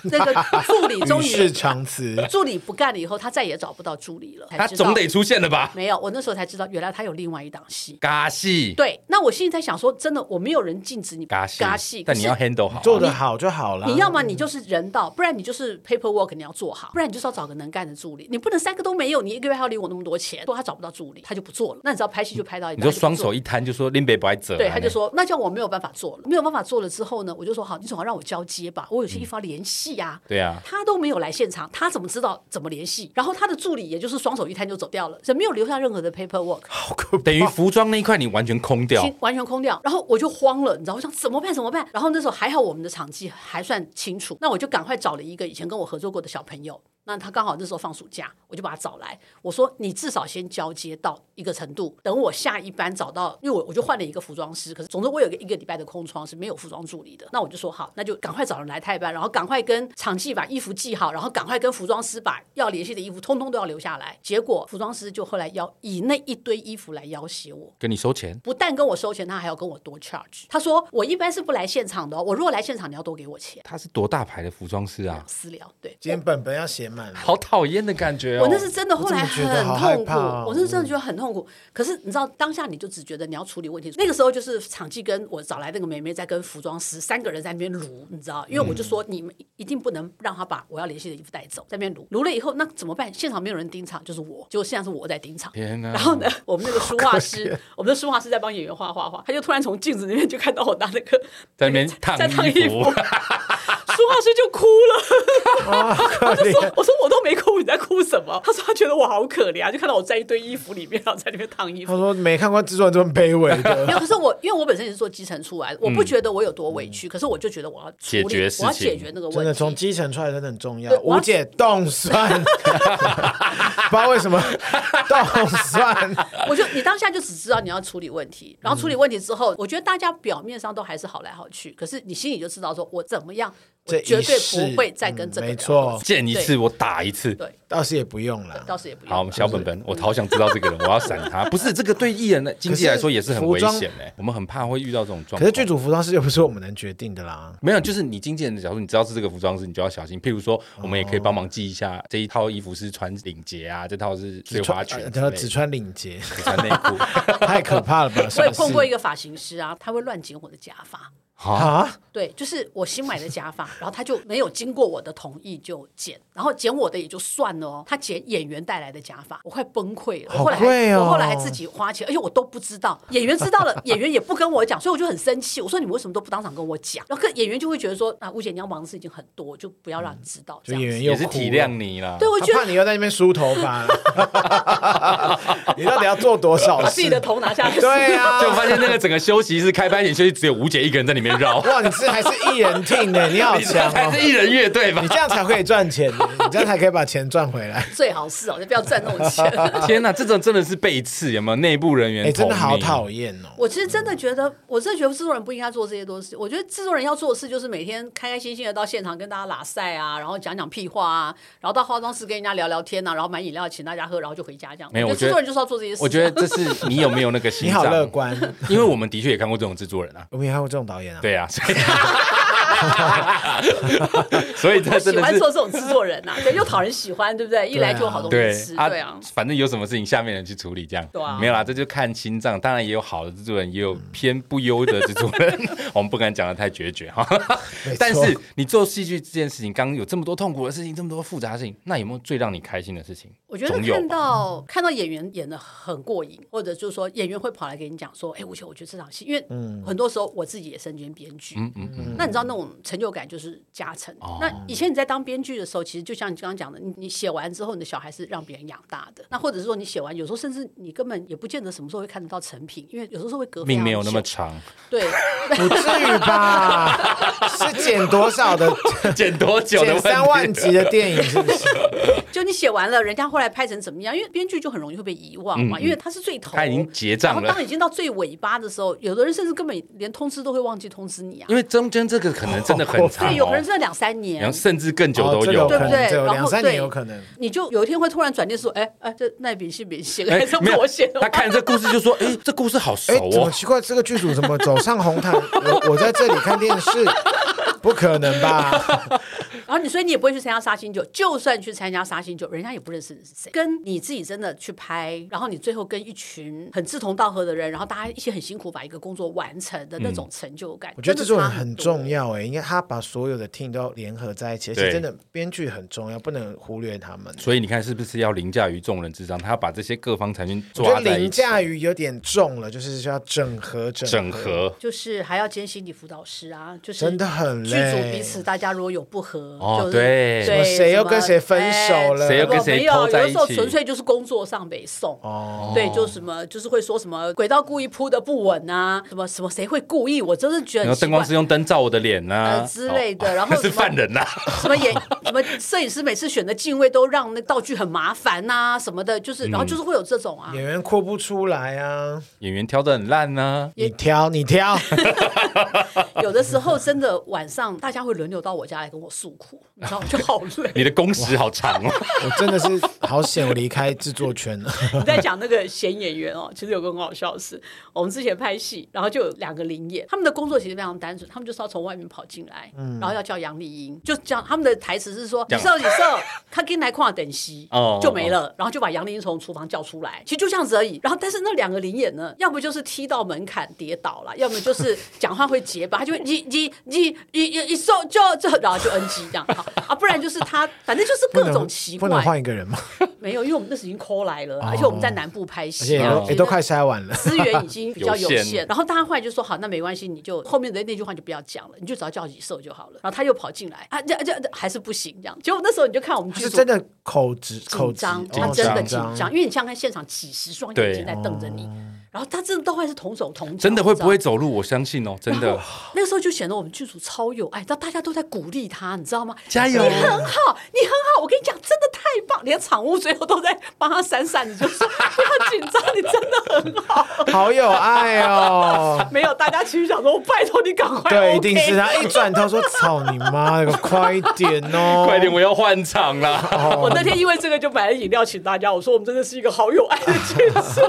[SPEAKER 2] 那个助理终
[SPEAKER 3] 与世
[SPEAKER 2] 于
[SPEAKER 3] 长辞。
[SPEAKER 2] 助理不干了以后，他再也找不到助理了，才
[SPEAKER 1] 他
[SPEAKER 2] 知道
[SPEAKER 1] 总得出现了吧？
[SPEAKER 2] 没有，我那时候才知道原来他有另外一档戏。
[SPEAKER 1] 嘎戏，
[SPEAKER 2] 对，那我心里在想说，真的，我没有人禁止你
[SPEAKER 1] 嘎戏，
[SPEAKER 2] 尬戏，
[SPEAKER 1] 但
[SPEAKER 2] 可
[SPEAKER 1] 你
[SPEAKER 2] 是
[SPEAKER 1] 要 handle 好啊。
[SPEAKER 3] 做得好就好了。
[SPEAKER 2] 你要么你就是人道，不然你就是 paperwork 你要做好，不然你就是要找个能干的助理。你不能三个都没有，你一个月还要领我那么多钱，说他找不到助理，他就不做了。那你知道拍戏就拍到一
[SPEAKER 1] 你
[SPEAKER 2] 半，
[SPEAKER 1] 就
[SPEAKER 2] 他不
[SPEAKER 1] 双
[SPEAKER 2] 做
[SPEAKER 1] 手一摊，就说林北不爱折啊。
[SPEAKER 2] 对，他就说那叫我没有办法做了，没有办法做了之后呢，我就说好，你总要让我交接吧，我有些地方联系啊。
[SPEAKER 1] 嗯对 啊，
[SPEAKER 2] 他都没有来现场，他怎么知道怎么联系？然后他的助理也就是双手一摊就走掉了，人没有留下任何的 paperwork，
[SPEAKER 1] 等于服装那一块你完全空掉
[SPEAKER 2] 心，完全空掉。然后我就慌了，你知道，我想怎么办？怎么办？然后那时候还好我们的场记还算清楚，那我就赶快找了一个以前跟我合作过的小朋友。那他刚好那时候放暑假，我就把他找来。我说：“你至少先交接到一个程度，等我下一班找到，因为我我就换了一个服装师。可是总之我有一个一个礼拜的空窗是没有服装助理的。那我就说好，那就赶快找人来代班，然后赶快跟场记把衣服寄好，然后赶快跟服装师把要联系的衣服通通都要留下来。结果服装师就后来要以那一堆衣服来要挟我，
[SPEAKER 1] 跟你收钱，
[SPEAKER 2] 不但跟我收钱，他还要跟我多 charge。他说我一般是不来现场的、哦，我如果来现场，你要多给我钱。
[SPEAKER 1] 他是多大牌的服装师啊？
[SPEAKER 2] 私聊对，
[SPEAKER 3] 今天本本要写们。
[SPEAKER 1] 好讨厌的感觉哦。
[SPEAKER 2] 我那是真的，后来
[SPEAKER 3] 怎
[SPEAKER 2] 很
[SPEAKER 3] 么觉得好害
[SPEAKER 2] 痛苦，
[SPEAKER 3] 怕哦
[SPEAKER 2] 我是真的觉得很痛苦。可是你知道，当下你就只觉得你要处理问题。那个时候就是场记跟我找来那个妹妹在跟服装师三个人在那边撸，你知道，因为我就说你们一定不能让他把我要联系的衣服带走，在那边撸撸了以后，那怎么办？现场没有人盯场，就是我，结果现在是我在盯场。
[SPEAKER 1] 天哪！
[SPEAKER 2] 然后呢，我们那个书画师，我们的书画师在帮演员画画画，他就突然从镜子里面就看到我拿那个
[SPEAKER 1] 在那边烫
[SPEAKER 2] 在烫
[SPEAKER 1] 衣
[SPEAKER 2] 衣
[SPEAKER 1] 服
[SPEAKER 2] 服，书画师就哭了。
[SPEAKER 3] 啊，可
[SPEAKER 2] 就
[SPEAKER 3] 怜
[SPEAKER 2] 说：“我说我都没哭，你在哭什么？”他说他觉得我好可怜啊，就看到我在一堆衣服里面，然后在里面烫衣
[SPEAKER 3] 他
[SPEAKER 2] 服。
[SPEAKER 3] 说没看过制作人这么卑微
[SPEAKER 2] 没
[SPEAKER 3] 的，
[SPEAKER 2] 有，可是我因为我本身也是做基层出来的，我不觉得我有多委屈，可是我就觉得我要处理
[SPEAKER 1] 解决事情
[SPEAKER 2] 我要嗯解决那个
[SPEAKER 3] 真的
[SPEAKER 2] 问
[SPEAKER 3] 从
[SPEAKER 2] 题。
[SPEAKER 3] 基层出来真的很重要
[SPEAKER 2] 对。我
[SPEAKER 3] 无
[SPEAKER 2] 要
[SPEAKER 3] 解冻 酸，不知道为什么冻酸。
[SPEAKER 2] 我就你当下就只知道你要处理问题，然后处理问题之后，我觉得大家表面上都还是好来好去，可是你心里就知道说我怎么样，我
[SPEAKER 3] 这
[SPEAKER 2] 绝
[SPEAKER 3] 一
[SPEAKER 2] 对
[SPEAKER 3] 世
[SPEAKER 2] 不会再跟这
[SPEAKER 3] 嗯
[SPEAKER 2] 个
[SPEAKER 3] 没
[SPEAKER 2] 人。
[SPEAKER 3] 错，
[SPEAKER 1] 见一次我打一次。
[SPEAKER 2] 对，
[SPEAKER 3] 倒是也不用了。
[SPEAKER 2] 倒是也不用。
[SPEAKER 1] 好，我们小本本，我好想知道这个人，我要闪 他。不是这个对艺人的经纪来说也是很危险哎，我们很怕会遇到这种状况。
[SPEAKER 3] 可是剧组服装师又不是我们能决定的啦。
[SPEAKER 1] 没有，就是你经纪人的角度，你知道是这个服装师，你就要小心。譬如说，我们也可以帮忙记一下这一套衣服是穿领结啊，这套是呃碎花裙之
[SPEAKER 3] 然后
[SPEAKER 1] 类的，
[SPEAKER 3] 只穿领结，
[SPEAKER 1] 只穿内裤。
[SPEAKER 3] 太可怕 了吧？
[SPEAKER 2] 我也
[SPEAKER 3] 算是
[SPEAKER 2] 碰过一个发型师啊，他会乱剪我的假发。
[SPEAKER 1] 好，
[SPEAKER 3] 啊，
[SPEAKER 2] 对，就是我新买的假发，然后他就没有经过我的同意就剪，然后剪我的也就算了哦，他剪演员带来的假发，我快崩溃了。我
[SPEAKER 3] 好
[SPEAKER 2] 后来还
[SPEAKER 3] 贵哦
[SPEAKER 2] 我后来还自己花钱，而且我都不知道，演员知道了，演员也不跟我讲，所以我就很生气。我说你们为什么都不当场跟我讲？然后可演员就会觉得说啊，吴姐你要忙的事已经很多，就不要让你知道。
[SPEAKER 3] 就
[SPEAKER 2] 这样
[SPEAKER 3] 演员
[SPEAKER 2] 子。
[SPEAKER 3] 又
[SPEAKER 1] 也是
[SPEAKER 3] 哭
[SPEAKER 1] 体
[SPEAKER 3] 了
[SPEAKER 1] 谅你啦。
[SPEAKER 2] 对，我觉
[SPEAKER 3] 他
[SPEAKER 2] 得
[SPEAKER 3] 怕你又在那边梳头发， 你到底要做多少
[SPEAKER 2] 把自
[SPEAKER 3] 事
[SPEAKER 2] 己？的头拿下来。
[SPEAKER 3] 对啊，，
[SPEAKER 1] 就发现那个整个休息室开班前休息只有吴姐一个人在里面绕
[SPEAKER 3] 哇，你是还是艺人听的，你好
[SPEAKER 1] 你
[SPEAKER 3] 强
[SPEAKER 1] 才
[SPEAKER 3] 哦！
[SPEAKER 1] 是艺人乐队吧
[SPEAKER 3] 你？这样才可以赚钱，你这样才可以把钱赚回来。
[SPEAKER 2] 最好是哦，就不要赚那种钱。
[SPEAKER 1] 天哪，这种真的是背刺，有没有内部人员？
[SPEAKER 3] 哎，真的好讨厌哦！
[SPEAKER 2] 我其实真的觉得，我真的觉得制作人不应该做这些东西。我觉得制作人要做的事就是每天开开心心的到现场跟大家拉赛啊，然后讲讲屁话啊，然后到化妆室跟人家聊聊天啊，然后买饮料请大家喝，然后就回家这样。
[SPEAKER 1] 没有
[SPEAKER 2] 我
[SPEAKER 1] 我觉
[SPEAKER 2] 制
[SPEAKER 1] 得
[SPEAKER 2] 作人就是要做这些事。
[SPEAKER 1] 我觉得这是你有没有那个心
[SPEAKER 3] 你
[SPEAKER 1] 脏？
[SPEAKER 3] 好乐观，
[SPEAKER 1] 因为我们的确也看过这种制作人啊。
[SPEAKER 3] 我们也看过这种导演啊。
[SPEAKER 1] 对啊， 所以所以这
[SPEAKER 2] 我喜
[SPEAKER 1] 真的
[SPEAKER 2] 欢
[SPEAKER 1] 是
[SPEAKER 2] 做这种制作人呐、啊对，又讨人喜欢，对不对？一来就有好东
[SPEAKER 1] 对
[SPEAKER 2] 西吃，对啊。，
[SPEAKER 1] 反正有什么事情下面人去处理，这样
[SPEAKER 2] 对啊
[SPEAKER 1] 没有啦，这就看心脏。当然也有好的制作人，也有偏不优的制作 人，我们不敢讲的太决绝哈。
[SPEAKER 3] 没错
[SPEAKER 1] 但是你做戏剧这件事情，刚刚有这么多痛苦的事情，这么多复杂的事情，那有没有最让你开心的事情？
[SPEAKER 2] 我觉得
[SPEAKER 1] 总有
[SPEAKER 2] 看到看到演员演的很过瘾，或者就是说演员会跑来跟你讲说：“哎，吴姐，我觉得这场戏，因为很多时候我自己也身兼编剧，
[SPEAKER 1] 嗯嗯嗯，哦
[SPEAKER 2] 那你知道那种成就感就是加成。那以前你在当编剧的时候，其实就像你刚刚讲的，你你写完之后，你的小孩是让别人养大的。那或者是说你写完，有时候甚至你根本也不见得什么时候会看得到成品，因为有时候是会隔非
[SPEAKER 1] 命
[SPEAKER 2] 常
[SPEAKER 1] 没有那么
[SPEAKER 2] 久
[SPEAKER 1] 长，
[SPEAKER 2] 对。
[SPEAKER 3] 不至于吧？是剪多少的？
[SPEAKER 1] 剪多久的
[SPEAKER 3] 剪
[SPEAKER 1] 问题？
[SPEAKER 3] 三万集的电影是不是？
[SPEAKER 2] 就你写完了，人家后来拍成怎么样？因为编剧就很容易会被遗忘嘛，因为他是最头，
[SPEAKER 1] 嗯他已经结账
[SPEAKER 2] 然后
[SPEAKER 1] 了
[SPEAKER 2] 当。已经到最尾巴的时候，有的人甚至根本连通知都会忘记通知你啊。
[SPEAKER 1] 因为中间这个可能真的很长、哦，
[SPEAKER 2] 对，有的人真的两三年，
[SPEAKER 1] 然后甚至更久都
[SPEAKER 3] 哦这个
[SPEAKER 1] 有，
[SPEAKER 2] 对
[SPEAKER 3] 可
[SPEAKER 2] 不
[SPEAKER 3] 能
[SPEAKER 2] 对
[SPEAKER 3] 这个
[SPEAKER 2] 然后
[SPEAKER 3] 两三年
[SPEAKER 2] 对
[SPEAKER 3] 有可能。
[SPEAKER 2] 你就有一天会突然转念说：“哎哎，这那笔是笔 写，
[SPEAKER 1] 哎
[SPEAKER 2] 还是
[SPEAKER 1] 没
[SPEAKER 2] 我
[SPEAKER 1] 有
[SPEAKER 2] 写的？”
[SPEAKER 1] 他看这故事就说：“哎、这故事好熟
[SPEAKER 3] 哎，怎么
[SPEAKER 1] 哦。
[SPEAKER 3] 奇怪？这个剧组怎么走上红毯？我我 在这里看电视，不可 能吧？
[SPEAKER 2] 然后你所以你也不会去参加杀青酒，就算去参加杀青酒，人家也不认识你是谁。跟你自己真的去拍，然后你最后跟一群很志同道合的人，然后大家一起很辛苦把一个工作完成的那种
[SPEAKER 1] 嗯
[SPEAKER 2] 成就感，
[SPEAKER 3] 我觉得这
[SPEAKER 2] 真的
[SPEAKER 3] 种人
[SPEAKER 2] 差
[SPEAKER 3] 很
[SPEAKER 2] 很
[SPEAKER 3] 重
[SPEAKER 2] 要。
[SPEAKER 3] 要哎，应该他把所有的 team 都联合在一起，而且
[SPEAKER 1] 对
[SPEAKER 3] 真的编剧很重要，不能忽略他们”。
[SPEAKER 1] 所以你看，是不是要凌驾于众人之上？他要把这些各方才能
[SPEAKER 3] 我觉
[SPEAKER 1] 抓啊
[SPEAKER 3] 得
[SPEAKER 1] 在一
[SPEAKER 3] 凌
[SPEAKER 1] 起，
[SPEAKER 3] 驾于有点重了，就是需要整合整
[SPEAKER 1] 整
[SPEAKER 3] 合，
[SPEAKER 1] 合。
[SPEAKER 2] 就是还要兼心理辅导师啊，就是
[SPEAKER 3] 真的很
[SPEAKER 2] 剧
[SPEAKER 3] 累
[SPEAKER 2] 组彼此大家如果有不和，
[SPEAKER 1] 哦
[SPEAKER 2] 就是
[SPEAKER 1] 对什
[SPEAKER 3] 么
[SPEAKER 2] 对，
[SPEAKER 3] 谁又跟谁分手了
[SPEAKER 2] 哎
[SPEAKER 1] 谁又跟
[SPEAKER 2] 如果
[SPEAKER 1] 谁
[SPEAKER 2] 没有，
[SPEAKER 1] 偷
[SPEAKER 2] 有
[SPEAKER 1] 在一
[SPEAKER 2] 的
[SPEAKER 1] 起
[SPEAKER 2] 时候纯粹就是工作上北送
[SPEAKER 3] 哦
[SPEAKER 2] 对，就是什么就是会说什么轨道故意铺的不稳啊，什么什么谁会故意，我真的觉得
[SPEAKER 1] 然后
[SPEAKER 2] 很奇
[SPEAKER 1] 灯光
[SPEAKER 2] 怪。
[SPEAKER 1] 师用灯照我的脸呐、
[SPEAKER 2] 呃之类的然后
[SPEAKER 1] 那是
[SPEAKER 2] 什么
[SPEAKER 1] 犯人 呐、
[SPEAKER 2] 什么演什么摄影师每次选的镜位都让那道具很麻烦呐、什么的，就是
[SPEAKER 1] 嗯
[SPEAKER 2] 然后就是会有这种啊。
[SPEAKER 3] 演员哭不出来啊！
[SPEAKER 1] 演员挑的很烂 呐、
[SPEAKER 3] 你挑，你挑，
[SPEAKER 2] 有的时候真的晚上大家会轮流到我家来跟我诉苦，你知道我就好累。
[SPEAKER 1] 你的工时好长哦。
[SPEAKER 3] 我真的是好险我离开制作圈了。
[SPEAKER 2] 你在讲那个闲演员哦，其实有个很好笑的事，我们之前拍戏，然后就有两个灵演，他们的工作其实非常单纯，他们就是要从外面跑进来，
[SPEAKER 3] 嗯
[SPEAKER 2] 然后要叫杨丽英，就讲他们的台词是说
[SPEAKER 1] 这
[SPEAKER 2] 你
[SPEAKER 1] 样
[SPEAKER 2] 瘦你瘦，他跟来跨等息
[SPEAKER 1] 哦
[SPEAKER 2] 就没了，然后就把杨丽英从厨房叫出来，其实就这样子而已。然后但是那两个灵演呢，要不就是踢到门槛跌倒了，要么就是讲话会结巴，他就会你你你你一瘦就就然后就 NG 这样好啊，不然就是他反正就是
[SPEAKER 3] 不
[SPEAKER 2] 各
[SPEAKER 3] 能
[SPEAKER 2] 种奇
[SPEAKER 3] 不能
[SPEAKER 2] 怪。
[SPEAKER 3] 换一 个人吗？
[SPEAKER 2] 没有，因为我们那时已经 call 来了，而且我们在南部拍
[SPEAKER 3] 哦而且
[SPEAKER 2] 戏，
[SPEAKER 3] 也
[SPEAKER 2] 啊
[SPEAKER 3] 都
[SPEAKER 1] 哦
[SPEAKER 2] 所以
[SPEAKER 3] 也都
[SPEAKER 2] 那
[SPEAKER 3] 快筛完了。
[SPEAKER 2] 资源已经比较有
[SPEAKER 1] 有限
[SPEAKER 2] 限，然后大家后来就说好，那没关系，你就后面的那句话就不要讲了，你就只要叫几兽就好了。然后他又跑进来啊，这这这还是不行这样。结果那时候你就看我们剧
[SPEAKER 3] 是
[SPEAKER 2] 组
[SPEAKER 3] 真的口直口
[SPEAKER 2] 紧
[SPEAKER 3] 直
[SPEAKER 2] 张，，
[SPEAKER 1] 紧
[SPEAKER 2] 他
[SPEAKER 3] 哦
[SPEAKER 2] 真的
[SPEAKER 1] 紧
[SPEAKER 2] 紧张，因 为你像看现场几十双眼睛
[SPEAKER 1] 对
[SPEAKER 2] 在瞪着你，
[SPEAKER 3] 哦
[SPEAKER 2] 然后他真的都会是同手同脚，
[SPEAKER 1] 真的会
[SPEAKER 2] 你知道
[SPEAKER 1] 不会走路？我相信哦，真 的
[SPEAKER 2] 那时候就显得我们剧组超有爱，那大家都在鼓励他，你知道吗？
[SPEAKER 1] 加油
[SPEAKER 2] 你很好，你很好，我跟你讲，真的太棒！连场务最后都在帮他闪闪，你就说不要紧张，你真的很好。
[SPEAKER 3] 好有爱
[SPEAKER 2] 。
[SPEAKER 3] 哦
[SPEAKER 2] 没有，大家其实想说，我拜托你赶快、OK，
[SPEAKER 3] 对，一定是他一转头说：“操你妈，那个快一点哦，
[SPEAKER 1] 快点，我要换场啦！
[SPEAKER 2] 我那天因为这个就买了饮料请大家，我说我们真的是一个好有哎爱的剧 组。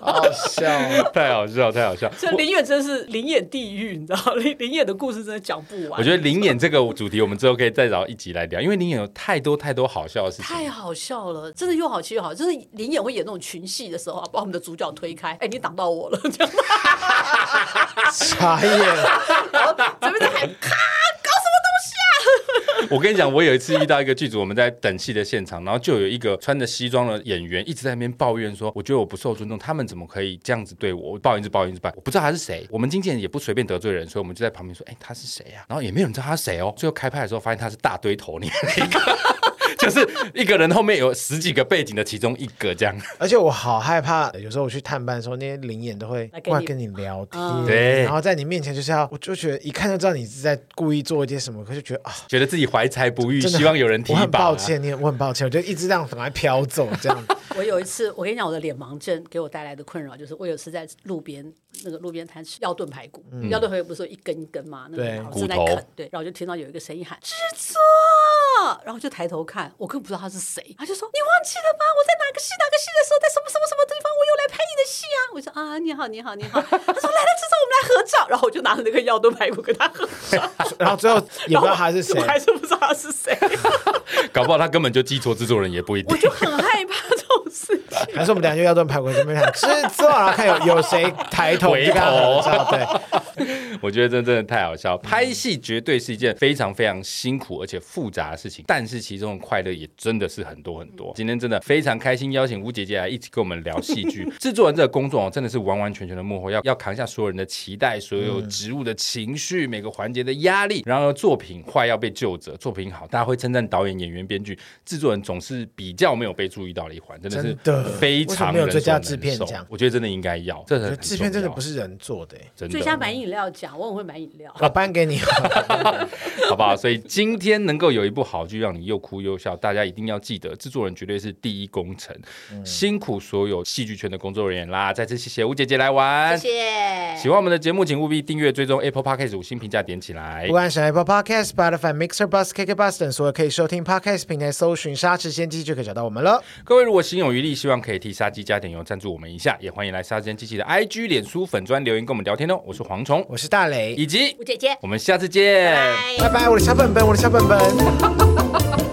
[SPEAKER 3] 好笑哦。
[SPEAKER 1] 太好笑，太好笑。
[SPEAKER 2] 这林演真是林演地狱，你知道，林林演的故事真的讲不完。
[SPEAKER 1] 我觉得灵演这个主题，我们之后可以再找一集来聊，因为灵演有太多太多好笑的事情。
[SPEAKER 2] 太好笑了，真的又好气又好，就是林演会演那种群戏的时候啊，把我们的主角推开，哎，你挡到我了，这样，
[SPEAKER 3] 傻眼，
[SPEAKER 2] 然后这边在喊咔，
[SPEAKER 1] 我跟你讲，我有一次遇到一个剧组，我们在等戏的现场，然后就有一个穿着西装的演员一直在那边抱怨说：“我觉得我不受尊重，他们怎么可以这样子对我？”我抱怨是抱怨是抱怨，我不知道他是谁。我们经纪人也不随便得罪人，所以我们就在旁边说：“哎、他是谁呀、然后也没有人知道他是谁哦。最后开拍的时候，发现他是大堆头里面的一个。 就是一个人后面有十几个背景的其中一个这样，
[SPEAKER 3] 而且我好害怕，有时候我去探班的时候，那些灵眼都会
[SPEAKER 2] 来跟你
[SPEAKER 3] 过来跟你聊天，
[SPEAKER 2] 嗯
[SPEAKER 1] 对
[SPEAKER 3] 然后在你面前就是要，我就觉得一看就知道你是在故意做一些什么，可是觉得啊，
[SPEAKER 1] 觉得自己怀才不遇，
[SPEAKER 3] 真的很
[SPEAKER 1] 希望有人提
[SPEAKER 3] 我
[SPEAKER 1] 拔、啊
[SPEAKER 3] 很抱歉，你我很抱歉，我就一直这样赶快飘走这样。
[SPEAKER 2] 我有一次，我跟你讲，我的脸盲症给我带来的困扰，就是我有一次在路边那个路边摊吃药炖排骨，药炖排骨不是有一根一根嘛，那个
[SPEAKER 3] 嗯对
[SPEAKER 2] 然后正在
[SPEAKER 1] 骨头
[SPEAKER 2] 啃，对，然后我就听到有一个声音喊制作，然后就抬头看，我根本不知道他是谁，他就说你忘记了吗？我在哪个戏哪个戏的时候，在什么什么什么地方，我又来拍你的戏啊！我说啊，你好，你好，你好。他说来了，制作，我们来合照。然后我就拿着那个药炖排骨跟他合照，
[SPEAKER 3] 然后最后也不知道他是谁
[SPEAKER 2] 我，还是不知道他是 谁，
[SPEAKER 1] 搞不好他根本就记错制作人也不一定
[SPEAKER 2] 我。就很害怕这种事情。
[SPEAKER 3] 还是我们俩就要蹲排骨这边看制作，然后啊看有有谁抬头
[SPEAKER 1] 回
[SPEAKER 3] 就跟他合照，对，
[SPEAKER 1] 我觉得这真的太好笑。拍戏绝对是一件非常非常辛苦而且复杂的事情，但是其中的快乐也真的是很多很多。今天真的非常开心，邀请吴姐姐来一起跟我们聊戏 剧。制作人这个工作哦，真的是完完全全的幕后，要要扛下所有人的期待，所有
[SPEAKER 3] 嗯
[SPEAKER 1] 职务的情绪，每个环节的压力。然后作品坏要被救责，作品好大家会称赞导演、演员、编剧，制作人总是比较没有被注意到的一环，真的是
[SPEAKER 3] 真的
[SPEAKER 1] 非
[SPEAKER 3] 为什么
[SPEAKER 1] 常
[SPEAKER 3] 没有
[SPEAKER 1] 人
[SPEAKER 3] 最佳
[SPEAKER 1] 所
[SPEAKER 3] 制
[SPEAKER 1] 能
[SPEAKER 3] 片
[SPEAKER 1] 受
[SPEAKER 3] 奖
[SPEAKER 1] 我觉得真的应该要，这很
[SPEAKER 3] 制片真的不
[SPEAKER 1] 是
[SPEAKER 3] 是人做 的欸，
[SPEAKER 1] 真的
[SPEAKER 2] 最佳买饮料奖，我很会买饮料。
[SPEAKER 3] 老颁给你。哦
[SPEAKER 1] 好不好？所以今天能够有一部好剧让你又哭又笑，大家一定要记得，制作人绝对是第一功臣，辛苦所有戏剧圈的工作人员啦！再次谢谢吴姐姐来玩，
[SPEAKER 2] 谢谢。
[SPEAKER 1] 喜欢我们的节目，请务必订阅、追踪 Apple Podcast 五星评价点起来
[SPEAKER 3] 不。
[SPEAKER 2] 嗯
[SPEAKER 3] 管是 Apple Podcast、Spotify、Mixer、Bus、KK Bus 等所有可以收听 Podcast 平台，搜寻“沙池先机”就可以找到我们了。
[SPEAKER 1] 各位如果心有余力，希望可以替杀鸡加点油赞助我们一下，也欢迎来杀鸡机器的 IG、脸书粉砖留言跟我们聊天哦。我是蝗虫，
[SPEAKER 3] 我是大雷，
[SPEAKER 1] 以及
[SPEAKER 2] 吴姐姐，
[SPEAKER 1] 我们下次见。
[SPEAKER 2] 拜。
[SPEAKER 3] 拜拜，我的小本本，我的小本本。